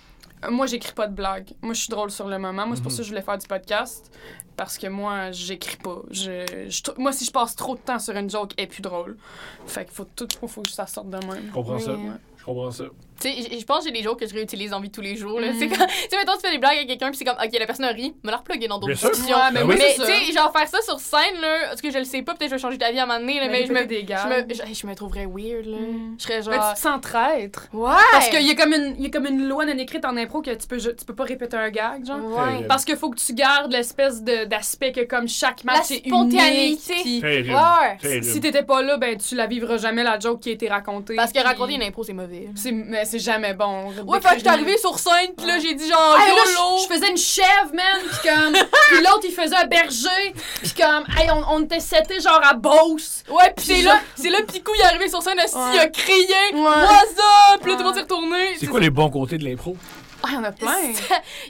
S3: euh, moi, j'écris pas de blagues. Moi, je suis drôle sur le moment. Moi, c'est pour
S4: Mhm.
S3: ça que je voulais faire du podcast. Parce que moi, j'écris pas. Je, je trou- moi, si je passe trop de temps sur une joke, elle est plus drôle. Fait qu'il faut tout faut, faut que ça sorte de même.
S4: Je comprends ça.
S2: Oui.
S4: Je comprends ça.
S2: Tu sais, j- je pense que j'ai des jokes que je réutilise dans vie de tous les jours.
S3: Mm.
S2: là. C'est quand, tu sais, mettons, tu fais des blagues à quelqu'un, puis c'est comme, OK, la personne rit, me la repluguer dans d'autres
S4: Bien sûr.
S2: discussions.
S3: Ouais,
S4: ben
S2: mais tu
S4: oui,
S2: sais, genre faire ça sur scène, là, parce que je le sais pas, peut-être je vais changer d'avis à un moment donné, là, mais, je me.
S3: des
S2: Je
S3: gars.
S2: me, je, je me trouverais weird, là.
S3: Mm.
S2: Je serais
S3: Mais tu
S2: genre.
S3: te sens traître.
S2: Ouais!
S3: Parce qu'il y, a comme une- il y a comme une loi non écrite en impro que tu peux, ju- tu peux pas répéter un gag, genre.
S2: Ouais.
S4: Terrible.
S3: Parce qu'il faut que tu gardes l'espèce de- d'aspect que comme chaque match
S2: La
S3: est unique.
S2: spontanéité.
S3: puis
S4: Terrible.
S2: Ouais.
S4: Terrible.
S3: Si t'étais pas là, ben tu la vivras jamais la joke qui a été racontée.
S2: Parce que
S3: puis-
S2: raconter une impro, c'est mauvais.
S3: c'est mais c'est jamais bon.
S2: Ouais, fait que j'étais arrivée sur scène, pis là, j'ai dit genre,
S3: Hey, là,
S2: YOLO!
S3: je- je faisais une chèvre, man, pis comme, pis l'autre il faisait un berger, pis comme, hey, on, on était setés genre à Beauce.
S2: Ouais, pis
S3: Puis
S2: c'est
S3: je-
S2: là, c'est là, Picou, il est arrivé sur scène, assis,
S3: Ouais.
S2: il a crié,
S3: Ouais.
S2: What's up? Pis là, tout le monde s'est
S3: Ouais.
S2: retourné.
S4: C'est quoi les bons côtés de l'impro?
S3: Ah, il y en a plein.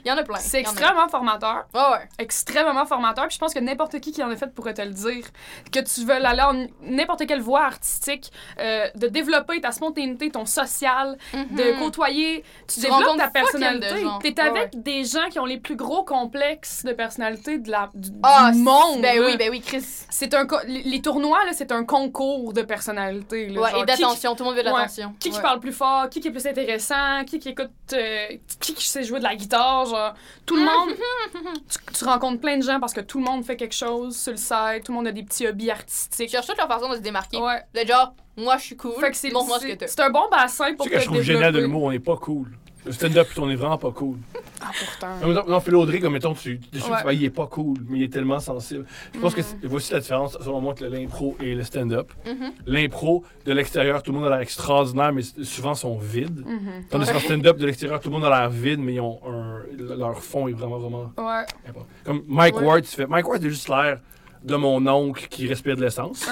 S2: Il y en a plein.
S3: C'est
S2: Il y en a-
S3: extrêmement formateur.
S2: Ouais, ouais.
S3: extrêmement formateur. Puis je pense que n'importe qui qui en a fait pourrait te le dire. Que tu veux aller en n'importe quelle voie artistique, euh, de développer ta spontanéité, ton social,
S2: Mhm.
S3: de côtoyer. Tu, développes
S2: Hmm. rencontres
S3: ta
S2: fucking de
S3: personnalité.
S2: gens.
S3: T'es
S2: Ouais,
S3: avec des gens qui ont les plus gros complexes de personnalité de la, du, du
S2: Ah,
S3: monde.
S2: Ben
S3: là.
S2: oui, ben oui, Chris.
S3: C'est un co- les les tournois, là, c'est un concours de personnalité. là,
S2: Ouais, et
S3: genre, qui-
S2: d'attention, tout le monde veut de
S3: Ouais.
S2: l'attention.
S3: qui, qui
S2: Ouais.
S3: parle plus fort, qui, qui est plus intéressant, qui, qui écoute, euh, qui, qui sait jouer de la guitare, genre, tout le monde. tu, tu rencontres plein de gens parce que tout le monde fait quelque chose sur le site, tout le monde a des petits hobbies
S2: Ils
S3: artistiques.
S2: cherchent toute leur façon de se démarquer.
S3: Ouais.
S2: De genre, moi, je suis cool.
S3: Fait que c'est,
S2: Montre-moi ce que
S3: c'est,
S2: t'as.
S3: c'est un bon bassin pour
S4: Tu sais
S3: te
S4: que je trouve
S3: développer.
S4: génial de l'humour, on n'est pas cool. Le stand-up, on est vraiment pas cool.
S3: Ah, pourtant.
S4: Non, Non, non, Phil Audrey, comme mettons, tu, tu- tu-
S3: Ouais.
S4: tu- il est pas cool, mais il est tellement sensible. Je pense que c'est- voici la différence, selon moi, entre l'impro et le stand-up.
S2: Mhm.
S4: L'impro, de l'extérieur, tout le monde a l'air extraordinaire, mais s- souvent sont vides.
S3: Mhm.
S4: Tandis que le stand-up, de l'extérieur, tout le monde a l'air vide, mais ils ont un- leur fond est vraiment, vraiment
S3: Ouais.
S4: important. Comme Mike
S3: Ouais.
S4: Ward, tu fais. Mike Ward, a juste l'air de mon oncle qui respire de l'essence.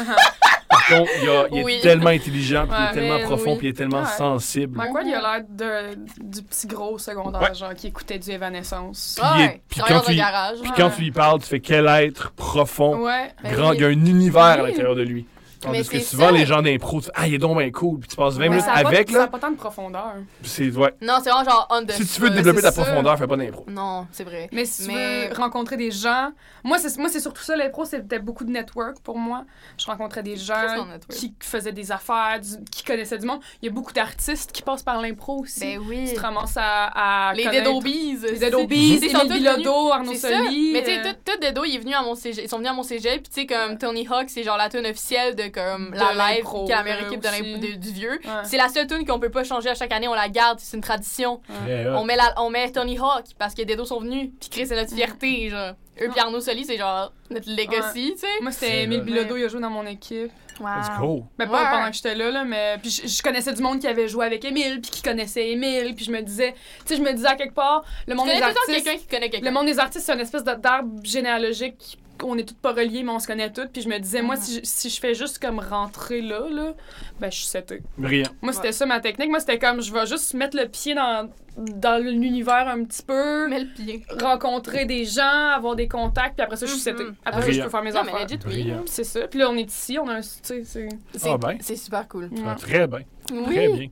S4: Par contre, il, a- il est
S2: Oui.
S4: tellement intelligent, puis il
S3: Ouais,
S4: est tellement
S2: mais
S4: profond,
S2: oui.
S4: puis il est tellement
S3: Ouais.
S4: sensible.
S3: Mike Ward, il a l'air de, du petit gros secondaire,
S4: Ouais.
S3: genre, qui écoutait du Evanescence.
S4: il est-
S2: Ouais,
S4: puis
S2: travaillant
S4: quand
S2: dans le
S4: il-
S2: garage.
S4: Puis
S3: Ouais.
S4: quand tu lui parles, tu fais quel être profond,
S3: Ouais.
S2: Ben
S4: grand.
S2: oui.
S4: Il y a un univers à
S3: Oui.
S4: l'intérieur de lui.
S2: Mais
S4: Tandis que
S2: c'est
S4: souvent,
S2: ça.
S4: les gens d'impro, tu fais, ah, il est donc bien cool, puis tu passes 20
S3: Mais
S4: minutes
S3: ça a pas-
S4: avec,
S3: Ça a
S4: là.
S3: pas tant de profondeur.
S4: C'est, ouais.
S2: Non, c'est vraiment genre on the
S4: Si tu veux
S2: spot.
S4: développer ta
S3: c'est ça.
S4: profondeur, fais pas d'impro.
S2: Non, c'est vrai.
S3: Mais si tu
S2: Mais-
S3: veux rencontrer des gens, moi c'est moi c'est surtout ça l'impro, c'était beaucoup de network pour moi. Je rencontrais des
S2: Qu'est-ce
S3: gens
S2: qu'on a, toi?
S3: qui faisaient des affaires, du- qui connaissaient du monde. Il y a beaucoup d'artistes qui passent par l'impro aussi.
S2: Ben oui.
S3: Tu te ramasses à, à
S2: Les Dead
S3: connaître-
S2: Obies.
S3: les Dead Obies,
S2: Ils sont
S3: Émile
S2: tous
S3: Bilodeau, Arnaud
S2: C'est ça.
S3: Soli.
S2: Mais tu sais,
S3: euh,
S2: tout, tout Dedo, il est venu à mon cégep. Ils sont venus à mon cégep. Puis tu sais, comme Tony Hawk, c'est genre la tune officielle de comme
S3: De
S2: la live
S3: l'impro,
S2: qui est la meilleure
S3: là,
S2: équipe de l'im-
S3: aussi.
S2: de- du vieux.
S3: ouais.
S2: C'est la seule tune qu'on peut pas changer à chaque année. On la garde. C'est une tradition.
S4: Très hot.
S2: On, met la, on met Tony Hawk parce que Dedo sont venus. Puis Chris, c'est notre
S3: Mm.
S2: fierté. Genre. Eux, puis Arnaud Soli, c'est genre notre legacy, tu sais.
S3: Moi
S4: C'est
S3: c'était Émile
S4: vrai.
S3: Bilodeau, il a joué dans mon équipe.
S4: Let's go.
S3: Mais pas
S2: Ouais.
S3: pendant que j'étais là, là, mais puis je, je connaissais du monde qui avait joué avec Émile, puis qui connaissait Émile, puis je me disais, tu sais, je me disais à quelque part, le
S2: On
S3: monde
S2: connaît
S3: des
S2: tout le temps
S3: artistes,
S2: quelqu'un qui connaît quelqu'un.
S3: Le monde des artistes, c'est une espèce d'arbre généalogique. On est toutes pas reliés, mais on se connaît toutes. Puis je me disais, moi,
S2: Mhm.
S3: si je, si je fais juste comme rentrer là, là, ben, je suis setée.
S4: Brillant.
S3: Moi, c'était ça ma technique. Moi, c'était comme, je vais juste mettre le pied dans, dans l'univers un petit peu,
S2: met le pied.
S3: rencontrer des gens, avoir des contacts, puis après ça, je suis
S2: Mhm.
S3: setée. Après ça,
S4: Brillant.
S3: je peux faire mes
S2: Non, mais
S3: affaires.
S2: legit, oui.
S4: Brillant.
S3: C'est ça. Puis là, on est ici, on a un. Tu sais, c'est.
S2: C'est
S4: Ah ben.
S2: c'est super cool.
S4: Ah,
S3: Ouais.
S4: Très bien.
S2: Oui.
S4: Très bien.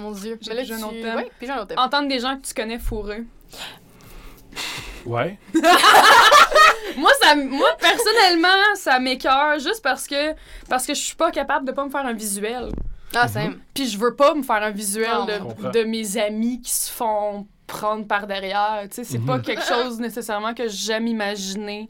S2: Mon dieu.
S3: J'ai
S2: Mais là,
S3: déjà un
S2: tu-
S3: autre thème.
S2: Ouais, puis j'ai un autre thème.
S3: Entendre des gens que tu connais fourrés.
S4: Ouais.
S3: moi, ça, m- moi, personnellement, ça m'écœure juste parce que, parce que je suis pas capable de pas me faire un visuel.
S4: Mhm.
S2: Ah, Sam.
S3: Puis je veux pas me faire un visuel
S2: Non,
S4: je
S3: de,
S4: comprends.
S3: de mes amis qui se font prendre par derrière. Tu sais, c'est
S4: Mhm.
S3: pas quelque chose nécessairement que j'aime imaginer.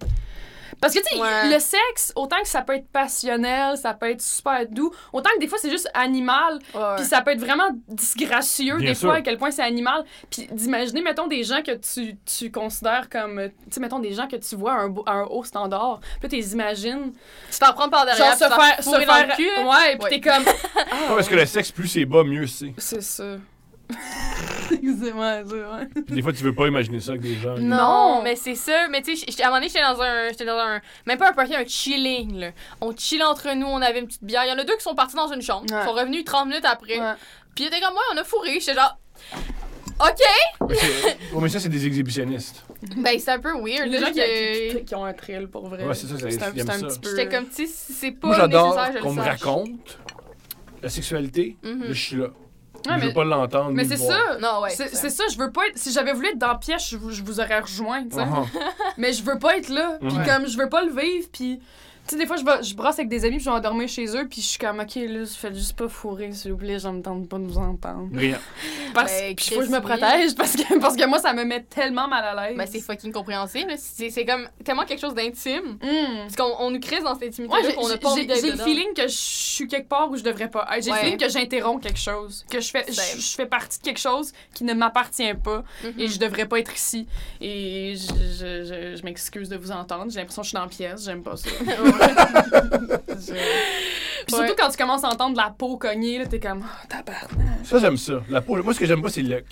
S3: Parce que, tu sais,
S2: Ouais.
S3: le sexe, autant que ça peut être passionnel, ça peut être super doux, autant que des fois c'est juste animal, puis ça peut être vraiment disgracieux,
S4: Bien
S3: des
S4: sûr.
S3: fois, à quel point c'est animal. Puis d'imaginer, mettons, des gens que tu, tu considères comme. euh, Tu sais, mettons, des gens que tu vois à un, beau- à un haut standard. Puis là, tu les imagines.
S2: Tu t'en prends par derrière.
S3: Genre, se
S2: puis tu
S3: faire.
S2: te
S3: Se
S2: fourrer dans le
S3: faire
S2: cul, là.
S3: ouais, puis
S2: Ouais.
S3: t'es comme.
S4: Ouais, parce que le sexe, plus c'est bas, mieux c'est.
S3: C'est ça. Excusez-moi, c'est vrai.
S4: Puis des fois, tu veux pas imaginer ça avec des gens.
S2: Non,
S3: Non.
S2: mais c'est ça. Mais tu sais, j'étais- à un moment donné, j'étais dans un, j'étais dans un, même pas un party, un chilling. Là. On chillait entre nous, on avait une petite bière. Il y en a deux qui sont partis dans une chambre,
S3: Ouais.
S2: Ils sont revenus 30 minutes après.
S3: Ouais.
S2: Puis ils étaient comme moi, on a fourré. J'étais genre, ok.
S4: Mais, c'est- ouais, mais ça, c'est des exhibitionnistes.
S2: Ben c'est un peu weird.
S3: Les
S2: là,
S3: gens qui,
S2: que-
S3: qui- qui ont un thrill pour vrai.
S4: Ouais, c'est ça, c'est-
S3: c'est un,
S4: ils aiment
S3: c'est un
S4: ça.
S3: petit peu.
S2: J'étais comme, tu sais, c'est pas
S4: Moi,
S2: nécessaire, je
S4: j'adore
S2: le
S4: qu'on me
S2: sache.
S4: raconte la sexualité,
S2: Mhm.
S4: mais je suis là.
S3: Ouais,
S4: je
S3: mais-
S4: veux pas l'entendre.
S3: Mais
S4: ni
S3: c'est
S4: le voir.
S3: ça.
S2: Non, ouais.
S3: c'est c'est ça, je veux pas être. Si j'avais voulu être dans pièce, je vous, je vous aurais rejoint, tu sais.
S4: Ah, ah.
S3: Mais je veux pas être là. Puis
S4: Ouais.
S3: comme, je veux pas le vivre, puis. Tu sais, des fois, je, vais- je brosse avec des amis, puis je vais endormir chez eux, puis je suis comme, OK, là, faites juste pas fourrer, s'il vous plaît, je me tente pas de vous entendre.
S4: Rien.
S3: Parce
S2: Ben,
S3: puis il faut que je me
S2: Chris, oui.
S3: protège, parce que, parce que moi, ça me met tellement mal à l'aise.
S2: Ben, c'est fucking compréhensible. là. C'est c'est comme tellement quelque chose d'intime.
S3: Hmm.
S2: Parce qu'on on nous crise dans cette intimité
S3: Moi, j'ai-
S2: on n'a pas envie
S3: j'ai
S2: d'être
S3: j'ai le
S2: dedans.
S3: feeling que je suis quelque part où je devrais pas être. J'ai
S2: Ouais.
S3: le feeling que j'interromps quelque chose, que je fais,
S2: Same.
S3: je, je fais partie de quelque chose qui ne m'appartient pas
S2: Mhm.
S3: et je devrais pas être ici. Et je, je- je- je m'excuse de vous entendre. J'ai l'impression que je suis dans la pièce. J'aime pas ça. Je- Puis
S2: Ouais.
S3: surtout quand tu commences à entendre la peau cogner, là, t'es comme oh, tabarnak.
S4: Ça, j'aime ça. La peau, moi, ce que j'aime pas, c'est le.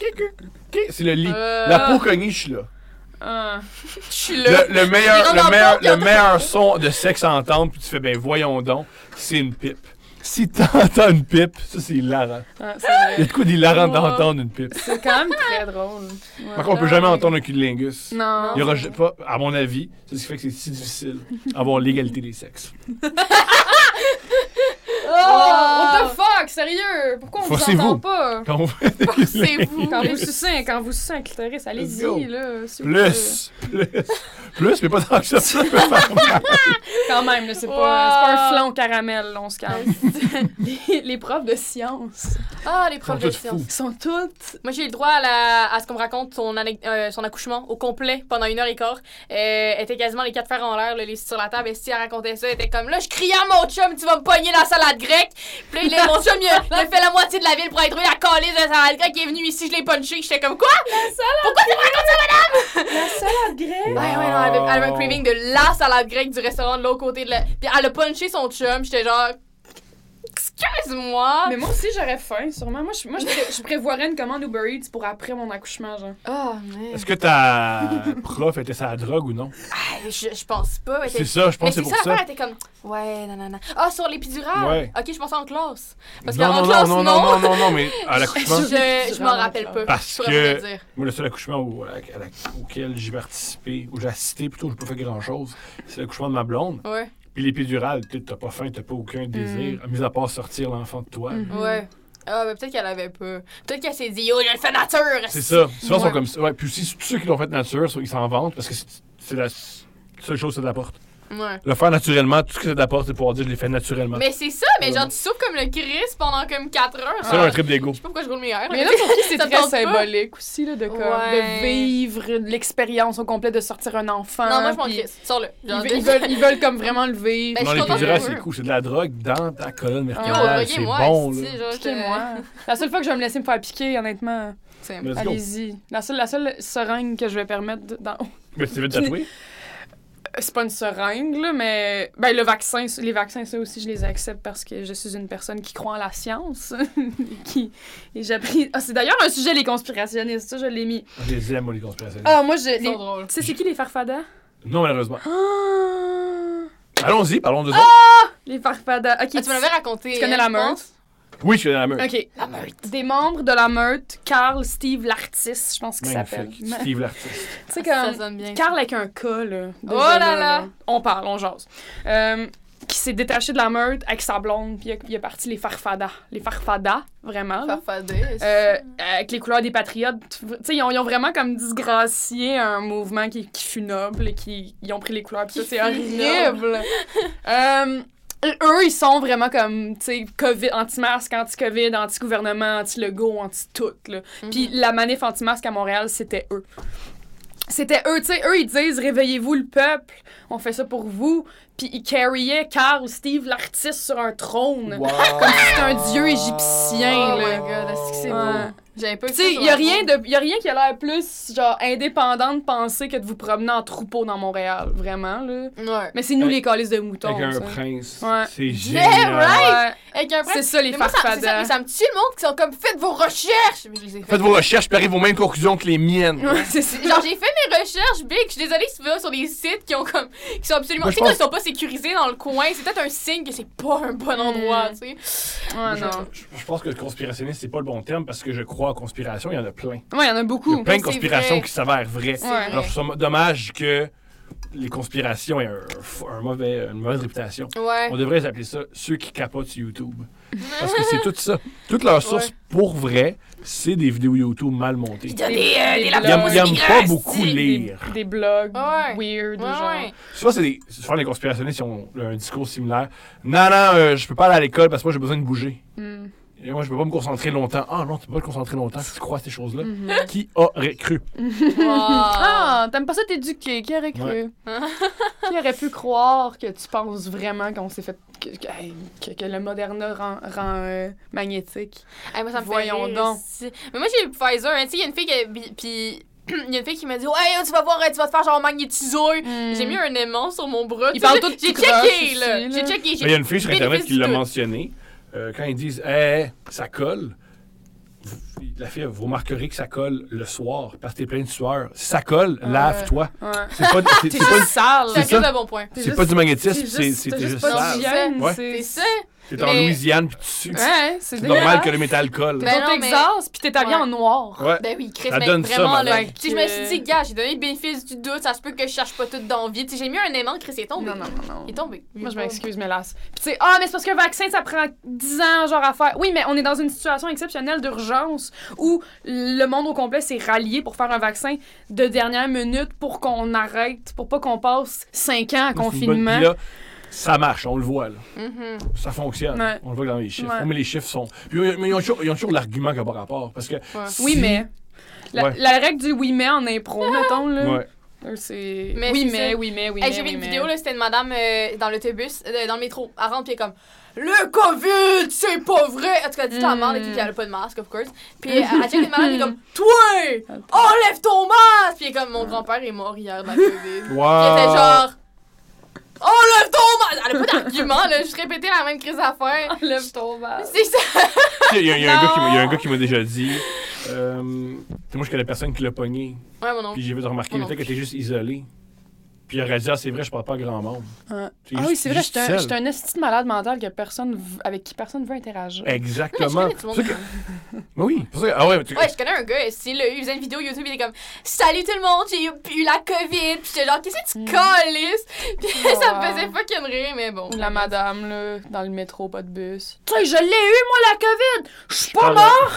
S4: C'est le lit.
S2: Euh,
S4: La peau cognée, je suis là.
S3: Ah.
S2: Je suis là.
S4: Le, le meilleur,
S2: Il rentre dans
S4: le
S2: le
S4: meilleur,
S2: porte, il
S4: le
S2: entend-
S4: meilleur son de sexe à entendre, puis tu fais, ben voyons donc, c'est une pipe. Si t'entends une pipe, ça c'est hilarant.
S3: Ah, c'est vrai.
S4: Il y a de quoi d'hilarant
S3: Ouais.
S4: d'entendre une pipe.
S3: C'est quand même très drôle.
S4: Par contre, on peut jamais entendre un cunilingus.
S3: Non.
S4: Il y aura ju- pas, à mon avis, c'est ce qui fait que c'est si difficile avoir l'égalité des sexes.
S3: Oh,
S2: Ah!
S3: what the fuck, sérieux? Pourquoi on vous
S4: Forcez-vous.
S3: entend pas?
S4: Quand on fait des
S2: C'est vous.
S3: Quand vous sucez, un- quand vous sucez un clitoris,
S4: Let's
S3: allez-y,
S4: go.
S3: là. s'il vous plaît.
S4: Plus, plus, plus, mais pas tant que ça. ça peut faire mal.
S3: Quand même, là, c'est pas,
S2: Wow.
S3: c'est pas un flan au caramel, là, on se calme. les, les profs de sciences
S2: Ah, les
S4: Ils
S2: profs
S4: sont
S2: de
S4: tous
S2: sciences.
S4: fous.
S3: sont toutes...
S2: Moi, j'ai eu le droit à, la- à ce qu'on me raconte son, ane- euh, son accouchement au complet pendant une heure et quart. Euh, elle était quasiment les quatre fers en l'air, là, les sur la table. Et si elle racontait ça, elle était comme là, je criais à mon chum, tu vas me pogner la salade grecque. Puis là, mon chum, il a, il a fait la moitié de la ville pour aller trouver la calice de salade grecque. Il est venu ici, je l'ai punché. J'étais comme quoi
S3: La salade
S2: Ouais,
S3: grecque!
S2: ouais, non, elle, avait, elle avait un
S4: Wow.
S2: craving de la salade grecque du restaurant de l'autre côté de la. Puis elle a punché son chum. J'étais genre, excuse-moi.
S3: Ah, Mais moi aussi, j'aurais faim, sûrement. Moi, je, moi, je, pré- je prévoirais une commande Uber Eats pour après mon accouchement, genre.
S2: Oh, man.
S4: Est-ce que ta prof était sa drogue ou non?
S2: Ah, Je, je pense pas. Elle était-
S4: C'est ça, je
S2: Mais
S4: pense que
S2: c'est
S4: c'est pour
S2: ça, l'affaire,
S4: ça.
S2: elle était comme Ouais, nanana. Ah, sur l'épidurale
S4: Ouais.
S2: Ok, je pensais en classe. Parce
S4: Non,
S2: qu'en
S4: non,
S2: classe,
S4: non, non, non, non, non, mais à l'accouchement.
S2: Je, je m'en rappelle pas.
S4: Parce
S2: je pourrais
S4: que-
S2: pas dire.
S4: Moi, le seul accouchement au- à la- à la- auquel j'ai participé, où j'ai assisté plutôt, j'ai pas fait grand-chose, c'est l'accouchement de ma blonde.
S2: Ouais,
S4: Puis l'épidurale, tu sais, t'as pas faim, t'as pas
S2: Mm.
S4: aucun désir, à mis à part sortir l'enfant de toi.
S3: Mm.
S2: ouais. Ah, ben peut-être qu'elle avait pas. Peut-être qu'elle s'est dit Yo, je le fais nature
S4: C'est ça. Souvent, ils
S2: Ouais.
S4: sont comme ça. Ouais, puis aussi, tous ceux qui l'ont fait nature, ils s'en vantent parce que c'est- c'est la seule chose que ça t'apporte.
S2: Ouais.
S4: Le faire naturellement, tout ce que ça t'apporte, c'est pouvoir dire je l'ai fait naturellement.
S2: Mais c'est ça, mais genre, tu souffres comme le Chris pendant comme 4 heures.
S4: C'est
S2: genre.
S4: un trip d'ego.
S2: Je sais pas pourquoi je roule mes airs.
S3: Mais là, pour qui c'est
S2: Ça me
S3: très
S2: tente pas.
S3: symbolique aussi, là, de, comme,
S2: Ouais.
S3: de vivre l'expérience au complet, de sortir un enfant.
S2: Non, moi, je m'en
S3: hein, puis-
S2: crisse. Sors-le.
S3: ils,
S2: Genre,
S3: ve- ils veulent, ils veulent comme vraiment le
S2: Ben,
S3: vivre.
S2: je
S4: Non,
S2: suis Ah contente
S4: l'épidurale,
S2: pour
S4: c'est
S2: eux.
S4: cool. C'est de la drogue dans ta colonne
S2: Yo,
S4: vertébrale. c'est
S2: revoyez-moi.
S4: bon,
S2: si,
S4: là.
S2: genre, je te-
S3: Piquez-moi. La seule fois que je vais me laisser me faire piquer, honnêtement,
S2: C'est-
S4: Let's go.
S3: allez-y. La seule, la seule seringue que je vais permettre de- dans...
S4: Mais tu t'es fait tatouer?
S3: C'est pas une seringue, là, mais ben, le vaccin, les vaccins, ça aussi, je les accepte parce que je suis une personne qui croit en la science. et qui... Et j'apprécie- Ah, c'est d'ailleurs un sujet, les conspirationnistes, ça, je l'ai mis.
S4: Je les aime, moi, les conspirationnistes.
S3: Ah, moi, je...
S2: Ils sont
S3: les-
S2: drôles.
S3: Tu sais, c'est qui les farfadas?
S4: Non, malheureusement.
S3: Ah!
S4: Allons-y, parlons de autres.
S3: Les farfadas. Ok,
S2: Ah, tu me l'avais raconté.
S3: tu connais
S2: hein,
S3: la
S2: je
S3: meute?
S2: pense.
S4: Oui, je suis dans la meute.
S3: OK. La meute. Des membres de la meute, Carl, Steve, l'artiste, je pense qu'il s'appelle.
S4: Magnifique. Steve l'artiste.
S3: Tu sais,
S2: Ah, Ça
S3: comme...
S2: sonne bien.
S3: Carl avec un cas, là.
S2: Oh là là.
S3: On parle, on jase. Euh, qui s'est détaché de la meute avec sa blonde, puis il a, il a parti les farfadas. Les farfadas, vraiment. là.
S2: Farfadet.
S3: Euh, avec les couleurs des patriotes. Tu sais, ils ont, ils ont vraiment comme disgracié un mouvement qui, qui fut noble et qui ils ont pris les couleurs. Puis ça,
S2: Qui
S3: c'est
S2: fut
S3: horrible. Euh, eux, ils sont vraiment comme, tu sais, COVID, anti-masque, anti-COVID, anti-gouvernement, anti-logo, anti-tout, là.
S2: Mhm.
S3: Puis la manif anti-masque à Montréal, c'était eux. C'était eux, tu sais, eux, ils disent « Réveillez-vous le peuple, on fait ça pour vous ». Puis ils carryaient Carl, Steve, l'artiste, sur un trône. Comme si c'était un dieu égyptien,
S2: Oh my
S3: là.
S2: god, est-ce que c'est
S3: Ouais.
S2: beau? J'avais pas
S3: Tu sais, il y a rien de y a rien qui a l'air plus genre indépendant de penser que de vous promener en troupeau dans Montréal, vraiment là.
S2: Ouais.
S3: Mais c'est nous
S4: Avec-
S3: les calices de moutons.
S4: Avec un
S3: ça.
S4: prince.
S3: Ouais.
S4: C'est
S2: Yeah,
S4: génial.
S2: right?
S3: Ouais,
S2: Avec un
S3: c'est ça les
S2: Mais moi, ça, c'est ça, mais
S3: farfadas.
S2: ça me tue le monde qui sont comme faites vos recherches. Mais je les ai
S4: Faites
S2: faites.
S4: vos recherches, puis arrivez aux mêmes conclusions que les miennes.
S3: Ouais, c'est ça.
S2: Genre j'ai fait mes recherches big, je suis désolée si tu vas sur des sites qui ont comme qui sont absolument
S4: Moi,
S2: tu
S4: je
S2: sais quand
S4: pense-
S2: ils sont pas sécurisés dans le coin, c'est peut-être un signe que c'est pas un bon endroit,
S3: Mm.
S2: tu sais.
S3: Ouais,
S4: Je-
S3: non.
S4: Je, je pense que conspirationniste, c'est pas le bon terme parce que je crois en conspiration, il y en a plein.
S3: Ouais, il y en a
S4: Il y a
S3: beaucoup.
S4: plein de
S2: Ben, c'est
S4: conspirations
S2: vrai.
S4: qui s'avèrent vraies.
S2: C'est
S3: Ouais.
S2: vrai.
S4: Alors, je trouve ça dommage que les conspirations aient un, f- un mauvais, une mauvaise réputation.
S2: Ouais.
S4: On devrait les appeler ça ceux qui capotent sur YouTube. Parce que c'est tout ça. Toutes leurs sources,
S2: Ouais.
S4: pour vrai, c'est des vidéos YouTube mal montées.
S2: Il y a des, euh, des
S4: Ils aiment,
S2: lapins
S4: ils aiment pas
S2: aussi.
S4: beaucoup lire.
S3: Des, des blogs
S2: Ouais.
S3: weird,
S2: Ouais,
S3: genre.
S2: ouais.
S4: Souvent, c'est des, souvent, les conspirationnistes ils ont un discours similaire. Non, non, euh, je peux pas aller à l'école parce que moi, j'ai besoin de bouger.
S2: Hmm.
S3: Mm.
S4: Et moi, je peux pas me concentrer longtemps. Ah non, tu peux pas te concentrer longtemps si tu crois à ces choses-là.
S2: Mhm.
S4: Qui aurait cru?
S2: Ah.
S3: Ah, t'aimes pas ça t'éduquer? Qui aurait cru?
S4: Ouais.
S3: Qui aurait pu croire que tu penses vraiment qu'on s'est fait. que, que- hey, que- que le Moderna rend, rend, euh, magnétique?
S2: Hey, moi, ça me fait
S3: Voyons
S2: rire,
S3: donc.
S2: si. Mais moi, j'ai le Pfizer. hein. Tu sais, il y a une fille qui. bi- Puis. Il y a une fille qui m'a dit Ouais, tu vas voir, tu vas te faire genre magnétiseur. J'ai mis un aimant sur mon bras.
S3: Hmm. Il
S2: Tu sais,
S3: parle
S2: j'ai-
S3: tout
S2: J'ai
S3: croche
S2: checké,
S3: aussi,
S2: là.
S3: là.
S2: J'ai checké.
S4: Mais Ah, Il y a une fille sur Internet qui l'a
S2: vérifié
S4: mentionné. Euh, quand ils disent Hey, ça colle, vous- la fille, vous remarquerez que ça colle le soir parce que t'es plein de sueur. Si ça colle,
S3: Ah, Ouais.
S4: lave-toi.
S3: Ouais.
S4: C'est pas, c'est-
S3: T'es
S4: c'est
S2: Ah,
S4: pas-
S3: juste sale!
S2: tout.
S4: C'est
S2: C'est un
S4: ça.
S2: de bon point.
S3: t'es
S4: c'est
S3: juste-
S4: pas du
S3: t'es
S4: magnétisme,
S3: juste-
S4: c'est c'est-
S3: t'as
S4: t'es juste
S3: pas
S2: sale.
S3: d'hygiène,
S4: Ouais.
S2: C'est ça.
S4: T'es en
S2: Mais-
S4: Louisiane puis tu sues.
S3: Ouais, Ah. c'est
S4: C'est normal
S3: dégueulasse.
S4: que le métal colle.
S2: Ben
S3: T'es au
S2: non, mais-
S3: Texas, pis t'es habillé
S2: Ouais.
S3: en noir.
S4: Ouais.
S2: Ben oui, Chris,
S4: Ça
S2: mais
S4: donne ça,
S2: vraiment, là.
S4: madame.
S2: Tu sais, je me suis dit, gars, j'ai donné le bénéfice du doute, ça se peut que je cherche pas tout d'envie. Tu sais, j'ai mis un aimant, Chris, il est tombé.
S3: Non, non, non, non.
S2: Il est tombé.
S3: Moi, je m'excuse, mais las. Puis, tu sais, ah, mais c'est parce qu'un vaccin, ça prend 10 ans, genre, à faire. Oui, mais on est dans une situation exceptionnelle d'urgence où le monde au complet s'est rallié pour faire un vaccin de dernière minute pour qu'on arrête, pour pas qu'on passe 5 ans à
S4: C'est une bonne-
S3: confinement.
S4: puis là, ça marche, on le voit. Là.
S2: Mhm.
S4: Ça fonctionne.
S3: Ouais.
S4: On le voit dans les chiffres.
S3: Ouais.
S4: Mais les chiffres sont. Puis, ils ont- mais ils ont toujours, ils ont toujours l'argument qui a pas rapport. Parce que si-
S3: Oui, mais. La,
S4: Ouais.
S3: la règle du oui, mais en impro, mettons, là.
S4: Ouais.
S3: Euh, C'est.
S2: Mais
S3: oui,
S2: c'est
S3: mais,
S2: ça.
S3: oui, mais, oui,
S2: Hey,
S3: mais,
S2: j'ai vu
S3: oui,
S2: une
S3: mais.
S2: vidéo, là, c'était une madame euh, dans l'autobus, euh, dans le métro, à rentre, puis elle est comme Le COVID, c'est pas vrai! En tout cas, elle dit ta
S3: Mm.
S4: Hmm.
S2: merde, et puis elle a pas de masque, of course. Puis elle, elle check une madame, elle est comme Toi, enlève ton masque! Puis elle est comme Mon grand-père est mort hier de la COVID.
S4: Wow.
S2: Puis elle était genre Enlève ton masque! Elle a pas d'argument, là, je répétais la même crise d'affaires.
S3: Lève ton masque.
S2: C'est ça!
S4: Tu sais, Il y a, il y a un
S3: Non.
S4: gars qui m'a- il y a un gars qui m'a déjà dit. Euh, tu sais, moi, je connais personne qui l'a pogné.
S2: Ouais, mon oncle.
S4: Puis j'ai vu de remarquer
S2: Oh
S4: le
S2: non.
S4: fait que t'es juste isolé. Puis il aurait dit, ah, c'est vrai, je parle pas à grand monde.
S3: Ah
S4: C'est
S3: ah
S4: juste-
S3: oui, c'est vrai,
S4: juste
S3: j'étais un,
S4: seul.
S3: j'étais un esti de malade mental que personne v- avec qui personne veut interagir.
S4: Exactement.
S2: Ouais, je connais tout le monde.
S4: C'est pour ça que- Oui, c'est pour ça que- ah ouais, mais tu-
S2: Ouais, je connais un gars, c'est là, il faisait une vidéo YouTube, il était comme Salut tout le monde, j'ai eu, eu la COVID. Puis j'étais genre, qu'est-ce que tu
S3: Mm.
S2: colles? Puis ça me
S3: Wow.
S2: faisait fucking rire, mais bon.
S3: Ou la madame, là, dans le métro, pas de bus. Tu sais, je l'ai eu, moi, la COVID! Je suis pas
S4: Pardon.
S3: mort!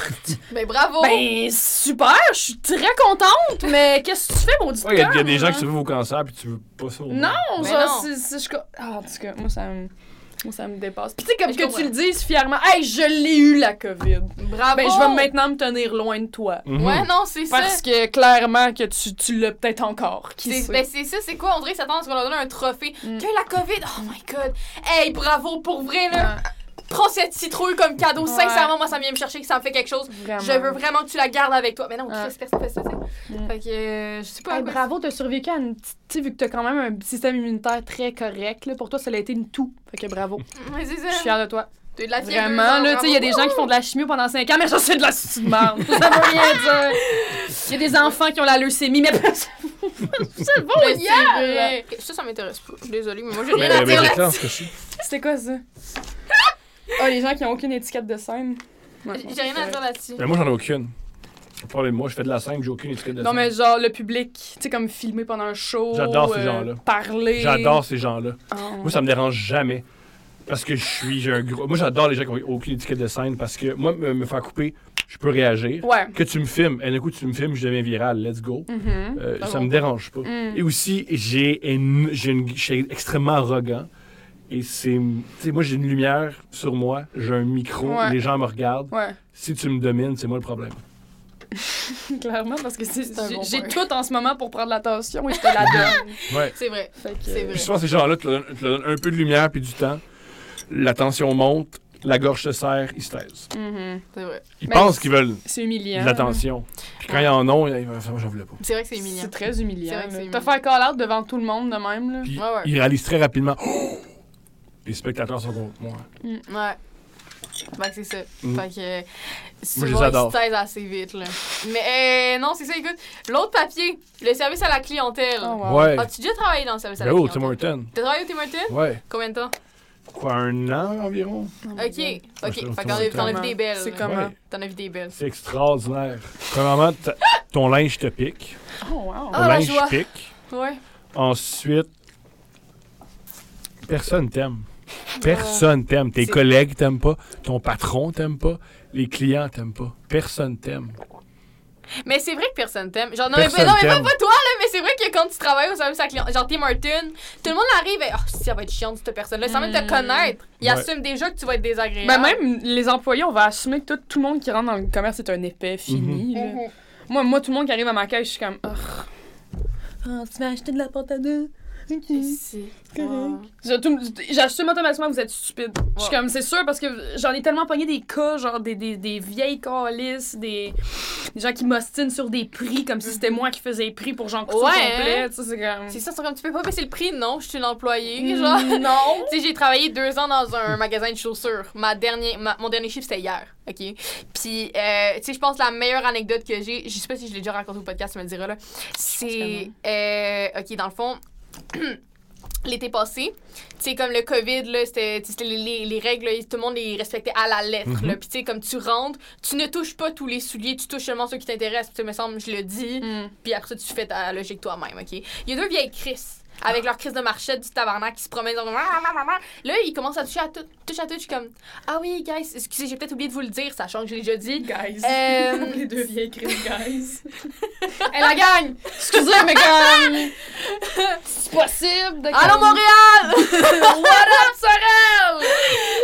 S2: Mais bravo!
S3: Ben, super! Je suis très contente! Mais qu'est-ce que tu fais, maudit
S4: Ouais, Il y, a- il y a
S3: cœur,
S4: des gens
S3: hein?
S4: qui survivent au cancer, puis tu veux pas ça.
S3: Non,
S2: Mais non.
S3: genre, c'est- c'est... je co- Ah, en tout cas, moi, ça me... Moi, ça me dépasse. Puis tu sais,
S2: Mais
S3: comme
S2: je
S3: que
S2: comprends.
S3: tu le dises fièrement, « Hey, je l'ai eu, la COVID!
S2: bravo!
S3: Ben, je vais maintenant me tenir loin de toi.
S4: Mhm.
S2: Ouais, non, c'est ça.
S3: Parce que, clairement, que tu, tu l'as peut-être encore. Qui
S2: C'est-
S3: sait?
S2: Ben, c'est ça, c'est quoi? On dirait que ça tente qu'on leur donne un trophée.
S3: Mm.
S2: Que la COVID! Oh my god! Hey, bravo pour vrai, là!
S3: Ouais,
S2: Prends cette citrouille comme cadeau.
S3: Ouais.
S2: Sincèrement, moi, ça vient me chercher, que ça me fait quelque chose.
S3: vraiment.
S2: Je veux vraiment que tu la gardes avec toi. Mais non,
S3: Ouais.
S2: Chris, personne fait ça, tu sais.
S3: Mm.
S2: Fait que, euh, je sais pas.
S3: Hey,
S2: quoi.
S3: bravo, t'as survécu à une petite. Tu sais, vu que t'as quand même un système immunitaire très correct, là, pour toi, ça a été une toux. Fait que bravo.
S2: Ouais, c'est
S3: Je suis
S2: ça.
S3: fière de toi.
S2: T'as eu de la fièvre,
S3: Vraiment,
S2: deux
S3: là,
S2: ans,
S3: tu sais, il y a des gens qui font de la chimio pendant 5 ans, mais ça, c'est de la sucide marde. Ça veut rien dire. Il y a des enfants qui ont la leucémie, mais. c'est bon,
S2: Mais c'est
S3: yeah!
S2: vrai. Ça, ça m'intéresse pas. Je suis désolée, mais moi, j'ai rien à
S4: Mais, mais
S2: dire là-dessus.
S4: c'est clair, en tout cas, je suis-
S3: C'était quoi ça? Ah, les gens qui ont aucune étiquette de scène. Ouais, bon,
S2: J'ai rien à
S3: c'est
S2: dire
S3: vrai.
S2: là-dessus.
S4: Mais moi, j'en ai aucune. Parlez de moi, je fais de la scène, j'ai aucune étiquette de
S3: Non, mais
S4: scène.
S3: genre, le public, tu sais, comme filmer pendant un show.
S4: J'adore ces
S3: euh,
S4: gens-là.
S3: Parler.
S4: J'adore ces gens-là.
S3: Ah.
S4: Moi, ça me dérange jamais. Parce que je suis, j'ai un gros. Moi, j'adore les gens qui ont aucune étiquette de scène parce que moi, me, me faire couper, je peux réagir.
S3: Ouais.
S4: Que tu me filmes, et d'un coup, tu me filmes, je deviens viral, let's go.
S3: Mhm.
S4: Euh,
S2: Ah
S4: ça
S2: bon.
S4: me dérange pas.
S3: Mm.
S4: Et aussi, j'ai une, j'ai une- je suis extrêmement arrogant. Et c'est. Tu sais, moi, j'ai une lumière sur moi, j'ai un micro,
S3: Ouais.
S4: les gens me regardent.
S3: Ouais.
S4: Si tu me domines, c'est moi le problème.
S3: Clairement, parce que c'est-
S2: un
S3: j'ai
S2: bon
S3: j'ai
S2: point.
S3: tout en ce moment pour prendre l'attention et je te la donne.
S4: Ouais.
S2: C'est vrai.
S3: Fait que-
S2: C'est vrai.
S4: Puis souvent, ces gens-là te donnent, te donnent un peu de lumière puis du temps. La tension monte, la gorge se serre, ils se taisent.
S3: Mhm.
S2: C'est vrai.
S4: Ils
S3: Ben,
S4: pensent qu'ils veulent
S3: C'est
S4: de
S3: humiliant.
S4: l'attention. Puis quand ils en ont, ils vont faire, moi, j'en voulais pas.
S2: C'est vrai que c'est humiliant.
S3: C'est très humiliant.
S2: C'est vrai que c'est
S3: là.
S2: humiliant.
S3: Te faire call-out devant tout le monde de même. Là.
S4: Puis
S2: Ouais, ouais.
S4: ils réalisent très rapidement. Oh! Les spectateurs sont contre moi.
S2: Ouais. Fait que c'est ça.
S4: Mm.
S2: Fait que.
S4: Moi, je les
S2: souvent, ils
S4: adore.
S2: se taisent assez vite, là. Mais euh, non, c'est ça, écoute. L'autre papier, le service à la clientèle.
S3: Oh, wow.
S4: Ah, Ouais.
S2: As-tu déjà travaillé dans le service à
S4: Ben
S2: la
S4: oh, Tim
S2: clientèle?
S4: Horton.
S2: T'as travaillé au Tim Hortons?
S4: Ouais.
S2: Combien de temps?
S4: Quoi, un an environ?
S3: Oh my
S2: Ok, ok.
S3: God.
S4: je-
S2: Fait que t'en as vu
S3: Comment?
S2: des belles.
S3: C'est
S2: là.
S3: Comment?
S4: Ouais.
S2: T'en as vu des belles.
S4: C'est extraordinaire. Premièrement, ta- ton linge te pique.
S3: Oh, wow.
S2: Ah,
S4: ton
S2: la
S4: linge
S2: joie.
S4: pique.
S2: Ouais.
S4: Ensuite, personne t'aime.
S2: Ah.
S4: Personne t'aime. Tes collègues t'aiment pas. Ton patron t'aime pas. Les clients t'aiment pas. Personne t'aime.
S2: Mais c'est vrai que personne t'aime. Genre, non,
S4: Personne
S2: mais, non, mais
S4: t'aime.
S2: même pas toi, là, mais c'est vrai que quand tu travailles au service à client, genre Tim Martin, tout le monde arrive et oh, si, ça va être chiant, cette personne-là, sans même te connaître. Il
S4: Ouais.
S2: assume déjà que tu vas être désagréable.
S3: Ben même les employés, on va assumer que tout, tout le monde qui rentre dans le commerce est un épais fini. là.
S2: Mhm.
S3: Moi, moi, tout le monde qui arrive à ma caisse, je suis comme. Ah, Ah, tu vas acheter de la pâte à deux. Ok.
S2: Si.
S3: correct. Je- tout- J'assume automatiquement que vous êtes stupide. Je suis
S2: Ouais.
S3: comme, c'est sûr, parce que j'en ai tellement pogné des cas, genre des, des, des vieilles calices, des, des gens qui m'ostinent sur des prix comme si c'était moi qui faisais les prix pour Jean Cousteau
S2: Mhm. Ouais,
S3: complet.
S2: hein?
S3: Tu sais, c'est comme.
S2: C'est ça, c'est comme tu peux pas baisser le prix, non, je suis l'employé. Genre,
S3: Euh, Mm, Non!
S2: tu sais, j'ai travaillé deux ans dans un magasin de chaussures. Ma dernière, ma- mon dernier chiffre, c'était hier. OK? Puis, euh, tu sais, je pense la meilleure anecdote que j'ai, je sais pas si je l'ai déjà raconté au podcast, tu me le diras là. C'est. euh, OK, dans le fond, l'été passé, tu sais, comme le COVID, là, c'était c'était les, les- les règles, là, tout le monde les respectait à la lettre. là. Puis, tu sais, comme tu rentres, tu ne touches pas tous les souliers, tu touches seulement ceux qui t'intéressent. Tu me semble, je le dis
S3: Mm.
S2: puis après ça, tu fais ta logique toi-même, OK? Il y a deux vieilles Chris avec leur crise de marchette du tabarnak qui se promènent dans Là, ils commencent à toucher à tout, touche à tout, je suis comme "Ah oui, guys, excusez, j'ai peut-être oublié de vous le dire, sachant que je l'ai déjà dit."
S3: Guys.
S2: Euh,
S3: Les deux vieilles crises, guys.
S2: Elle Eh, la gagne.
S3: Excusez, mais comme. C'est possible de.
S2: Allô Montréal.
S3: What up, Sorel?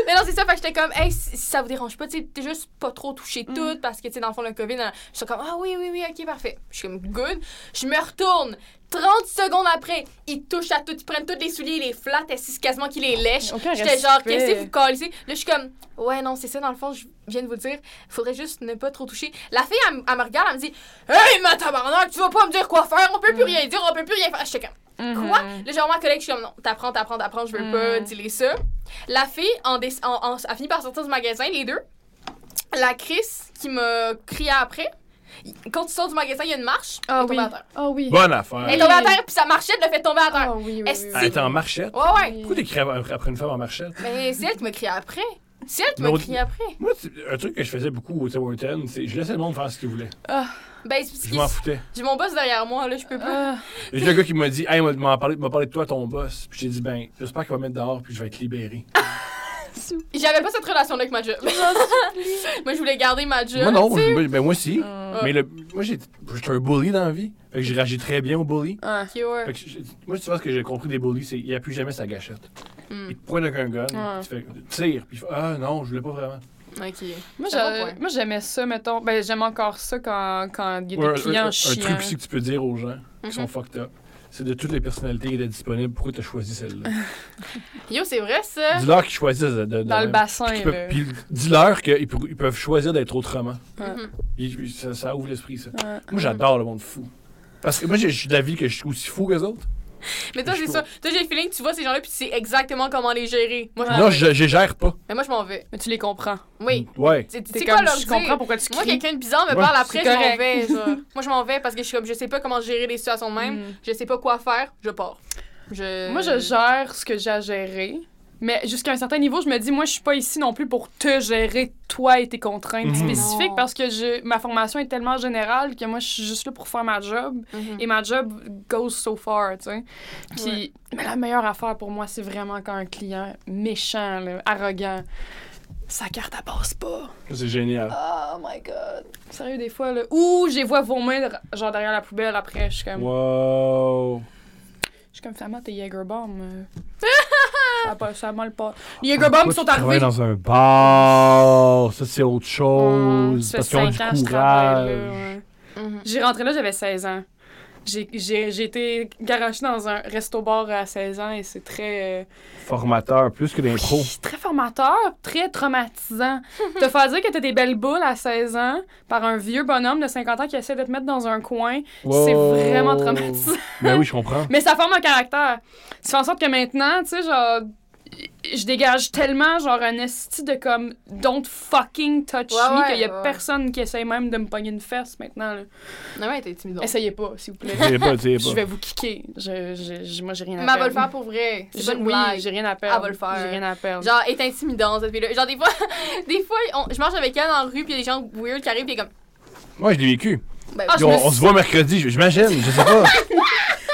S2: Mais non, c'est ça, fait que j'étais comme "Hey, si si ça vous dérange pas, tu sais, t'es juste pas trop touché tout parce que tu sais dans le fond le Covid, hein. je suis comme "Ah oui oui oui, OK, parfait." Je suis comme "Good." Je me retourne 30 secondes après, ils touchent à tout, ils prennent tous les souliers, ils les flattent, elles c'est quasiment qu'ils les lèchent. J'étais genre, qu'est-ce que vous collez? Là, je suis comme, ouais, non, c'est ça, dans le fond, je viens de vous le dire. Faudrait juste ne pas trop toucher. La fille, elle, m- elle me regarde, elle me dit, hey, ma tabarnak, tu vas pas me dire quoi faire, on peut plus
S3: Mm. Mm-hmm.
S2: rien dire, on peut plus rien faire. J'étais comme,
S3: Mhm.
S2: quoi? Là, j'ai vraiment un collègue, je suis comme, non, t'apprends, t'apprends, t'apprends, je veux
S3: Mm.
S2: pas dire ça. La fille, en, dé- en- en- a fini par sortir du magasin, les deux. La Chris, qui m'a crié après, quand tu sors du magasin, il y a une marche, elle
S3: Ah
S2: est tombée
S3: oui.
S2: à terre.
S3: Ah oui.
S4: Bonne
S2: Elle est
S4: affaire.
S2: tombée à terre, puis sa marchette l'a fait tomber à terre.
S3: Ah oui, oui,
S2: Est-ce-
S3: oui.
S4: Elle est en marchette.
S2: Ouais, ouais.
S4: Pourquoi t'écris après une femme en marchette?
S2: Mais c'est elle qui m'a crié après. C'est elle qui
S4: Non,
S2: m'a crié après.
S4: Moi, c'est- un truc que je faisais beaucoup au Tim Hortons, c'est je laissais le monde faire ce qu'il voulait.
S2: Ben, c'est-
S4: Je m'en foutais.
S2: J'ai mon boss derrière moi, là, je peux pas.
S3: Ah,
S4: Et J'ai un gars qui m'a dit Hey, m'a m'a parlé, m'a parlé de toi à ton boss. Puis j'ai dit Ben, j'espère qu'il va me mettre dehors, puis je vais être libéré.
S2: J'avais pas cette relation-là avec ma job. moi, je voulais garder ma job.
S4: Moi, non.
S2: tu sais.
S4: moi- ben, moi, si.
S3: euh,
S4: Mais le, moi, j'ai- j'étais un bully dans la vie. Fait que j'ai réagi très bien au bully.
S3: ah,
S2: Ok, ouais.
S4: Fait que je- moi, tu vois ce que j'ai compris des bullies, c'est qu'il appuie jamais sa gâchette.
S2: Hmm,
S4: Il te pointe avec un gun,
S3: Ouais.
S4: tu fais tire, puis il fait Ah non, je voulais pas vraiment.
S2: ok.
S3: Moi,
S2: C'est un bon
S3: j'a-
S2: point.
S3: moi, j'aimais ça, mettons. Ben, j'aime encore ça quand quand il y a des
S4: Ouais, un- un,
S3: clients
S4: un
S3: chiants. Mm-hmm.
S4: truc aussi que tu peux dire aux gens qui sont
S2: Mhm.
S4: fucked up, c'est de toutes les personnalités qui étaient disponibles, pourquoi t'as choisi celle-là
S2: Yo, c'est vrai, ça.
S4: Dis-leur qu'ils choisissent de, de- de
S3: Euh, Dans le
S4: même.
S3: bassin,
S4: Puis qu'ils peuvent-
S3: là.
S4: Puis dis-leur qu'ils pou- ils peuvent choisir d'être autrement.
S2: Mhm.
S4: Ils- ils- ça, ça ouvre l'esprit, ça.
S3: Ouais.
S4: Moi, j'adore le monde fou. Parce que moi, je je suis de la vie que je suis aussi fou que les autres.
S2: Mais toi,
S4: Je
S2: c'est
S4: peux-
S2: ça. Toi, j'ai le feeling que tu vois ces gens-là, puis tu sais exactement comment les gérer. Moi, je m'en
S4: Non,
S2: vais.
S4: je je gère pas.
S2: Mais moi, je m'en vais.
S3: Mais tu les comprends.
S2: Oui.
S4: Ouais.
S2: C'est
S3: T'es
S2: c'est quoi
S3: comme,
S2: leur
S3: je
S2: dire?
S3: comprends pourquoi tu
S2: Moi,
S3: cries.
S2: quelqu'un de bizarre me
S4: Ouais.
S2: parle après,
S3: C'est
S2: je m'en
S3: correct.
S2: vais. genre. moi, je m'en vais parce que je suis comme, je sais pas comment gérer les situations de même.
S3: Mm.
S2: Je sais pas quoi faire, je pars. Je...
S3: Moi, je gère ce que j'ai à gérer. Mais jusqu'à un certain niveau, je me dis, moi, je suis pas ici non plus pour te gérer, toi et tes contraintes
S4: Mhm.
S3: spécifiques,
S2: Non.
S3: parce que je, ma formation est tellement générale que moi, je suis juste là pour faire ma job.
S2: Mhm.
S3: Et ma job goes so far, tu sais. Puis mais la meilleure affaire pour moi, c'est vraiment quand un client méchant, là, arrogant, sa carte, elle passe pas.
S4: C'est génial.
S3: Oh my God. Sérieux, des fois, là. Ouh, je les vois vomir, genre derrière la poubelle après. Je suis comme,
S4: Wow.
S3: je suis comme, finalement, tes Jägerbomb. euh, ça a pas- ça a mal pas. Les
S4: Ah,
S3: Jägerbomb sont arrivés.
S4: travailles dans un bar. Ça, c'est autre
S3: Hum,
S4: chose.
S3: ça fait
S4: parce qu'ils ont
S3: cinq
S4: du
S3: ans que je travaille, là,
S4: courage.
S3: ouais.
S2: Mhm.
S3: J'ai rentré là, j'avais 16 ans. J'ai- J'ai j'ai été garochée dans un resto-bar à 16 ans et c'est très. euh,
S4: Formateur, plus que l'impro.
S3: C'est très formateur, très traumatisant. te faire dire que t'as des belles boules à 16 ans par un vieux bonhomme de 50 ans qui essaie de te mettre dans un coin, c'est
S4: Wow.
S3: vraiment traumatisant.
S4: Ben oui, je comprends.
S3: Mais ça forme un caractère. Ça fait en sorte que maintenant, tu sais, genre, je dégage tellement, genre, un esti de comme don't fucking touch
S2: Ouais,
S3: me
S2: ouais,
S3: qu'il y a
S2: ouais.
S3: personne qui essaye même de me pogner une fesse maintenant. là.
S2: Non, mais Ah t'es timide.
S3: Essayez pas, s'il vous plaît.
S4: T'sais pas, t'sais
S3: je
S4: pas.
S3: vais vous kicker. Je, je- je- moi, j'ai rien à
S2: Mais elle va
S3: perdre.
S2: le faire pour vrai. C'est
S3: Je-
S2: pas une
S3: oui,
S2: blague.
S3: j'ai rien à perdre.
S2: Elle va le faire.
S3: J'ai rien à perdre.
S2: Genre, est intimidante, cette fille-là. Genre, des fois, des fois on- je marche avec elle dans la rue, puis il y a des gens weird qui arrivent, puis elle est comme.
S4: Moi, je l'ai vécu.
S2: Ben,
S3: Ah,
S4: Puis
S3: je me
S4: on, on
S3: suis-
S4: se voit mercredi, j- j'imagine, je sais pas.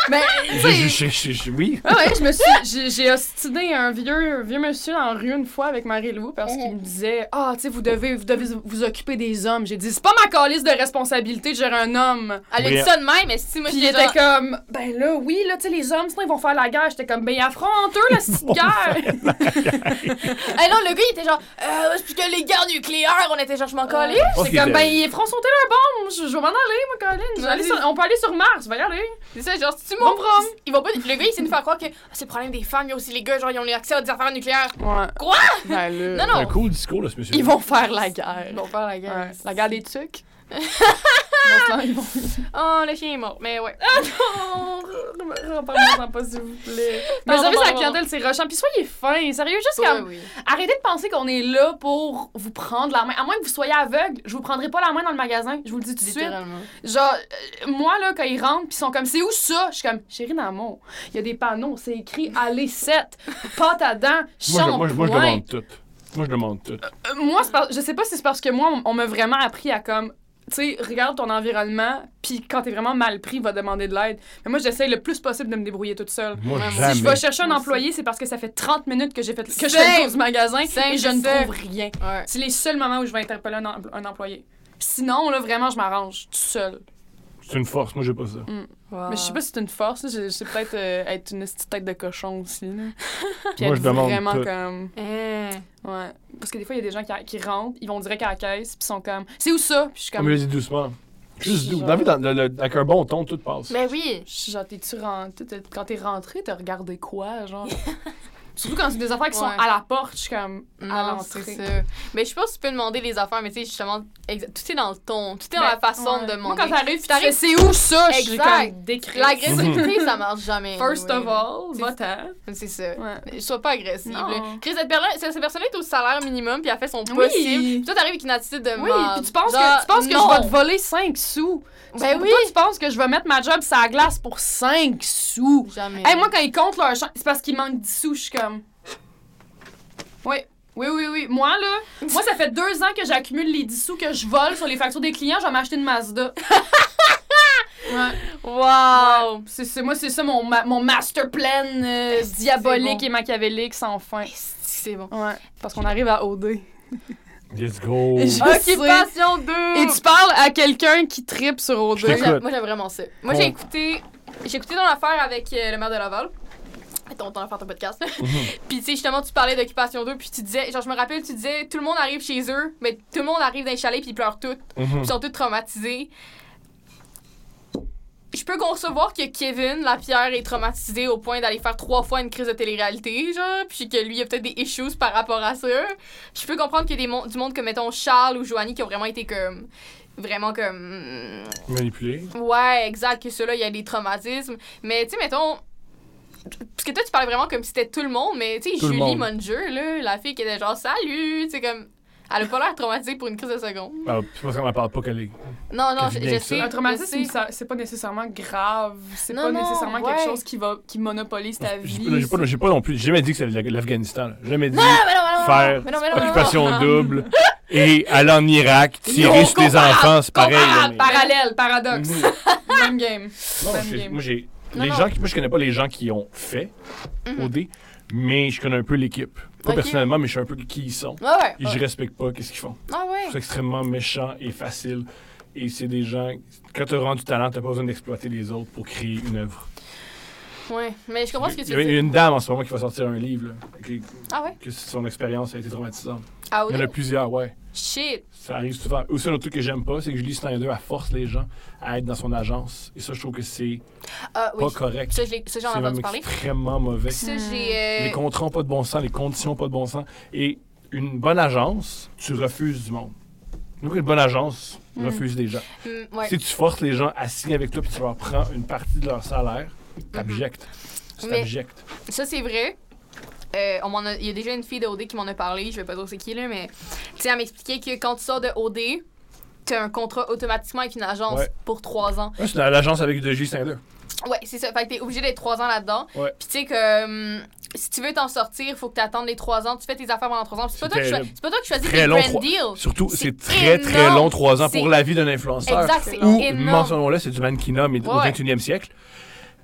S3: Ben, tu sais,
S4: J'ai- j'ai- j'ai- j'ai- Oui.
S3: Ah ouais, je me suis, j'ai- j'ai ostiné un vieux, vieux monsieur en rue une fois avec Marie-Lou parce
S2: Mm-hmm.
S3: qu'il me disait Ah, tu sais, vous devez, vous devez vous occuper des hommes. J'ai dit C'est pas ma calice de responsabilité de gérer un homme.
S2: Elle a dit
S4: Brillant.
S2: ça de même, mais si moi
S3: Puis
S2: j'étais
S3: il était
S2: genre-
S3: comme Ben là, oui, là, tu sais, les hommes, sinon ils vont faire la guerre. J'étais comme Ben, affronte-eux, la petite
S4: vont
S3: guerre.
S2: Ah non, le gars, il était genre, euh, c'est parce que les guerres nucléaires, on était genre, je m'en calais.
S4: Ok,
S3: J'étais comme Ben,
S4: ben-
S3: ils feront sauter leur bombe. Je, je vais m'en aller, moi, Colin. Je vais aller sur- on peut aller sur Mars, va y aller.
S2: C'est ça, genre, si tu
S3: Bon
S2: mon
S3: prom.
S2: il va pas. Le gars, il sait nous faire croire que Ah, c'est le problème des femmes, il y a aussi les gars, genre, ils ont eu accès aux affaires nucléaires.
S3: Ouais.
S2: Quoi?
S3: Ben là.
S2: Non,
S4: Un
S2: non.
S4: cool discours, là, ce monsieur.
S3: Ils vont faire la guerre.
S2: Ils vont faire la guerre.
S3: Ouais, La guerre des tucs. Ils vont- ils vont-
S2: Oh, le chien est mort, mais ouais.
S3: Oh, reparlez-en pas, s'il vous plaît. Mais le
S2: Pardon,
S3: service à la
S2: pardon,
S3: clientèle, c'est rochant. Puis soyez fins, sérieux. Juste comme,
S2: oui.
S3: arrêtez de penser qu'on est là pour vous prendre la main. À moins que vous soyez aveugle, je vous prendrai pas la main dans le magasin. Je vous le dis tout de suite.
S2: Littéralement.
S3: Genre, euh, moi, là, quand ils rentrent, puis ils sont comme, c'est où ça? Je suis comme, chérie d'amour, il y a des panneaux, c'est écrit allée 7, pâte à dents,
S4: Moi, je-
S3: shampoing.
S4: moi, je- moi, je demande tout. Moi, je demande tout.
S3: Euh, moi, c'est par- je sais pas si c'est parce que moi, on- on m'a vraiment appris à comme, tu sais, regarde ton environnement, puis quand t'es vraiment mal pris, va demander de l'aide. Mais moi, j'essaye le plus possible de me débrouiller toute seule.
S4: Ah, Moi,
S2: Ouais, moi,
S3: Si je
S4: jamais.
S3: vais chercher un
S2: Moi
S3: employé, c'est parce que ça fait 30 minutes que j'ai fait que
S2: Same.
S3: je fais le tour du magasin
S2: Same,
S3: et je
S2: c'est
S3: ne
S2: ça.
S3: trouve rien.
S2: Ouais.
S3: C'est les seuls moments où je vais interpeller un, em- un employé. Sinon, là, vraiment, je m'arrange tout seul.
S4: C'est une force. Moi, j'ai pas ça.
S3: Mais je sais pas si c'est une force, là. je je sais peut-être euh, être une petite tête de cochon aussi. Là. Puis être
S4: Moi, je demande
S3: vraiment
S4: tout.
S3: comme.
S2: Euh,
S3: Ouais. Parce que des fois, il y a des gens qui, qui rentrent, ils vont direct à la caisse, puis ils sont comme. C'est où ça? Puis je suis
S4: On me
S3: comme.
S4: le dit doucement. Juste doux.
S3: Genre-
S4: Dans la vie, dans le- le- avec un bon ton, tout passe.
S2: Mais oui.
S3: Je suis Genre, t'es-tu rentré? T'as- Quand t'es rentré, t'as regardé quoi? Genre. Surtout quand c'est des affaires qui sont
S2: Ouais.
S3: à la porte, je suis comme. à
S2: Non,
S3: l'entrée.
S2: c'est ça. Mais je pense que tu peux demander les affaires, mais tu sais, justement, exa- tout est dans le ton, tout est dans
S3: Ben,
S2: la façon
S3: ouais.
S2: de
S3: Moi,
S2: demander.
S3: quand t'arrives, puis tu
S2: t'arrives-
S3: fais, c'est où ça? Je suis
S2: Exact.
S3: comme décrit.
S2: L'agressivité, ça marche jamais.
S3: First
S2: anyway.
S3: of all,
S2: C'est-
S3: va-t'en.
S2: C'est ça.
S3: Ouais.
S2: Sois pas agressive.
S3: Non.
S2: là. Chris, cette personne- cette cette personne est au salaire minimum, puis elle fait son possible. Puis toi, t'arrives avec une attitude de
S3: Oui,
S2: merde.
S3: puis tu penses
S2: Genre,
S3: que, tu penses que
S2: non.
S3: je vais te voler 5 sous.
S2: Ben
S3: Tu-
S2: oui.
S3: Toi, tu penses que je vais mettre ma job sur la glace pour 5 sous.
S2: Jamais.
S3: Hey, moi, quand ils comptent leur chance, c'est parce qu'il manque 10 sous, je suis comme. Oui. Oui, oui, oui. Moi, là, moi, ça fait deux ans que j'accumule les 10 sous que je vole sur les factures des clients, je vais m'acheter une Mazda. Ouais.
S2: Wow!
S3: C'est, c'est- moi, c'est ça mon, ma- mon master plan euh,
S2: Est-ce que c'est
S3: diabolique
S2: bon?
S3: et machiavélique sans fin.
S2: C'est bon.
S3: Ouais. Parce qu'on arrive à OD.
S4: Let's go.
S3: Et je-
S2: Occupation 2!
S3: Et tu parles à quelqu'un qui tripe sur
S4: Je
S3: O2.
S4: t'écoute.
S2: Moi, j'aime vraiment ça. Moi, j'ai
S4: Bon.
S2: écouté, j'ai écouté ton affaire avec euh, le maire de Laval. Ton, ton affaire, ton podcast. puis, tu sais, justement, tu parlais d'Occupation 2, puis tu disais, genre, je me rappelle, tu disais, tout le monde arrive chez eux, mais tout le monde arrive dans les chalets, puis ils pleurent tous.
S4: Mhm.
S2: Ils sont tous traumatisés. Je peux concevoir que Kevin Lapierre est traumatisé au point d'aller faire trois fois une crise de télé-réalité, genre, puis que lui, il y a peut-être des issues par rapport à ça. Je peux comprendre qu'il y a des mon- du monde comme, mettons, Charles ou Joanie qui ont vraiment été comme. Vraiment comme.
S4: Manipulé.
S2: Ouais, exact, que ceux-là, il y a des traumatismes. Mais, tu sais, mettons. Parce que toi, tu parlais vraiment comme si c'était tout le monde, mais, tu sais,
S4: Tout le
S2: Julie
S4: monde.
S2: Munger, là, la fille qui était genre, salut, tu sais, comme. Elle a pas l'air traumatisée pour une crise de seconde.
S4: Ah, c'est parce qu'on en parle pas qu'elle est.
S2: Non, non,
S4: Que
S2: je,
S4: bien
S2: je
S4: que ça.
S2: sais.
S3: Un
S2: je
S3: traumatisme,
S2: sais.
S3: ça- c'est pas nécessairement grave. C'est
S2: Non,
S3: pas
S2: non,
S3: nécessairement
S2: ouais.
S3: quelque chose qui, va, qui monopolise ta
S4: J'ai
S3: vie.
S4: pas- j'ai pas, j'ai pas non plus. J'ai jamais dit que c'était l'Afghanistan. là. J'ai Jamais dit
S2: Ah, mais non, mais non,
S4: faire
S2: mais non, mais non, mais non,
S4: occupation
S2: non.
S4: double et aller en Irak, tirer
S3: Non,
S4: sur tes
S3: comparable,
S4: enfants, c'est pareil. là,
S3: Comparable,
S4: mais-
S3: parallèle, paradoxe.
S4: Mhm.
S3: Même game.
S4: Non,
S3: Même
S4: j'ai-
S3: game.
S4: moi, j'ai.
S2: Non,
S4: les
S2: non. Mm-hmm.
S4: gens qui, moi, je connais pas les gens qui ont fait OD, mais je connais un peu l'équipe. Pas
S2: Ok.
S4: personnellement, mais je sais un peu qui ils sont.
S2: Ah ouais.
S4: Et je respecte pas qu'est-ce qu'ils font.
S2: Ah ouais.
S4: C'est extrêmement méchant et facile. Et c'est des gens. Quand tu rends du talent, t'as pas besoin d'exploiter les autres pour créer une œuvre.
S2: Ouais. Mais je comprends ce que
S4: Il
S2: tu
S4: y
S2: veux
S4: a
S2: dire.
S4: une dame en ce moment qui va sortir un livre, là, que,
S2: Ah ouais.
S4: que son expérience a été traumatisante.
S2: Ah
S4: Il y en
S2: ouais.
S4: a plusieurs, ouais.
S2: Shit.
S4: Ça arrive souvent. Aussi, un autre truc que j'aime pas, c'est que Julie Snyder, elle force les gens à être dans son agence. Et ça, je trouve que c'est
S2: Ah oui.
S4: pas correct.
S2: Ça, je l'ai- ça, j'en ai
S4: c'est même
S2: entendu parler.
S4: extrêmement mauvais.
S2: Ça, j'ai. euh,
S4: Les contrats ont pas de bon sens, les conditions ont pas de bon sens. Et une bonne agence, tu refuses du monde. Donc, une bonne agence refuse des gens.
S2: mm, Hmm. ouais.
S4: Si tu forces les gens à signer avec toi puis tu leur prends une partie de leur salaire, t'abjectes. C'est
S2: Hmm. Mais-
S4: abject.
S2: Ça, c'est vrai. Euh, on m'en a- Il y a déjà une fille de OD qui m'en a parlé, je vais pas dire c'est qui là, mais tu sais, elle m'expliquait que quand tu sors de OD, t'as un contrat automatiquement avec une agence
S4: Ouais. pour
S2: pour trois ans.
S4: Ouais, c'est dans l'agence avec de Julie Snyder.
S2: Ouais, c'est ça. Fait que t'es obligé d'être trois ans là-dedans.
S4: Ouais.
S2: Puis tu sais que hum, si tu veux t'en sortir, faut que t'attendes les trois ans. Tu fais tes affaires pendant trois ans. Puis C'est pas,
S4: C'est
S2: toi qui choi-
S4: terrible.
S2: c'est pas toi qui choisis
S4: Très
S2: tes
S4: long,
S2: brand
S4: trois-
S2: deals.
S4: Surtout, c'est
S2: C'est
S4: très très
S2: énorme.
S4: long, trois ans
S2: C'est-
S4: pour la vie d'un influenceur.
S2: Exact, c'est
S4: Ou,
S2: énorme.
S4: mentionnons-le, c'est du mannequinat, mais au
S2: Ouais.
S4: 21e siècle.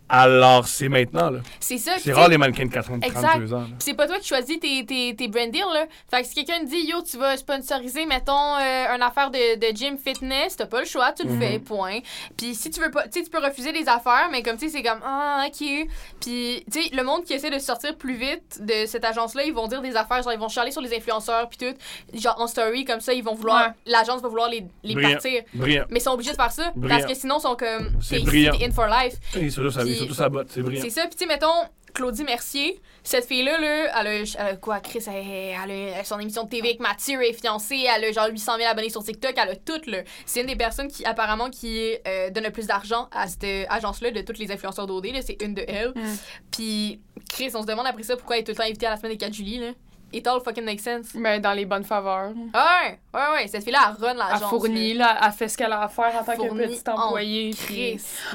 S4: Alors, c'est maintenant, là.
S2: C'est ça.
S4: C'est
S2: tu
S4: rare
S2: sais.
S4: les mannequins de 40
S2: Exact.
S4: 32 ans. là.
S2: Pis c'est pas toi qui choisis tes, tes, tes brand deals, là. Fait que si quelqu'un te dit, yo, tu vas sponsoriser, mettons, euh, une affaire de, de gym fitness, t'as pas le choix, tu le
S4: Mhm.
S2: fais, point. Puis si tu veux pas, tu sais, tu peux refuser les affaires, mais comme, tu sais, c'est comme, ah, ok. Puis, tu sais, le monde qui essaie de sortir plus vite de cette agence-là, ils vont dire des affaires, genre, ils vont charler sur les influenceurs, puis tout. Genre, en story, comme ça, ils vont vouloir,
S3: Ouais.
S2: l'agence va vouloir les, les
S4: Brillant.
S2: partir.
S4: Brillant.
S2: Mais ils sont obligés de faire ça,
S4: Brillant.
S2: parce que sinon, ils sont comme,
S4: C'est
S2: t'es-
S4: brillant.
S2: t'es in for life.
S4: Ils sont tous à- ils sont
S2: Puis-
S4: tous à la botte, c'est brillant.
S2: C'est ça. Puis, tu sais, mettons, Claudie Mercier, cette fille-là, là, elle, a, elle a quoi, Chris, elle, elle a son émission de TV avec Mathieu est fiancée, elle a genre 800 000 abonnés sur TikTok, elle a tout, là. C'est une des personnes qui, apparemment, qui euh, donne le plus d'argent à cette euh, agence-là de toutes les influenceurs d'OD, là. C'est une de elles.
S3: Mm.
S2: Puis, Chris, on se demande après ça pourquoi elle est tout le temps invitée à la semaine des 4 juillet, là. It all fucking makes sense.
S3: Ben, dans les bonnes faveurs.
S2: Ouais, ouais, ouais. Cette fille-là, elle run l'agence.
S3: Elle fournit, là, elle fait ce qu'elle a à faire en tant que
S2: Fournit
S3: petite
S2: en
S3: employée.
S2: là. Chris.
S3: puis-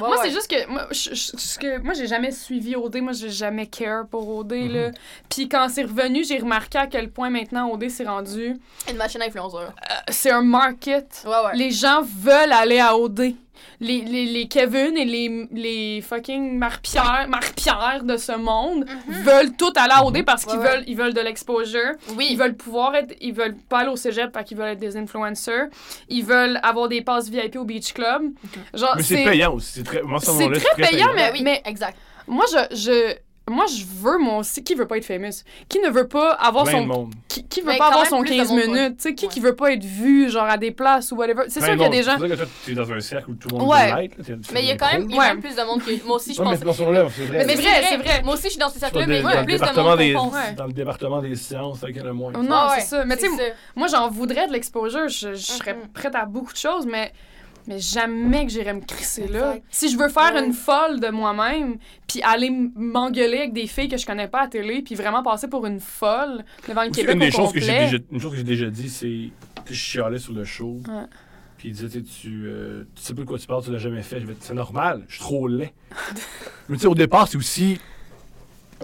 S2: Ouais,
S3: moi,
S2: ouais.
S3: c'est juste que moi, je, je- ce que- moi, j'ai jamais suivi OD, moi, j'ai jamais care pour OD. là.
S4: Mm-hmm.
S3: Puis quand c'est revenu, j'ai remarqué à quel point maintenant OD s'est rendu. euh,
S2: une machine à influenceur.
S3: C'est un market.
S2: Ouais, ouais.
S3: Les gens veulent aller à OD. Les, les, les Kevin et les, les fucking Marc-Pierre, Marc-Pierre de ce monde veulent tout aller à
S4: Mhm.
S3: OD parce qu'ils
S2: Mhm. Ouais, ouais.
S3: veulent, ils veulent de l'exposure. Ils
S2: Oui.
S3: veulent pouvoir être. Ils veulent pas aller au cégep parce qu'ils veulent être des influencers. Ils veulent avoir des passes VIP au Beach Club. Genre,
S4: Mais c'est payant aussi. C'est très, moi, ça,
S3: Ah, c'est
S4: mon là,
S3: très payant,
S2: Ben
S3: mais-
S2: oui,
S3: mais-
S2: exact.
S3: Moi, je, je, moi, je veux, moi aussi, qui veut pas être famous? Qui ne veut pas avoir
S4: Plein de
S3: son...
S4: monde.
S3: Qui, qui veut
S2: Mais Ben,
S3: pas
S2: quand
S3: avoir
S2: même
S3: son
S2: plus de
S3: 15
S2: monde, ouais.
S3: minutes? Tu sais, qui, qui
S2: Ouais.
S3: veut pas être vu, genre, à des places ou whatever? C'est
S4: Plein
S3: sûr qu'il y
S4: de
S3: a
S4: monde.
S3: des gens...
S4: C'est pour ça que toi, t'es dans un cercle où tout le monde
S3: Ouais.
S4: veut l'être, là, t'es- t'es
S2: Mais il y a
S4: des
S2: quand même, il
S4: pros.
S2: y a
S3: Ouais.
S2: même plus de monde que moi aussi, je
S4: Ouais, mais
S2: pense.
S4: c'est dans son là, c'est vrai.
S2: Mais c'est
S3: Mais
S2: vrai,
S3: vrai,
S2: c'est
S3: c'est
S2: vrai. Moi aussi, je suis dans ce
S4: Dans
S2: cercle-là,
S4: le-
S2: mais il y
S4: dans
S2: a
S4: le
S2: plus de
S4: département
S2: monde
S4: des-
S2: qu'on pense.
S3: ouais.
S4: Dans le département des sciences, c'est le moins.
S3: Non,
S2: Ouais, ouais,
S3: c'est ça. Mais tu sais,
S2: c'est
S3: moi, j'en voudrais de l'exposure. Je, je serais
S2: Mhm.
S3: prête à beaucoup de choses, mais... Mais jamais que j'irais me crisser là.
S2: Exact.
S3: Si je veux faire
S2: Ouais.
S3: une folle de moi-même, puis aller m- m'engueuler avec des filles que je connais pas à télé, puis vraiment passer pour une folle devant le
S4: Aussi,
S3: Québec
S4: une des
S3: au
S4: choses que j'ai
S3: complet.
S4: déjà, une chose que j'ai déjà dit, c'est je chialais sur le show.
S3: Ouais.
S4: Puis il disait, tu sais, tu, euh, tu sais pas de quoi tu parles, tu l'as jamais fait. Je vais- C'est normal, je suis trop laid. Mais tu sais, au départ, c'est aussi.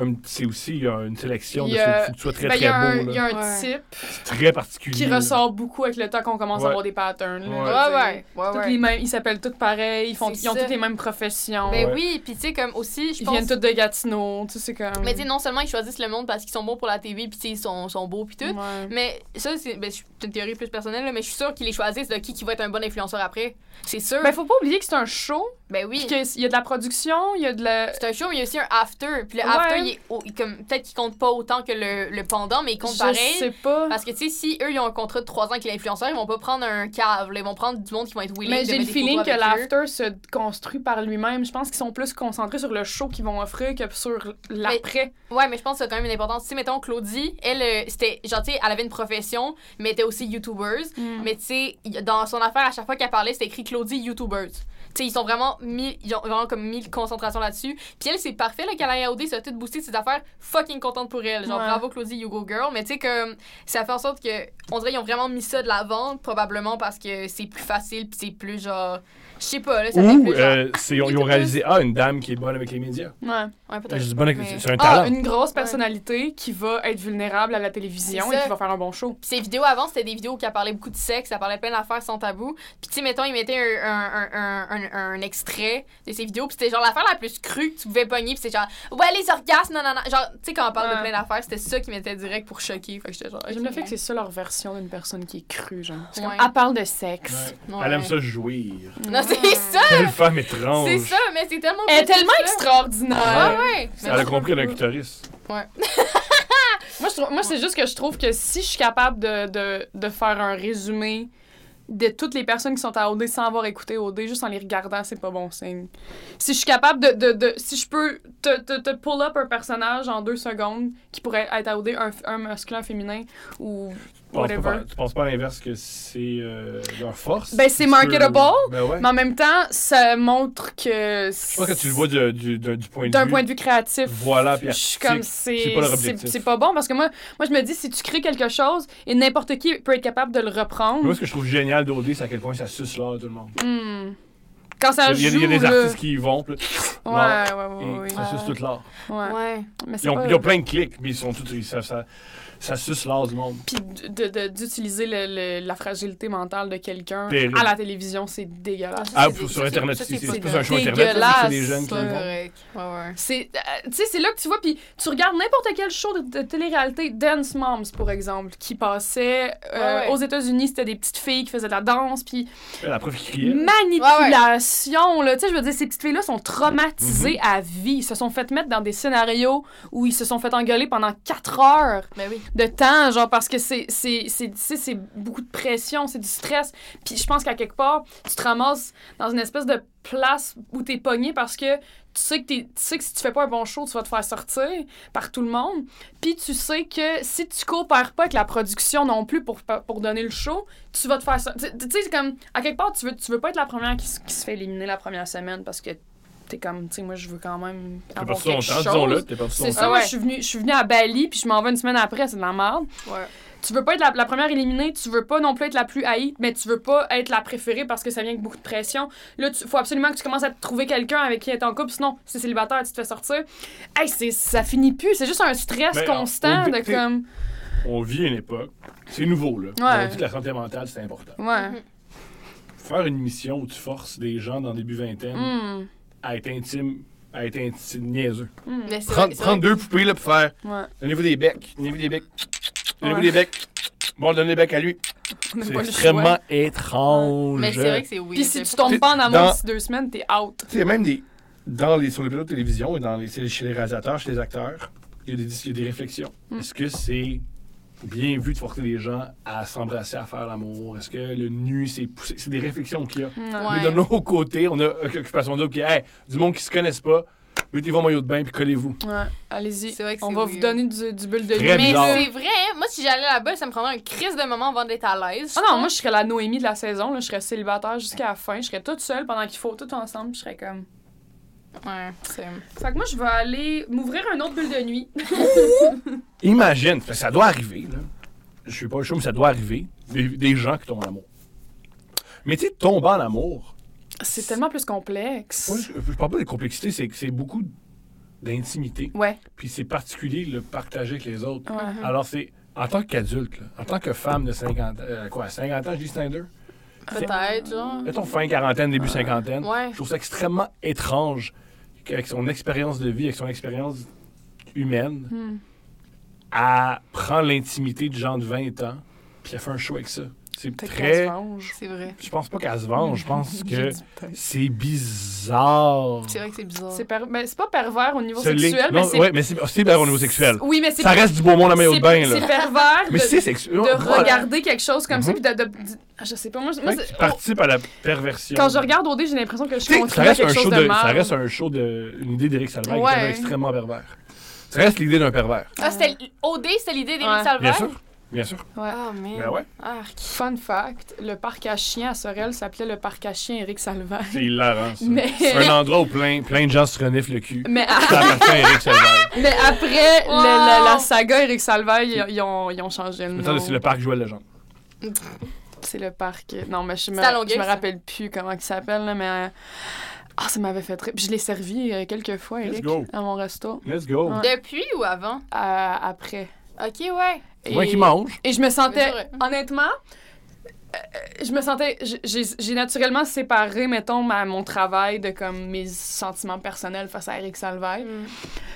S4: un petit- C'est aussi, il y a une sélection
S3: Il
S4: de
S3: y a-
S4: faut, faut que tu sois très
S3: Ben, il y a
S4: très
S3: un,
S4: beau.
S3: il y a
S4: là.
S3: un
S2: Ouais.
S3: type
S4: C'est très particulier.
S3: qui
S4: là.
S3: ressort beaucoup avec le temps qu'on commence
S4: Ouais.
S3: à avoir des patterns.
S4: Ouais.
S3: Là,
S2: Ouais,
S3: tu sais.
S2: ouais, ouais,
S3: Toutes
S2: ouais.
S3: les mêmes- ils s'appellent tous pareils, ils, font,
S2: C'est
S3: ils ont
S2: ça.
S3: toutes les mêmes professions.
S2: Ben
S4: Ouais.
S2: oui, puis tu sais, comme aussi, je
S3: ils
S2: pense.
S3: viennent tous de Gatineau, tu sais, c'est comme...
S2: Mais tu sais, non seulement ils choisissent le monde parce qu'ils sont bons pour la TV, puis tu sais, ils sont, sont beaux, puis tout.
S3: Ouais.
S2: Mais ça, c'est ben, c'est une théorie plus personnelle, là, mais je suis sûre qu'ils les choisissent de qui, qui va être un bon influenceur après. C'est sûr.
S3: Ben,
S2: Ben,
S3: faut pas oublier que c'est un show, puis
S2: oui.
S3: qu'il y a de la production, il y a de la...
S2: C'est un show, mais il y a aussi un after. Puis le
S3: Ouais.
S2: after, il est au- il- comme- peut-être qu'il compte pas autant que le, le pendant, mais il compte pareil.
S3: Je sais pas.
S2: Parce que, tu sais, si eux, ils ont un contrat de 3 ans avec l'influenceur, ils vont pas prendre un cave. là. Ils vont prendre du monde qui vont être willing
S3: Mais
S2: de
S3: j'ai le
S2: mettre des
S3: feeling que
S2: photos avec eux.
S3: l'after se construit par lui-même. Je pense qu'ils sont plus concentrés sur le show qu'ils vont offrir que sur l'après.
S2: Ouais, mais je pense que ça a quand même une importance. Tu sais, mettons, Claudie, elle, euh, c'était, genre, tu sais, elle avait une profession, mais était aussi YouTubeuse. Mm. Mais tu sais, y- dans son affaire, à chaque fois qu'elle parlait, c'était écrit Claudie YouTubeuse. Tu sais, ils sont vraiment mis, ils ont vraiment comme mis concentration là-dessus. Puis elle, c'est parfait, là, qu'elle ait AOD, ça a tout boosté ses affaires. Fucking contente pour elle. Genre,
S3: Ouais.
S2: bravo Claudie, you go girl. Mais tu sais, comme, ça fait en sorte que, on dirait, ils ont vraiment mis ça de l'avant, probablement parce que c'est plus facile, puis c'est plus genre, je sais pas, là, ça fait
S4: Ou
S2: plus genre.
S4: euh, c'est- ils ont réalisé, ah, une dame qui est bonne avec les médias.
S3: Ouais.
S2: Ouais,
S4: Je
S2: peut-être.
S4: dis bonne avec-
S2: Mais-
S4: C'est un
S3: Ah,
S4: talent.
S3: une grosse personnalité qui va être vulnérable à la télévision
S2: C'est
S3: et
S2: ça.
S3: qui va faire un bon show.
S2: Puis ses vidéos avant, c'était des vidéos qui parlaient beaucoup de sexe, ça parlait plein d'affaires sans tabou. Puis tu sais, mettons, ils mettaient un, un, un, un, un- un extrait de ses vidéos, puis c'était genre l'affaire la plus crue que tu pouvais pogner, puis c'était genre, ouais, les orgasmes, non, non, non. Genre, tu sais, quand on parle de
S3: Ouais.
S2: plein d'affaires, c'était ça qui mettait direct pour choquer. Fait que j'étais genre, hein.
S3: J'aime le fait que
S2: c'est.
S3: c'est ça leur version d'une personne qui est crue, genre. C'est
S2: Ouais.
S3: comme, elle parle de sexe.
S4: Ouais. Elle aime ça jouir.
S2: Non, c'est ça!
S3: Ah.
S4: Quelle femme étrange.
S2: C'est ça, mais c'est tellement.
S3: Elle est
S2: petit,
S3: tellement
S2: ça.
S3: extraordinaire.
S2: Ah ouais! Mais
S4: Elle a
S2: bon,
S4: compris d'un clitoris.
S3: Moi, je trouve- moi c'est juste que je trouve que si je suis capable de, de, de faire un résumé de toutes les personnes qui sont à OD sans avoir écouté OD, juste en les regardant, c'est pas bon signe. Si je suis capable de... de, de- si je peux te, te, te pull up un personnage en deux secondes qui pourrait être à OD, un, un masculin, un féminin, ou
S4: Tu penses pas,
S3: whatever.
S4: par- tu penses pas à l'inverse que c'est euh, leur force?
S3: Ben, c'est
S4: Tu peux-
S3: marketable.
S4: Ben ouais.
S3: Mais en même temps, ça montre que...
S4: Je pense que tu le vois du, du- du- du point de vue.
S3: d'un point de vue créatif.
S4: Voilà, puis
S3: je suis comme
S4: artistique.
S3: c'est
S4: c'est pas leur
S3: c'est-
S4: objectif.
S3: c'est pas bon parce que moi moi je me dis si tu crées quelque chose et n'importe qui peut être capable de le reprendre.
S4: Moi, ce que je trouve génial d'OD, c'est à quel point ça suce l'art de tout le monde.
S3: Hmm. Quand ça
S4: il, y a,
S3: joue
S4: il y a des
S3: là,
S4: artistes qui y vont, puis là,
S3: Ouais ouais ouais
S4: et
S3: ouais. ouais.
S4: ça suce tout l'art.
S3: Ouais.
S2: Ouais.
S3: Mais c'est
S4: Ils ont,
S3: pas-
S4: ils ont plein de clics, mais ils sont tous. Ils savent ça. ça suce l'as du monde.
S3: Puis de- de- d'utiliser le- le- la fragilité mentale de quelqu'un
S4: Terrible.
S3: à la télévision, c'est dégueulasse.
S4: Ah,
S2: c'est-
S4: pour- sur
S2: ça, c'est-
S4: Internet,
S2: ça,
S4: c'est
S2: c'est
S4: c'est
S2: pas
S4: plus un show Internet,
S3: dégueulasse,
S4: c'est des jeunes qui
S3: ça.
S4: le font.
S2: Correct. Ouais, ouais.
S3: C'est, euh, tu sais, c'est là que tu vois, puis tu regardes n'importe quel show de, de télé-réalité, Dance Moms, pour exemple, qui passait euh,
S2: Ouais, ouais.
S3: aux États-Unis, c'était des petites filles qui faisaient de la danse, puis
S4: La prof qui criait.
S3: manipulation, là, tu sais, je veux dire, ces petites filles-là sont traumatisées
S4: Mm-hmm.
S3: à vie, Ils se sont fait mettre dans des scénarios où ils se sont fait engueuler pendant quatre heures
S2: Ben oui.
S3: de temps, genre, parce que c'est, c'est, c'est, tu sais, c'est beaucoup de pression, c'est du stress. Puis je pense qu'à quelque part, tu te ramasses dans une espèce de place où t'es pogné parce que tu sais que, t'es- tu sais que si tu fais pas un bon show, tu vas te faire sortir par tout le monde. Puis tu sais que si tu coopères pas avec la production non plus pour, pour donner le show, tu vas te faire sortir. Tu tu sais, c'est comme, à quelque part, tu veux, tu veux pas être la première qui, se- qui se fait éliminer la première semaine parce que t'es comme, tu sais, moi, je veux quand même
S4: T'as
S3: avoir
S4: perdu ton
S3: quelque
S4: temps,
S3: chose.
S4: disons-le. T'as perdu
S3: C'est
S4: ton
S3: ça,
S4: temps.
S2: Ah
S3: moi,
S2: ouais.
S3: je suis venue, je suis venue à Bali, puis je m'en vais une semaine après, c'est de la merde.
S2: Ouais.
S3: Tu veux pas être la, la première éliminée, tu veux pas non plus être la plus haïe, mais tu veux pas être la préférée parce que ça vient avec beaucoup de pression. Là, tu, faut absolument que tu commences à te trouver quelqu'un avec qui être en couple, sinon, si t'es célibataire, tu te fais sortir. Hey, c'est, ça finit plus, c'est juste un stress
S4: Ben,
S3: constant
S4: au-
S3: de
S4: t'sais-
S3: comme.
S4: On vit une époque. C'est nouveau, là.
S3: Ouais.
S4: On dit que la santé mentale, c'est important.
S3: Ouais.
S2: Mhm.
S4: Faire une mission où tu forces des gens dans le début vingtaine
S3: Mm.
S4: à être intime, à être intime, niaiseux.
S3: Mm.
S2: Mais c'est
S4: Prendre,
S2: vrai, c'est
S4: prendre
S2: vrai.
S4: deux poupées, là, pour faire.
S3: Ouais.
S4: Donnez-vous des becs. Donnez-vous des becs. Donnez-vous
S3: Ouais.
S4: des becs. Bon, donnez des becs à lui.
S3: On a
S4: C'est
S3: pas le choix.
S4: extrêmement étrange.
S2: Mais c'est vrai que c'est oui.
S3: Puis si tu
S2: c'est-
S3: tombes pas en amour
S4: Dans-
S3: d'ici deux semaines, t'es out.
S4: Tu sais, même des, dans les, sur les plateaux de télévision et dans les, chez les réalisateurs, chez les acteurs, il y a des, dis- il y a des réflexions.
S3: Mm.
S4: Est-ce que c'est bien vu de forcer les gens à s'embrasser, à faire l'amour? Est-ce que le nu, c'est poussé? C'est des réflexions qu'il y a.
S3: Ouais.
S4: Mais de l'autre côté, on a euh, Occupation Double qui est hey, du monde qui se connaissent pas, mettez-vous en maillot de bain puis collez-vous.
S3: Ouais. Allez-y.
S2: C'est vrai que
S3: On
S2: c'est
S3: va vous
S2: weird.
S3: donner du, du bulle de
S4: Très
S3: nuit.
S2: Mais
S4: bizarre.
S2: c'est vrai, hein, moi si j'allais là-bas, ça me prendrait un crise de moment avant d'être à l'aise.
S3: Ah non, moi, je serais la Noémie de la saison. Là. Je serais célibataire jusqu'à la fin. Je serais toute seule pendant qu'il faut, tout ensemble. Je serais comme.
S2: Ouais, c'est.
S3: Fait que moi, je vais aller m'ouvrir un autre bulle de nuit.
S4: Imagine, fait que ça doit arriver, là. je suis pas chaud, mais ça doit arriver, des, des gens qui tombent en amour. Mais tu sais, tomber en amour,
S3: C'est tellement plus complexe.
S4: moi, je, je parle pas de complexité, c'est que c'est beaucoup d'intimité.
S3: Ouais.
S4: Puis c'est particulier de le partager avec les autres.
S3: Ouais.
S4: Alors, c'est en tant qu'adulte, là, en tant que femme de 50 ans, euh, quoi, 50 ans, je dis 52?
S2: Peut-être, genre.
S4: Mettons fin quarantaine, début cinquantaine.
S2: Ouais.
S4: Je trouve ça extrêmement étrange qu'avec son expérience de vie, avec son expérience humaine,
S3: Hmm.
S4: elle prend l'intimité du gens de 20 ans, puis elle fait un show avec ça. C'est
S3: Peut-être qu'on se
S4: très.
S3: venge.
S2: C'est vrai.
S4: Je pense pas qu'elle se venge, je pense que
S3: dit peut-être.
S4: c'est bizarre.
S2: C'est vrai que c'est bizarre.
S3: C'est per- ben, c'est pas pervers au niveau
S4: Ce link-
S3: sexuel, mais
S4: non,
S3: c'est.
S4: ouais, mais c'est c'est bien au niveau sexuel.
S3: Oui, mais c'est.
S4: Ça reste du beau monde à maillot de
S3: c'est-
S4: bain,
S3: C'est
S4: là.
S3: pervers
S4: Mais
S3: de,
S4: c'est Oh, sexuel.
S3: de regarder quelque chose comme ça,
S4: Mhm.
S3: puis de, de- de- ah, Je sais pas, moi, je- moi,
S4: Tu
S3: c'est-
S4: participes à la perversion.
S3: quand je regarde OD, j'ai l'impression que
S4: Tu
S3: je
S4: sais, ça
S3: contribue à
S4: reste, un
S3: quelque
S4: show
S3: chose
S4: de,
S3: de
S4: ça
S3: mal.
S4: reste un show de. Une idée d'Éric Salvaire qui est
S2: Ouais.
S4: vraiment extrêmement pervers. Ça reste l'idée d'un pervers.
S2: Ah, c'était l- OD, c'était l'idée d'Éric
S3: Ah Ouais.
S2: Salvaire?
S4: Bien sûr. Bien sûr.
S2: Ah, man.
S4: Ben ouais.
S2: Arc.
S3: Fun fact, le parc à chiens à Sorel s'appelait le parc à chiens Éric Salvaire.
S4: C'est hilarant, ça.
S3: Mais-
S4: C'est un endroit où plein, plein de gens se reniflent le cul.
S3: Mais, a-
S4: Ça appartient à Éric Salvaire.
S3: mais après
S2: Wow!
S3: le- le- la saga Éric Salveille, ils, ils ont, ils ont changé le nom.
S4: Attends, c'est le parc Joël Legendre.
S3: C'est le parc. euh, Non, mais je me,
S2: C'est à Longueuil,
S3: je me
S2: ça?
S3: rappelle plus comment il s'appelle, là, mais. euh, Ah, ça m'avait fait trip. Je l'ai servi euh, quelques fois,
S4: Let's
S3: Éric,
S4: go.
S3: à mon resto,
S4: Let's go.
S3: Ouais.
S2: Depuis ou avant?
S3: euh, après.
S2: Ok, ouais.
S3: Et-
S4: Moi qui mange.
S3: Et je me sentais,
S2: Mais
S3: honnêtement, euh, je me sentais, j- j'ai j'ai naturellement séparé, mettons, ma, mon travail de comme mes sentiments personnels face à Eric Salvaille.
S2: Mm.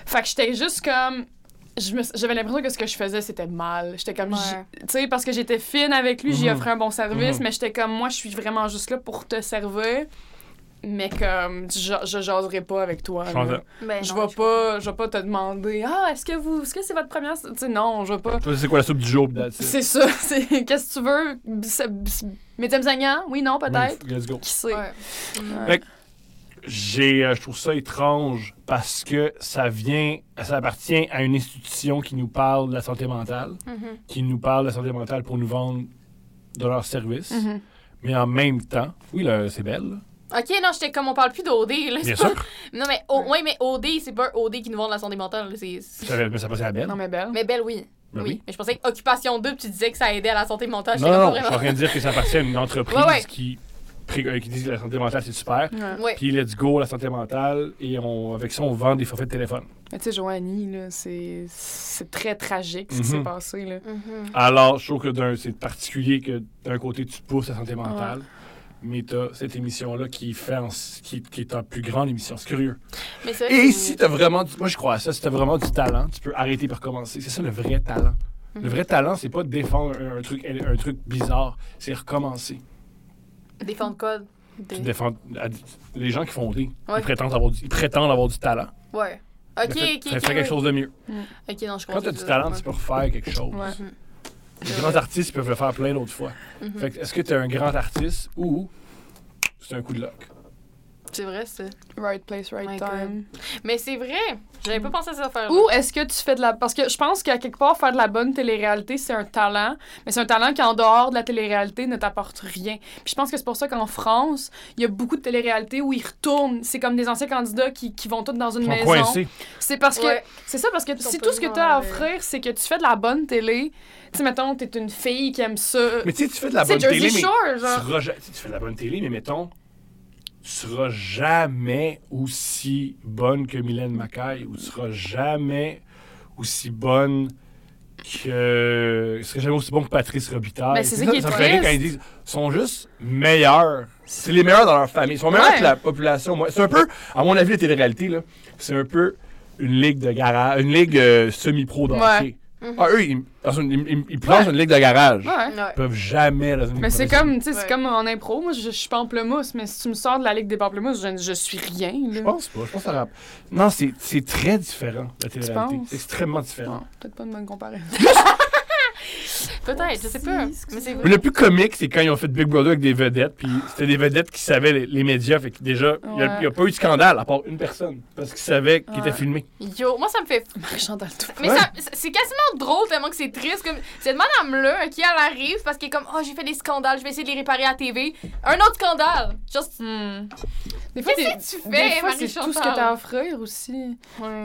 S3: Fait que j'étais juste comme. je me- J'avais l'impression que ce que je faisais, c'était mal. J'étais comme.
S2: Ouais.
S3: j- Tu sais, parce que j'étais fine avec lui, j'y
S4: Mhm.
S3: offrais un bon service,
S4: Mhm.
S3: mais j'étais comme, moi, je suis vraiment juste là pour te servir. Mais comme, je, je jaserai pas avec toi.
S4: Je
S3: là.
S4: comprends.
S2: Ben
S3: Je
S2: non,
S3: vais pas, je vais pas te demander, ah, est-ce que vous, est-ce que c'est votre première. Tu sais, non, je vais pas.
S4: Toi, c'est quoi la soupe du jour? pis that's it.
S3: C'est ça, c'est. Qu'est-ce que tu veux? Bissa- bis- Mesdames Agnan? Oui, non, peut-être?
S4: Let's go.
S3: Qui sait?
S2: Ouais.
S3: Ouais.
S4: Fait que J'ai, euh, je trouve ça étrange parce que ça vient, ça appartient à une institution qui nous parle de la santé mentale.
S2: Mhm.
S4: qui nous parlent de la santé mentale pour nous vendre de leurs services,
S3: Mhm.
S4: mais en même temps, oui, là, c'est belle. là.
S2: Ok, non, j'étais comme on parle plus d'OD. là, c'est
S4: Bien
S2: pas-
S4: sûr,
S2: Non, mais, oh, ouais, mais OD, c'est pas OD qui nous vend de la santé mentale. là, c'est- c'est-
S4: ça, mais ça passait à belle.
S3: Non, mais belle.
S2: Mais Belle, oui.
S4: Ben
S2: oui.
S4: oui.
S2: Mais je pensais que Occupation 2, puis tu disais que ça aidait à la santé mentale.
S4: non,
S2: j'étais
S4: non,
S2: comme pas
S4: je suis en
S2: vraiment-
S4: train de dire que ça appartient à une entreprise
S2: Ouais, ouais.
S4: qui pré- euh, qui disent que la santé mentale, c'est super.
S3: Ouais.
S2: Ouais.
S4: Puis let's go, la santé mentale. Et on, avec ça, on vend des forfaits de téléphone.
S3: Mais tu sais, Joanie, là, c'est c'est très tragique ce qui
S4: Mhm.
S3: s'est passé. Là.
S2: Mhm.
S4: Alors, je trouve que d'un, c'est particulier que d'un côté, tu pousses la santé mentale. Mais t'as cette émission-là qui fait en s- qui, qui est ta plus grande émission. C'est curieux.
S2: Mais c'est vrai que
S4: Et
S2: c'est-
S4: si t'as vraiment du- Moi, je crois à ça. Si t'as vraiment du talent, tu peux arrêter par commencer. C'est ça le vrai talent. Le
S2: Mhm.
S4: vrai talent, c'est pas de défendre un, un truc, un truc bizarre, c'est recommencer.
S2: Défendre code.
S4: Tu défends à- les gens qui font rire.
S2: Ouais.
S4: Ils, prétendent avoir du, ils prétendent avoir du talent.
S2: Ouais. Ok,
S4: Mais
S2: ok,
S4: fait- fait-
S2: ok.
S4: fait
S2: ouais.
S4: quelque chose de mieux.
S2: Ok, non, je comprends.
S4: Quand t'as du talent, tu peux refaire quelque chose.
S3: Ouais.
S4: Les grands artistes ils peuvent le faire plein d'autres fois.
S2: Mhm.
S4: Fait que est-ce que t'es un grand artiste ou c'est un coup de luck?
S2: C'est vrai, ça.
S3: Right place, right
S2: My
S3: time.
S2: Mais c'est vrai. J'avais pas pensé à ça faire.
S3: Ou est-ce que tu fais de la. Parce que je pense qu'à quelque part, faire de la bonne télé-réalité, c'est un talent, mais c'est un talent qui, en dehors de la télé-réalité, ne t'apporte rien. Puis je pense que c'est pour ça qu'en France, il y a beaucoup de télé-réalités où ils retournent. C'est comme des anciens candidats qui, qui vont tous dans une
S4: Ils sont
S3: maison.
S4: coincés.
S3: C'est parce que.
S2: Ouais.
S3: C'est ça, parce que
S2: sont
S3: si
S2: pas
S3: tout ce que
S2: dans
S3: tu as à
S2: le-
S3: offrir, c'est que tu fais de la bonne télé. Tu sais, mettons, t'es une fille qui aime ça.
S4: Mais tu sais, tu fais de la
S3: C'est
S4: bonne télé,
S3: Euh, Jersey
S4: mais
S3: Shore,
S4: tu,
S3: genre.
S4: seras ja- tu sais, tu fais de la bonne télé, mais mettons, tu seras jamais aussi bonne que Mylène Macaille ou tu seras jamais aussi bonne que... Tu serais jamais aussi bon que Patrice Robitaille.
S3: Ben, c'est ça qui est
S4: ça me fait rire
S3: triste.
S4: quand ils disent « sont juste meilleurs ». C'est les meilleurs dans leur famille. Ils sont meilleurs
S3: Ouais.
S4: que la population. Moi, C'est un peu, à mon avis, la télé-réalité, là, c'est un peu une ligue de garage, une ligue euh, semi-pro de
S3: Ouais. Mm-hmm.
S4: hockey. Ah, eux, ils, dans une- ils- ils- ils lancent une ligue de garage.
S3: Ouais.
S4: Ils peuvent jamais dans une
S3: Mais c'est
S4: profession.
S3: comme, tu sais, c'est
S2: Ouais.
S3: comme en impro, moi, je, je suis pamplemousse, mais si tu me sors de la Ligue des pamplemousses, je, je suis rien, là.
S4: Je pense pas. Je pense que ça rap- Non, c'est c'est très différent, la télé-réalité.
S3: penses?
S4: C'est extrêmement
S3: Non,
S4: différent.
S3: peut-être pas une bonne comparaison.
S2: Peut-être, je sais pas. Mais c'est
S4: Mais le plus comique, c'est quand ils ont fait Big Brother avec des vedettes, puis c'était des vedettes qui savaient les, les médias, fait que déjà, il n'y a,
S3: Ouais.
S4: il y a pas eu de scandale, à part une personne, parce qu'ils savaient qu'ils
S3: Ouais.
S4: étaient filmés.
S2: Yo, moi ça me fait.
S3: Marie-Chantal Toupin.
S2: Mais
S4: Ouais.
S2: ça, c'est quasiment drôle tellement que c'est triste. Comme cette madame-là hein, qui elle arrive parce qu'elle est comme oh j'ai fait des scandales, je vais essayer de les réparer à la TV. Un autre scandale. Juste.
S3: Hmm. Des fois, t'es-
S2: Qu'est-ce que tu
S3: des
S2: fais,
S3: fois, c'est tout ce que t'as à offrir aussi. Des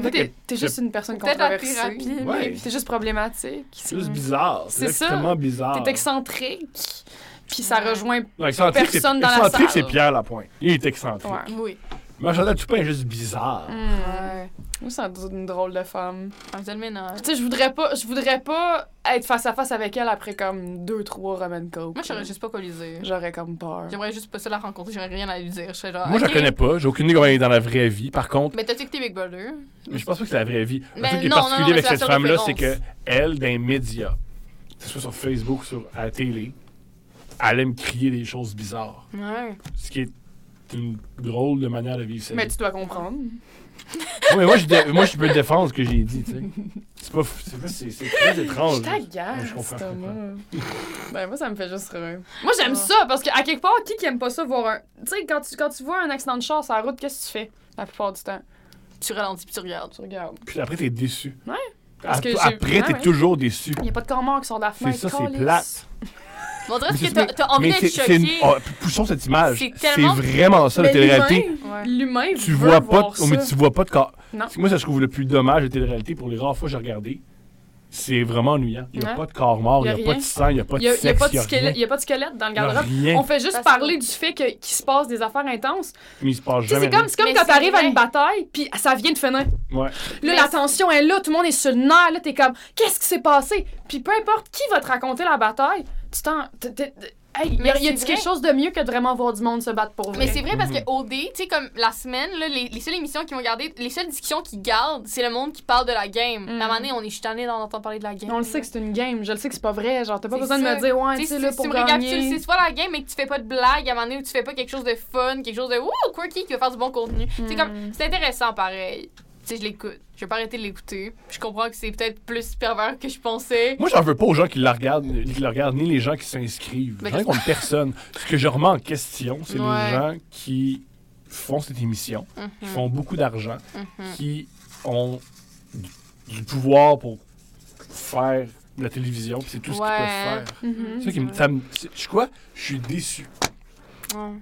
S3: fois, T'es t'es juste une personne
S2: Peut-être la
S3: controversée.
S2: thérapie. mais-
S4: Ouais.
S3: T'es juste problématique.
S4: C'est juste bizarre. C'est
S3: C'est ça.
S4: extrêmement bizarre.
S3: T'es excentrique. Puis ça
S2: Ouais.
S3: rejoint.
S4: Non, excentrique, c'est
S3: personne dans la
S4: excentrique, c'est
S3: salle.
S4: Pierre Lapointe. Il est excentrique.
S3: Ouais.
S2: Oui.
S4: Mais Chantal Toupin est juste bizarre.
S3: Hmm.
S2: Ouais.
S3: Moi, c'est une drôle de femme.
S2: Elle faisait le ménage.
S3: Tu sais, je voudrais pas, je voudrais pas être face à face avec elle après comme deux, trois Roman
S2: Moi
S3: Coke.
S2: je
S3: là.
S2: saurais juste pas quoi lui dire.
S3: J'aurais comme peur.
S2: J'aimerais juste pas ça la rencontrer, j'aurais rien à lui dire. Je serais genre.
S4: Moi, je
S2: ok,
S4: la connais pas. J'ai aucune idée comment elle est dans la vraie vie. Par contre,
S2: Mais t'as-tu écouté Big Brother?
S4: Mais je pense pas que c'est la vraie vie. Le
S2: Mais
S4: truc qui est
S2: Ben non, non,
S4: particulier
S2: non,
S4: avec
S2: mais c'est
S4: cette
S2: la seule
S4: femme-là, c'est que
S2: référence.
S4: elle, dans les médias, que ce soit sur Facebook ou sur à la télé, elle aime crier des choses bizarres.
S2: Ouais.
S4: Ce qui est une drôle de manière de vivre ça.
S3: Mais tu dois comprendre.
S4: mais moi, je dé- moi, je peux défendre ce que j'ai dit, tu sais. C'est pas, f- c'est pas- c'est- c'est très étrange.
S3: Je t'agace,
S4: Oh, Je comprends, je
S3: Thomas. ben, moi, ça me fait juste rire. Ah. Moi, j'aime ça parce qu'à quelque part, qui qui aime pas ça voir un. Tu sais, quand tu, quand tu vois un accident de char sur la route, qu'est-ce que tu fais la plupart du temps?
S2: Tu ralentis puis tu regardes.
S3: Tu regardes.
S4: Puis après, t'es déçu.
S3: Ouais. Parce
S4: Après,
S3: que j'ai-
S4: après, t'es
S3: Ouais, ouais.
S4: toujours déçu.
S3: Il n'y a pas de corps morts qui sont de la
S4: C'est
S3: fenêtre.
S4: ça, c'est
S3: câlisse.
S4: plate.
S2: Mais on dirait
S4: Mais
S2: que
S4: c'est-
S2: t'as t'as envie d'être
S4: mais c'est- c'est une-
S2: choqué.
S4: oh, poussons cette image.
S2: C'est
S4: C'est
S2: tellement-
S4: vraiment ça, la
S3: Mais
S4: télé-réalité.
S3: l'humain-
S2: Ouais.
S3: L'humain,
S4: tu
S3: veut
S4: vois pas,
S3: voir
S4: oh, mais
S3: ça.
S4: tu vois pas de corps.
S3: Non.
S4: C'est que Moi, ça, je trouve le plus dommage de télé-réalité pour les rares fois que j'ai regardé. C'est vraiment ennuyant. Il n'y a
S3: Ouais.
S4: pas de corps mort,
S3: Y
S4: il
S3: a
S4: n'y a, pas
S3: rien.
S4: de sang, il n'y a pas
S3: Il
S4: de
S3: n'y a, il y a
S4: sexe,
S3: pas de
S4: il n'y a rien.
S3: squelette- il y a pas de squelette dans le
S4: Il y a
S3: garde-robe.
S4: rien,
S3: On fait juste
S2: Parce
S3: parler du fait que- qu'il se passe des affaires intenses.
S4: mais il se passe
S3: Tu sais,
S4: jamais
S3: c'est comme,
S4: rien.
S3: c'est comme
S2: Mais
S3: quand
S2: c'est
S3: t'arrives à
S2: vrai.
S3: une bataille, puis ça vient de finir.
S4: Ouais.
S3: Là,
S2: Mais
S3: la
S2: c'est-
S3: tension est là, tout le monde est sur le nerf, là, t'es comme, qu'est-ce qui s'est passé? Puis peu importe qui va te raconter la bataille, tu t'en. t'es- t'es- t'es- Hey, y
S2: Mais
S3: a, y a
S2: c'est
S3: quelque
S2: vrai.
S3: chose de mieux que de vraiment voir du monde se battre pour vrai?
S2: Mais c'est vrai parce que OD, tu sais, comme la semaine, là, les, les seules émissions qu'ils vont garder, les seules discussions qu'ils gardent, c'est le monde qui parle de la game.
S3: Mhm.
S2: À un moment donné, on est chutané d'en entendre parler de la game.
S3: On le sait que c'est une game, je le sais que c'est pas vrai, genre, t'as pas
S2: C'est
S3: besoin de
S2: ça.
S3: me dire, ouais,
S2: Tu
S3: tu
S2: sais,
S3: sais,
S2: si,
S3: là,
S2: si
S3: pour
S2: tu me récapitules,
S3: gagner.
S2: c'est soit la game et que tu fais pas de blague, à un moment donné, ou tu fais pas quelque chose de fun, quelque chose de wouh, quirky, qui va faire du bon contenu. C'est
S3: Mm.
S2: comme, c'est intéressant pareil. Tu sais, je l'écoute. Je vais pas arrêter de l'écouter. Je comprends que c'est peut-être plus pervers que je pensais.
S4: Moi, j'en veux pas aux gens qui la regardent, ni- qui la regardent ni les gens qui s'inscrivent.
S2: Mais
S4: J'en ai contre personne. Ce que je remets en question, c'est
S2: Ouais. Mm-hmm.
S4: les gens qui font cette émission, qui font beaucoup d'argent, qui ont du, du pouvoir pour faire de la télévision, puis c'est tout ce qu'ils
S2: Ouais. Mm-hmm.
S4: peuvent faire.
S3: Mhm.
S4: C'est ça qui me- ça me- c'est- Je suis quoi? Je suis déçu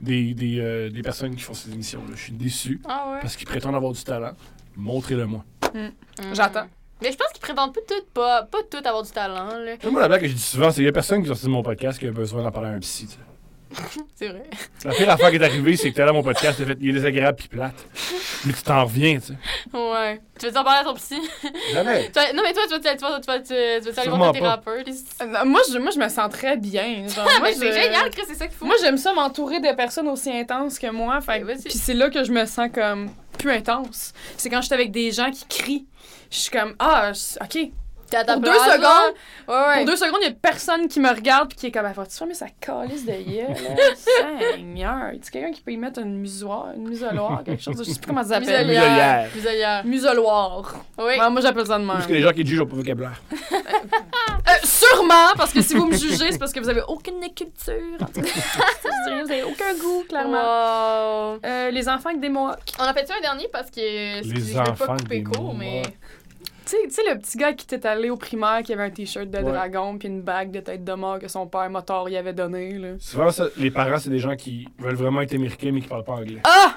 S4: des, des, euh, des personnes qui font ces émissions-là. Je suis déçu
S2: Ah ouais.
S4: parce qu'ils prétendent avoir du talent. Montrez-le-moi.
S2: Mhm.
S3: J'attends.
S2: Mais je pense qu'ils prétendent pas tout, pas, pas tout avoir du talent, là.
S4: Tu sais, Moi, la blague que je dis souvent, c'est qu'il y a personne qui sortit de mon podcast qui a besoin d'en parler à un psy. tu sais.
S2: C'est vrai.
S4: La pire affaire qui est arrivée, c'est que t'as là mon podcast, t'as fait, il est désagréable pis plate. Mais tu t'en reviens, tu sais.
S2: Ouais. Tu veux en parler à ton psy?
S4: Jamais.
S2: Tu vas- Non, mais toi, tu vas tu vas- tu vas- tu vas- tu vas aller voir
S4: Sûrement
S2: ton
S4: pas.
S2: thérapeute. et-
S3: Euh, Moi, je, moi, je me sens très bien. Genre,
S2: Ah,
S3: moi,
S2: mais c'est
S3: je-
S2: génial, Chris, c'est ça qu'il faut.
S3: Moi, j'aime ça m'entourer de personnes aussi intenses que moi. Fait,
S2: Ben, vas-y.
S3: puis c'est là que je me sens comme plus intense. C'est quand je suis avec des gens qui crient. Je suis comme, ah, je- OK.
S2: T'as ta
S3: Pour
S2: place,
S3: deux
S2: là.
S3: secondes,
S2: Ouais, ouais.
S3: Pour deux secondes, il y a personne qui me regarde puis qui est comme, ah, vas-tu fermer sa calisse de gueule? là? Seigneur. Tu quelqu'un qui peut y mettre une musoir, une musoloire, quelque chose? Je sais plus comment ça s'appelle.
S4: Muselière. Muselière.
S2: Muselière.
S3: Musoloire.
S2: Oui.
S3: Ouais, moi, j'appelle ça de même.
S4: Parce que les gens qui te jugent ont pas de vocabulaire.
S3: Euh, sûrement, parce que si vous me jugez, c'est parce que vous avez aucune culture. En tout cas, je dirais, vous avez aucun goût, clairement.
S2: Wow.
S3: Euh, les enfants avec des mohawks.
S2: On a fait ça un dernier parce que. excusez, je vais
S4: enfants
S2: pas couper
S4: des
S2: court,
S4: Mohawks.
S2: mais.
S3: Tu sais- tu sais, le petit gars qui était allé au primaire, qui avait un t-shirt de
S4: Ouais.
S3: dragon puis une bague de tête de mort que son père moteur y avait donné. Là.
S4: Souvent, ça, les parents, c'est des gens qui veulent vraiment être américains mais qui parlent pas anglais.
S3: Ah!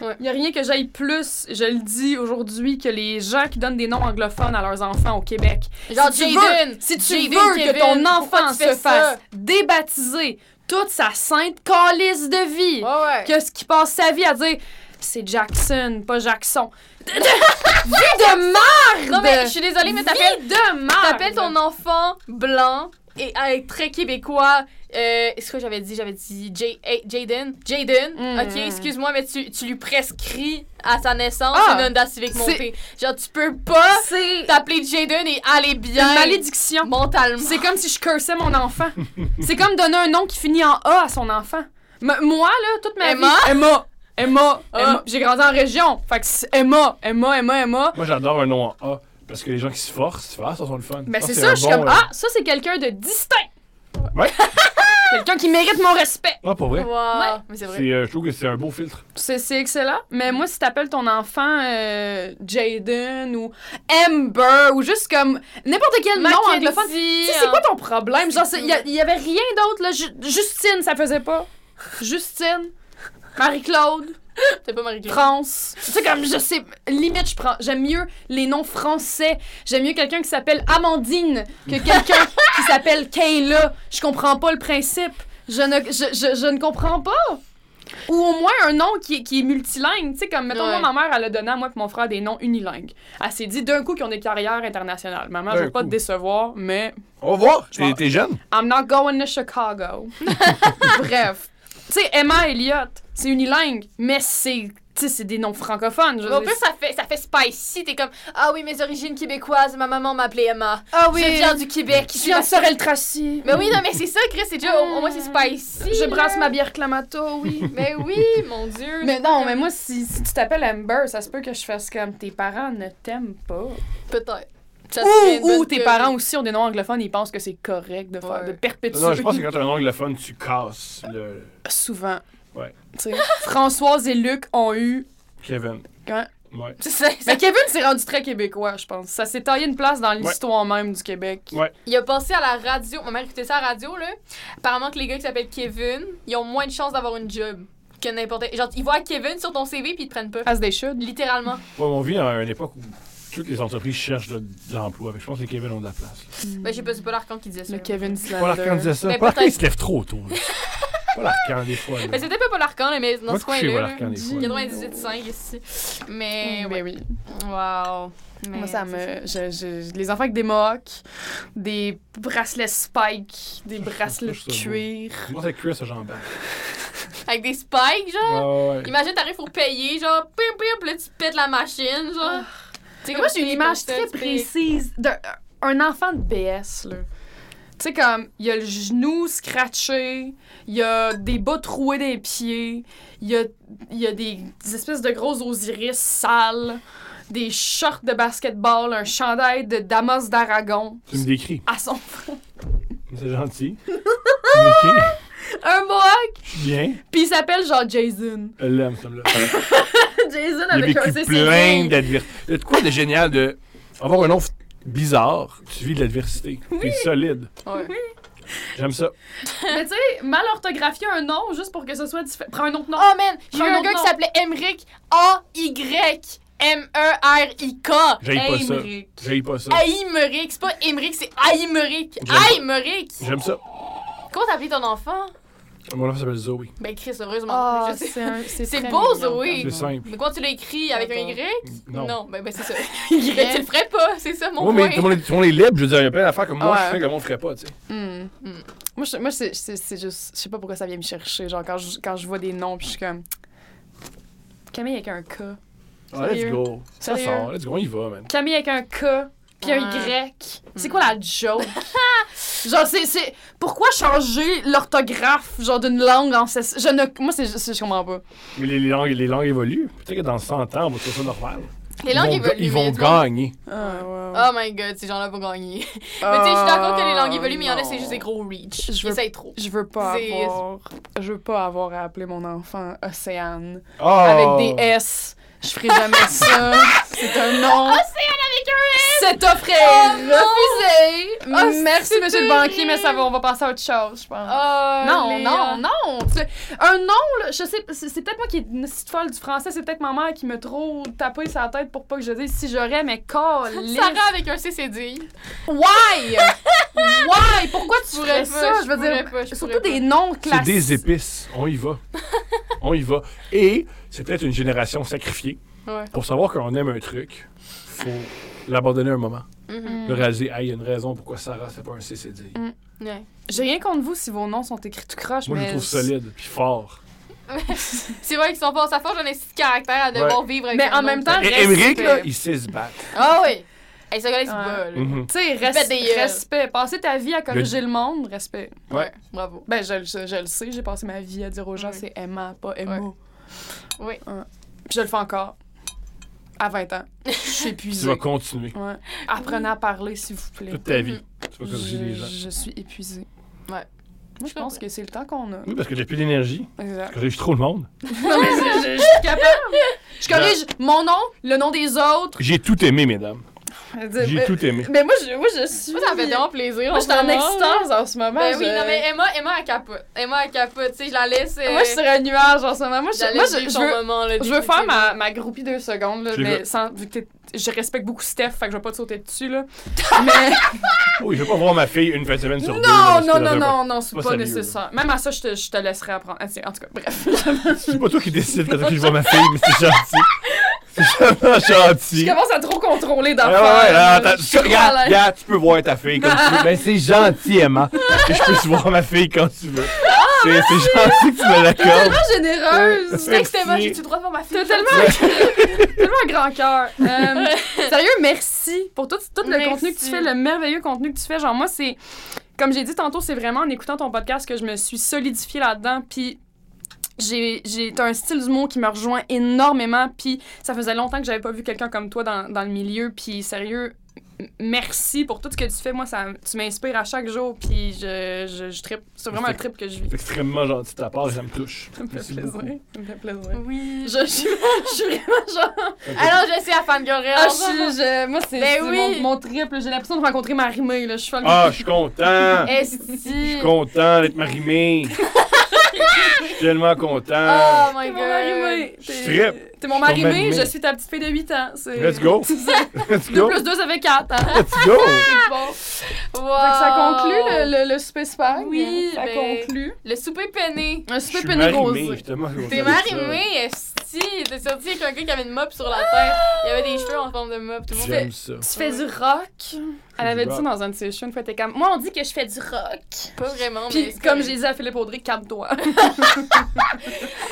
S2: Ouais.
S3: Il y a rien que j'aille plus, je le dis aujourd'hui, que les gens qui donnent des noms anglophones à leurs enfants au Québec.
S2: Genre
S3: si tu
S2: Jaden,
S3: veux, si tu
S2: Jaden,
S3: veux que
S2: Kevin,
S3: ton
S2: pourquoi
S3: enfant
S2: tu
S3: se
S2: fais ça?
S3: fasse débaptiser toute sa sainte calice de vie,
S2: Ouais, ouais.
S3: que ce qui passe sa vie à dire c'est Jackson, pas Jackson. Vie de merde!
S2: Non, mais je suis désolée, mais t'appelles.
S3: Vie de merde!
S2: T'appelles ton enfant blanc et avec très québécois. Euh, Est-ce que j'avais dit J'avais dit J- A- Jaden. Jaden,
S3: Mm.
S2: ok, excuse-moi, mais tu, tu lui prescris à sa naissance
S3: Ah.
S2: une onda civique
S3: C'est-
S2: montée. Genre, tu peux pas
S3: C'est
S2: t'appeler Jaden et aller bien.
S3: une malédiction.
S2: Mentalement.
S3: C'est comme si je cursais mon enfant. c'est comme donner un nom qui finit en A à son enfant. M- moi, là, toute ma
S2: Emma?
S3: vie. Emma! Emma!
S2: Ah.
S3: Emma! J'ai grandi en région. Fait que c'est Emma, Emma, Emma, Emma.
S4: Moi, j'adore un nom en A parce que les gens qui se forcent, ah, ça sont le fun.
S3: Ben
S4: Ah,
S3: c'est
S4: un
S3: ça, je suis
S4: bon,
S3: comme,
S4: euh,
S3: ah, ça c'est quelqu'un de distinct.
S4: Ouais.
S3: quelqu'un qui mérite mon respect.
S4: Ah, pour vrai.
S2: Wow.
S3: Ouais.
S2: Mais c'est vrai.
S4: C'est, euh, je trouve que c'est un beau filtre.
S3: C'est c'est excellent. Mais moi, si t'appelles ton enfant euh, Jaden ou Amber ou juste comme n'importe quel nom
S2: Mackenzie,
S3: anglophone. Tu sais, c'est quoi ton problème? Genre,
S2: Hein. C'est
S3: il y, a- y avait rien d'autre, là. Ju- Justine, ça faisait pas. Justine. Marie-Claude,
S2: hein? T'es pas Marie-Claude.
S3: France. Tu sais, comme je sais, limite, je prends. J'aime mieux les noms français. J'aime mieux quelqu'un qui s'appelle Amandine que quelqu'un qui s'appelle Kayla. Je comprends pas le principe. Je ne, je, je- je ne comprends pas. Ou au moins un nom qui, est- qui est multilingue. Tu sais, comme, mettons,
S2: Ouais.
S3: moi, ma mère, elle a donné à moi et mon frère des noms unilingues. Elle s'est dit d'un coup qu'ils ont des carrières internationales. Maman, je
S4: D'un
S3: veux pas
S4: coup.
S3: te décevoir, mais
S4: Au revoir.
S3: vais-
S4: T'es, t'es jeune.
S3: I'm not going to Chicago. Bref. Tu sais, Emma Elliott, c'est unilingue, mais c'est tu sais, c'est des noms francophones. Je
S2: Mais en
S3: veux
S2: plus,
S3: dire,
S2: ça fait, ça fait spicy. T'es comme, ah oui, mes origines québécoises, ma maman m'appelait Emma.
S3: ah
S2: Je viens du Québec.
S3: je viens de Sorel-Tracy.
S2: Mais oui, non, mais c'est ça, Chris, c'est déjà, au, au moins c'est spicy.
S3: Je
S2: là.
S3: brasse ma bière Clamato, oui.
S2: Mais oui, mon Dieu.
S3: mais non, mais moi, si, si tu t'appelles Amber, ça se peut que je fasse comme tes parents ne t'aiment pas.
S2: Peut-être. Ça serait une
S3: Ou, ou
S2: bonne
S3: tes
S2: théorie.
S3: parents aussi ont des noms anglophones, ils pensent que c'est correct de faire
S2: Ouais.
S3: de perpétuer.
S4: Non, je pense que quand t'as un anglophone, tu casses le
S3: Souvent.
S4: Ouais.
S3: Tu sais, Françoise et Luc ont eu.
S4: Kevin.
S3: Ouais.
S4: Ouais.
S2: C'est ça, ça-
S3: Mais Kevin s'est rendu très québécois, je pense. Ça s'est taillé une place dans l'histoire même du Québec.
S4: Ouais.
S2: Il a passé à la radio. Ma mère écoutait ça à la radio, là. Apparemment que les gars qui s'appellent Kevin, ils ont moins de chances d'avoir une job que n'importe. Genre, ils voient Kevin sur ton CV puis ils te prennent pas.
S3: As they should.
S2: Littéralement.
S4: Ouais, on vit à une époque où toutes les entreprises cherchent de, de l'emploi. Fait que Je pense que les Kevin ont de la place.
S2: Ben, je sais pas, c'est pas l'Arcan qui disait ça.
S3: Le Kevin Slander.
S4: Paul Arcand disait ça.
S2: Mais
S4: Paul Arcand, il
S2: peut-être-
S4: se lève trop tôt. là. Paul Arcand, des fois. là.
S2: Mais c'était Ben, pas Paul Arcan, là, mais dans
S4: Va
S2: ce
S4: te coucher,
S2: coin-là.
S4: Paul
S2: là.
S4: Arcand, des fois.
S2: 98,5 ici. Mais.
S3: Ben
S2: Ouais.
S3: oui.
S2: Wow. Mais
S3: Moi, ça me.
S2: c'est
S3: je- je- les enfants avec des mohawks, des bracelets spike, des bracelets de
S4: Je trouve ça beau.
S3: cuir.
S4: Moi, c'est Chris, j'en bats.
S2: Avec des spikes, genre.
S4: Ouais, ouais.
S2: Imagine, t'arrives pour payer, genre, pim pim, puis là, tu pètes la machine, genre. Tu sais,
S3: Ah. Mais
S2: comme
S3: moi, j'ai
S2: tu
S3: une
S2: payes
S3: image
S2: pour ça,
S3: très
S2: tu payes-
S3: précise d'un euh, un enfant de BS, là. Tu sais, comme, il a le genou scratché, il a des bas troués des pieds, il y a, il y a des, des espèces de grosses osiris sales, des shorts de basketball, un chandail de Damas d'Aragon
S4: Tu me décris.
S3: à son front.
S4: C'est gentil. Tu me décris.
S3: Un mohawk!
S4: Je suis bien.
S3: Puis il s'appelle genre Jason.
S4: Elle l'aime, celle-là.
S3: Jason
S4: Il a
S3: avec un
S4: vécu
S3: C,
S4: plein
S3: c'est bien.
S4: d'adversités. De quoi de génial de avoir un nom f- bizarre, tu vis de l'adversité. T'es solide.
S2: Ouais.
S4: J'aime ça.
S3: Mais tu sais, mal orthographier un nom juste pour que ce soit différent. Prends un autre nom.
S2: Oh man, j'ai eu
S3: Prends un
S2: un
S3: autre
S2: gars
S3: nom.
S2: qui s'appelait Emric A-Y E M-E-R-I-K.
S4: J'haïs pas ça.
S2: Emric.
S4: J'ai pas ça.
S2: Aymeric, c'est pas Emric, c'est Aymeric.
S4: J'aime pas.
S2: Aymeric!
S4: J'aime ça.
S2: Comment t'appelles ton enfant?
S4: Mon enfant s'appelle Zoé.
S2: Ben, Chris, heureusement.
S3: Ah,
S2: je sais.
S3: c'est un-
S2: C'est
S3: très
S2: beau,
S3: mignon,
S2: Zoé.
S3: pardon.
S4: C'est simple.
S2: Mais quand tu l'as écrit avec un Y
S4: Non.
S2: ben, ben c'est ça. Mais tu le ferais pas, c'est ça mon
S4: Oui, mais tout le
S2: point.
S4: monde est- tout le monde est libre. Je veux dire, il y a plein d'affaires que moi,
S3: Ouais.
S4: je sais que le monde ferait pas, tu sais.
S3: Hmm.
S2: Hmm.
S3: Moi, je- moi c'est c'est- c'est juste. Je sais pas pourquoi ça vient me chercher. Genre, quand je, quand je vois des noms, puis je suis comme. Camille avec un K.
S4: Ah, let's
S3: Sérieux.
S4: go. Ça
S3: Sérieux.
S4: sort. Let's go, on y va, man.
S3: Camille avec un K, puis un Y. C'est quoi la joke? genre, c'est, c'est. Pourquoi changer l'orthographe, genre, d'une langue ancestrale? Je ne. Moi, c'est, c'est- je comprends pas.
S4: Mais les, les langues, les langues évoluent. Peut-être que dans 100 ans, on va trouver ça normal.
S2: Les langues
S4: ils vont, ga-
S2: évoluent.
S4: ils
S2: mais
S4: vont
S2: tu vois-
S4: gagner.
S3: Ah.
S2: Oh my god, ces gens-là vont gagner. mais tu sais, je suis d'accord que les
S3: Ah,
S2: langues évoluent, mais il y en a, c'est juste des gros reach.
S3: Euh, Je
S2: Ils
S3: veux-
S2: essayent trop.
S3: Je veux pas
S2: C'est-
S3: avoir. Je veux pas avoir à appeler mon enfant Océane
S4: Oh!
S3: avec des S. Je ferai jamais ça. C'est un nom. C'est offrir. Refusé.
S2: Oh Ah,
S3: Merci,
S2: c'est
S3: monsieur
S2: terrible.
S3: le banquier, mais ça va, on va passer à autre chose, je pense.
S2: Oh,
S3: Non,
S2: Léa.
S3: non, non! Tu- Un nom, là, je sais, c'est c'est peut-être moi qui est une petite folle du français, c'est peut-être ma mère qui me trop tapé sa tête pour pas que je dise si j'aurais, mais calisse!
S2: Sarah avec un CCD.
S3: Why? Why? Pourquoi tu
S2: pourrais
S3: ferais
S2: pas,
S3: ça?
S2: je
S3: Je veux
S2: pourrais
S3: dire,
S2: pas, je
S3: surtout
S2: pourrais
S3: des noms
S4: C'est
S3: classiques.
S4: des épices. On y va. on y va. Et c'est peut-être une génération sacrifiée.
S2: Ouais.
S4: Pour savoir qu'on aime un truc, faut l'abandonner un moment.
S2: Mhm.
S3: Mm.
S4: Le réaliser, ah, il y a une raison pourquoi Sarah, c'est pas un CCD.
S2: Mm-hmm. Ouais.
S3: J'ai rien contre vous si vos noms sont écrits tout croche,
S4: Moi, je
S3: mais...
S4: le trouve solide puis fort.
S2: C'est vrai qu'ils sont forts. Ça forge un instinct de caractère à devoir vivre avec
S3: Mais
S2: un
S3: en même
S2: autre.
S3: temps,
S4: Et
S3: respect.
S4: Émeric, là, il sait se battre.
S2: Ah oui! Hey, ce gars-là, il se
S3: Ouais.
S2: bat, là.
S4: Mhm.
S3: Tu sais, res-
S2: Faites des gueules.
S3: respect. Passer ta vie à corriger le monde, respect.
S4: Ouais.
S2: Ouais, bravo.
S3: Ben, je, le- je, je le sais, j'ai passé ma vie à dire aux gens
S2: Oui.
S3: c'est aimant, pas aimant.
S2: Oui.
S3: Puis je le fais encore. À 20 ans. Je suis
S4: Tu
S3: épuisée.
S4: vas continuer
S3: Ouais. Apprenez à parler, s'il vous plaît.
S4: toute ta vie.
S3: Mm.
S4: Tu vas corriger les
S3: Je,
S4: gens.
S3: je suis épuisée.
S2: Ouais.
S3: Moi, je
S2: Je comprends.
S3: pense que c'est le temps qu'on a.
S4: Oui, parce que j'ai plus d'énergie. Tu
S3: Exact.
S4: corriges trop le monde.
S3: Non, mais je, je- je suis capable. Je corrige
S4: Ben-
S3: mon nom, le nom des autres.
S4: J'ai tout aimé, mesdames. J'ai
S3: mais,
S4: tout aimé.
S3: mais moi, je, moi, je suis.
S2: Moi, ça me fait vraiment plaisir.
S3: Moi, je suis en
S2: vraiment.
S3: extase en ce moment.
S2: Ben oui,
S3: je- Ah,
S2: non, mais Emma, Emma, elle capote. Emma, elle capote. Tu sais, je la laisse. euh,
S3: Moi, je suis sur un nuage en ce moment. Moi,
S2: je la
S3: je, moi,
S2: laisse
S3: je,
S2: vivre
S3: je
S2: son
S3: veux
S2: moment, là.
S3: Je veux faire
S2: définitivement.
S3: ma, ma groupie deux secondes, là,
S4: Je veux.
S3: mais sans, vu que t'es- je respecte beaucoup Steph, fait que je vais pas te sauter dessus, là. mais
S4: Oh, je vais pas voir ma fille une fin de semaine sur deux.
S3: non,
S4: parce que
S3: Ah, non,
S4: dans
S3: non,
S4: un-
S3: non, non, c'est
S4: pas
S3: pas,
S4: sérieux,
S3: nécessaire. Même à ça, je te, je te laisserai apprendre. Ah, c'est- En tout cas, bref.
S4: C'est pas toi qui décides quand que je vois ma fille, mais c'est gentil. C'est vraiment gentil.
S3: je commence à trop contrôler
S4: Ah
S3: d'affaires.
S4: ouais,
S3: là.
S4: ouais, là, attends,
S3: Je
S4: tu-
S3: suis trop
S4: regarde,
S3: à l'aise.
S4: regarde, tu peux voir ta fille comme tu veux. Ben, c'est gentil, Emma. Que je puisse voir ma fille quand tu veux.
S3: Ah,
S4: C'est c'est gentil que tu me l'accordes.
S3: Tellement généreuse!
S2: Tu textes Emma,
S4: Merci.
S2: j'ai-tu le droit de voir ma fille?
S3: T'as tellement, tellement un grand cœur. Euh, sérieux, merci pour tout, tout le
S2: Merci.
S3: contenu que tu fais, le merveilleux contenu que tu fais. Genre, moi, c'est. Comme j'ai dit tantôt, c'est vraiment en écoutant ton podcast que je me suis solidifiée là-dedans. Puis. J'ai j'ai- t'as un style d'humour qui me rejoint énormément, puis ça faisait longtemps que j'avais pas vu quelqu'un comme toi dans, dans le milieu, puis sérieux, m- merci pour tout ce que tu fais. Moi, ça, tu m'inspires à chaque jour, puis je, je, je trippe. C'est vraiment un trip que je vis.
S4: C'est extrêmement gentil de ta part, ça me touche.
S3: Ça me fait
S4: Merci
S3: plaisir.
S4: beaucoup.
S3: Ça me fait plaisir.
S2: Oui.
S3: Je, je, je suis vraiment genre.
S2: Alors, je sais, à fangirl.
S3: Ah, je, suis- je- moi, c'est
S2: Ben
S3: c'est
S2: oui.
S3: mon, mon trip. là. J'ai l'impression de rencontrer Marimé. Là. Je suis folle.
S4: Ah, je suis content.
S2: Eh,
S4: Je suis
S2: si. Oh
S4: content d'être marimé. Je suis tellement content.
S2: Oh my
S3: T'es mon
S2: god.
S3: Marimé.
S4: Je
S3: T'es
S4: strip.
S3: t'es mon
S4: Je suis ton
S3: Marimé.
S4: Marimé.
S3: Je suis ta petite fille de 8 ans. C'est-
S4: Let's go.
S3: C'est ça.
S4: Let's
S3: 2
S4: go.
S3: plus 2, ça fait 4. Hein.
S4: Let's go.
S3: C'est bon.
S2: Wow.
S3: Fait que ça conclut le, le, le souper spag.
S2: Ah. Oui,
S3: Ça
S2: ben-
S3: conclut.
S2: Le souper peiné.
S3: Un
S4: Je
S3: souper
S4: suis
S3: péné
S4: marimé,
S3: rosé.
S4: justement.
S2: T'es marimé, esti. T'es sorti avec un gars qui avait une mop sur la tête. Il avait des cheveux en forme de mop. Tout le monde fait.
S4: J'aime ça.
S3: Tu fais du rock. Elle
S4: du
S3: avait dit
S4: rock.
S3: dans un de ses shows une fois, t'es comme. Moi, on dit que je fais du rock.
S2: Pas vraiment. mais
S3: Puis,
S2: c'est
S3: comme
S2: correct. Ah.
S3: j'ai dit à Philippe Audrey, calme-toi.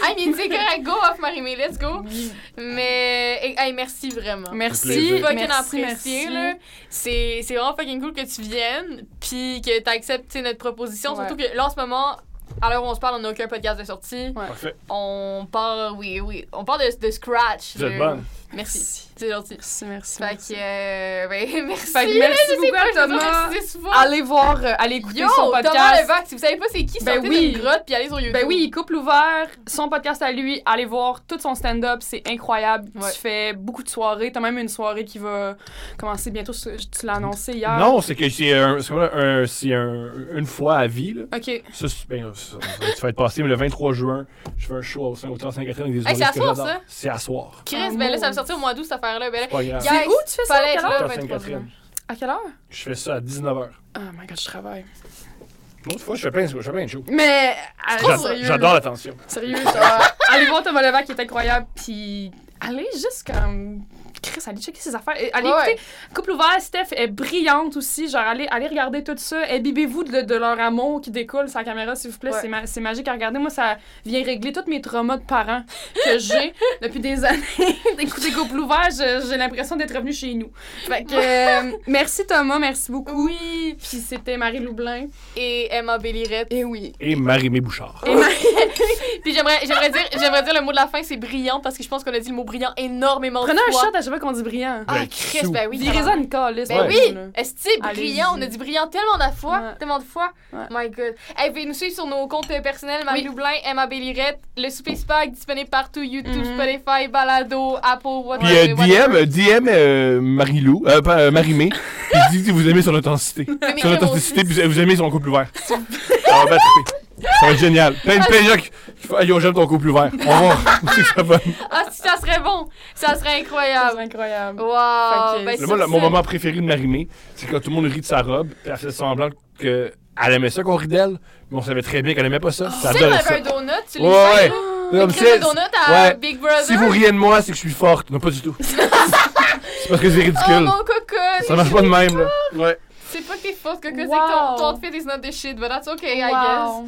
S2: Hey, mais c'est correct, go off Marimé, let's go. Mais, eh, hey, merci vraiment.
S3: Merci.
S4: plaisir.
S2: fucking
S3: Merci.
S2: apprécié, là.
S3: Merci.
S2: C'est c'est vraiment fucking cool que tu viennes, puis que tu acceptes tu sais, notre proposition.
S3: Ouais.
S2: Surtout que là, en ce moment, à l'heure où on se parle, on n'a aucun podcast de sortie.
S3: Ouais.
S4: Parfait.
S2: On part, oui, oui, on part de, de scratch.
S4: Vous
S2: de-
S4: êtes bonne.
S2: Merci, c'est gentil.
S3: Merci, merci.
S2: Fait que, euh, ben, merci.
S3: Fait que merci
S2: Je sais
S3: beaucoup à
S2: pas, je dois
S3: Thomas.
S2: préciser souvent.
S3: Allez voir, euh, allez écouter
S2: Yo,
S3: son
S2: Thomas
S3: podcast.
S2: Levac, si vous savez pas c'est qui,
S3: Ben
S2: sortez
S3: oui.
S2: d'une grotte, puis allez sur YouTube.
S3: Ben oui, couple ouvert, son podcast à lui, allez voir tout son stand-up, c'est incroyable.
S2: Ouais.
S3: Tu fais beaucoup de soirées, t'as même une soirée qui va commencer bientôt, ce- tu l'as annoncé hier.
S4: Non, c'est que c'est un, c'est quoi, un- c'est un- une fois à vie. Là.
S3: OK.
S4: Ça, c'est- ben, ça, ça va être passé, mais le 23 juin, je fais un show au sein- au Théâtre Saint-Catherine avec des
S2: Hey, c'est à
S4: humoristes que
S2: soir,
S4: j'adore.
S2: ça?
S4: C'est à soir.
S2: Chris,
S3: Ah,
S2: ben là, ça va
S3: mon-
S2: sortir au mois d'août, cette affaire-là. Ben là,
S4: C'est pas grave.
S2: Yikes,
S3: C'est où tu fais ça? À
S2: fallait
S3: quelle
S2: être
S3: heure?
S2: là,
S4: Théâtre
S2: 23
S4: Sainte-Catherine.
S3: À quelle heure?
S4: Je fais ça à 19h.
S3: Oh my god, je travaille.
S4: L'autre fois, je fais plein, de- je fais plein de shows.
S3: Mais.
S2: Ah,
S3: allez,
S4: J'a-
S3: sérieux,
S4: J'adore l'attention.
S3: Sérieux, genre, allez voir Thomas Levac, qui est incroyable, puis allez juste comme. Chris, allez checker ses affaires. Et Allez
S2: Ouais,
S3: écouter Couple ouvert, Steph est brillante aussi. Genre, allez, allez regarder tout ça. Imbibez-vous de, de leur amour qui découle sa caméra, s'il vous plaît.
S2: Ouais.
S3: C'est, ma- c'est magique à regarder. Moi, ça vient régler tous mes traumas de parents que j'ai depuis des années. D'écouter Couple ouvert, je- j'ai l'impression d'être revenue chez nous. Fait que, euh, merci Thomas, merci beaucoup. Oui. Puis c'était Marie-Lou Blin.
S2: Et Emma Bellirette.
S3: Et Eh oui.
S4: Et Marie-Mé Bouchard.
S2: Puis j'aimerais, j'aimerais dire, j'aimerais dire le mot de la fin, c'est brillant, parce que je pense qu'on a dit le mot brillant énormément
S3: Prenez
S2: de
S3: un
S2: fois.
S3: shot à chaque fois qu'on dit brillant.
S2: Ah,
S4: Ben,
S2: Chris,
S4: sous.
S2: ben oui.
S3: Virez-en
S2: tabarnak.
S3: une calice,
S2: Ben
S3: là,
S2: oui!
S3: là.
S2: Est-ce
S3: Allez-y.
S2: brillant? On a dit brillant tellement de fois,
S3: Ouais.
S2: tellement de fois.
S3: Ouais.
S2: My God. Hey, vous pouvez nous suivre sur nos comptes euh, personnels, Marie Loublin, Emma Bellirette, le Souper Spag, disponible partout, YouTube,
S3: Mhm.
S2: Spotify, Balado, Apple,
S4: Puis
S2: whatever.
S4: euh, DM,
S2: whatever.
S4: euh, DM euh, Marie-Lou, euh, pas, euh, Marie-Mé, puis dites si vous aimez son authenticité.
S2: Mais
S4: Son
S2: vraiment,
S4: authenticité, puis vous aimez son couple ouvert. Ça va battre. Ça va être génial. Plein de plein de gens qui qui font, Ah, yo, j'aime ton couple ouvert. On va voir où c'est que ça va.
S2: Ah, si ça serait bon! Ça serait
S3: C'est
S2: incroyable!
S3: incroyable.
S2: Wow!
S3: Fait que-
S2: Ben,
S4: Le-
S2: sur
S4: moi, le-
S2: ce-
S4: mon moment préféré de Marimé, c'est quand tout le monde rit de sa robe, puis elle fait semblant qu'elle aimait ça qu'on rit d'elle, mais on savait très bien qu'elle aimait pas ça. ça
S2: Tu sais,
S4: adorait
S2: j'avais
S4: ça.
S2: un donut, tu l'as
S4: Ouais, ouais.
S2: fait, là?
S4: Comme
S2: Une
S4: si-
S2: crème de donut à
S4: ouais.
S2: Big Brother.
S4: si vous riez de moi, c'est que je suis forte. Non, pas du tout. c'est parce que c'est
S2: Oh
S4: ridicule.
S2: mon cocotte!
S4: ça marche pas de même, là. Ouais.
S2: C'est pas que t'es forte, cocotte, c'est
S3: Wow.
S2: que ton, ton fit is not the shit, but that's okay, I guess.
S3: Wow.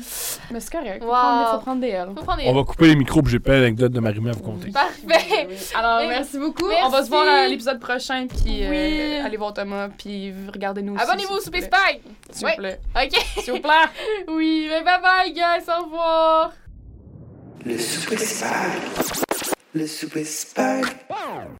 S3: Mais c'est correct. Faut
S2: Wow.
S3: prendre des- Faut prendre des L.
S2: Faut prendre des-
S4: On va couper les micros, puis j'ai plein d'anecdotes de Marimé à vous conter.
S2: Parfait!
S3: Alors,
S2: Eh,
S3: merci beaucoup.
S2: merci.
S3: On va se voir à l'épisode prochain. Puis euh,
S2: Oui.
S3: allez voir Thomas. Puis regardez-nous. aussi,
S2: Abonnez-vous au
S3: s'il vous
S2: Souper
S3: plaît.
S2: Spike!
S3: S'il
S2: Ouais.
S3: vous plaît.
S2: Ok!
S3: S'il vous plaît.
S2: Oui, mais bye bye, guys, au revoir!
S1: Le souper spag. Le souper spag.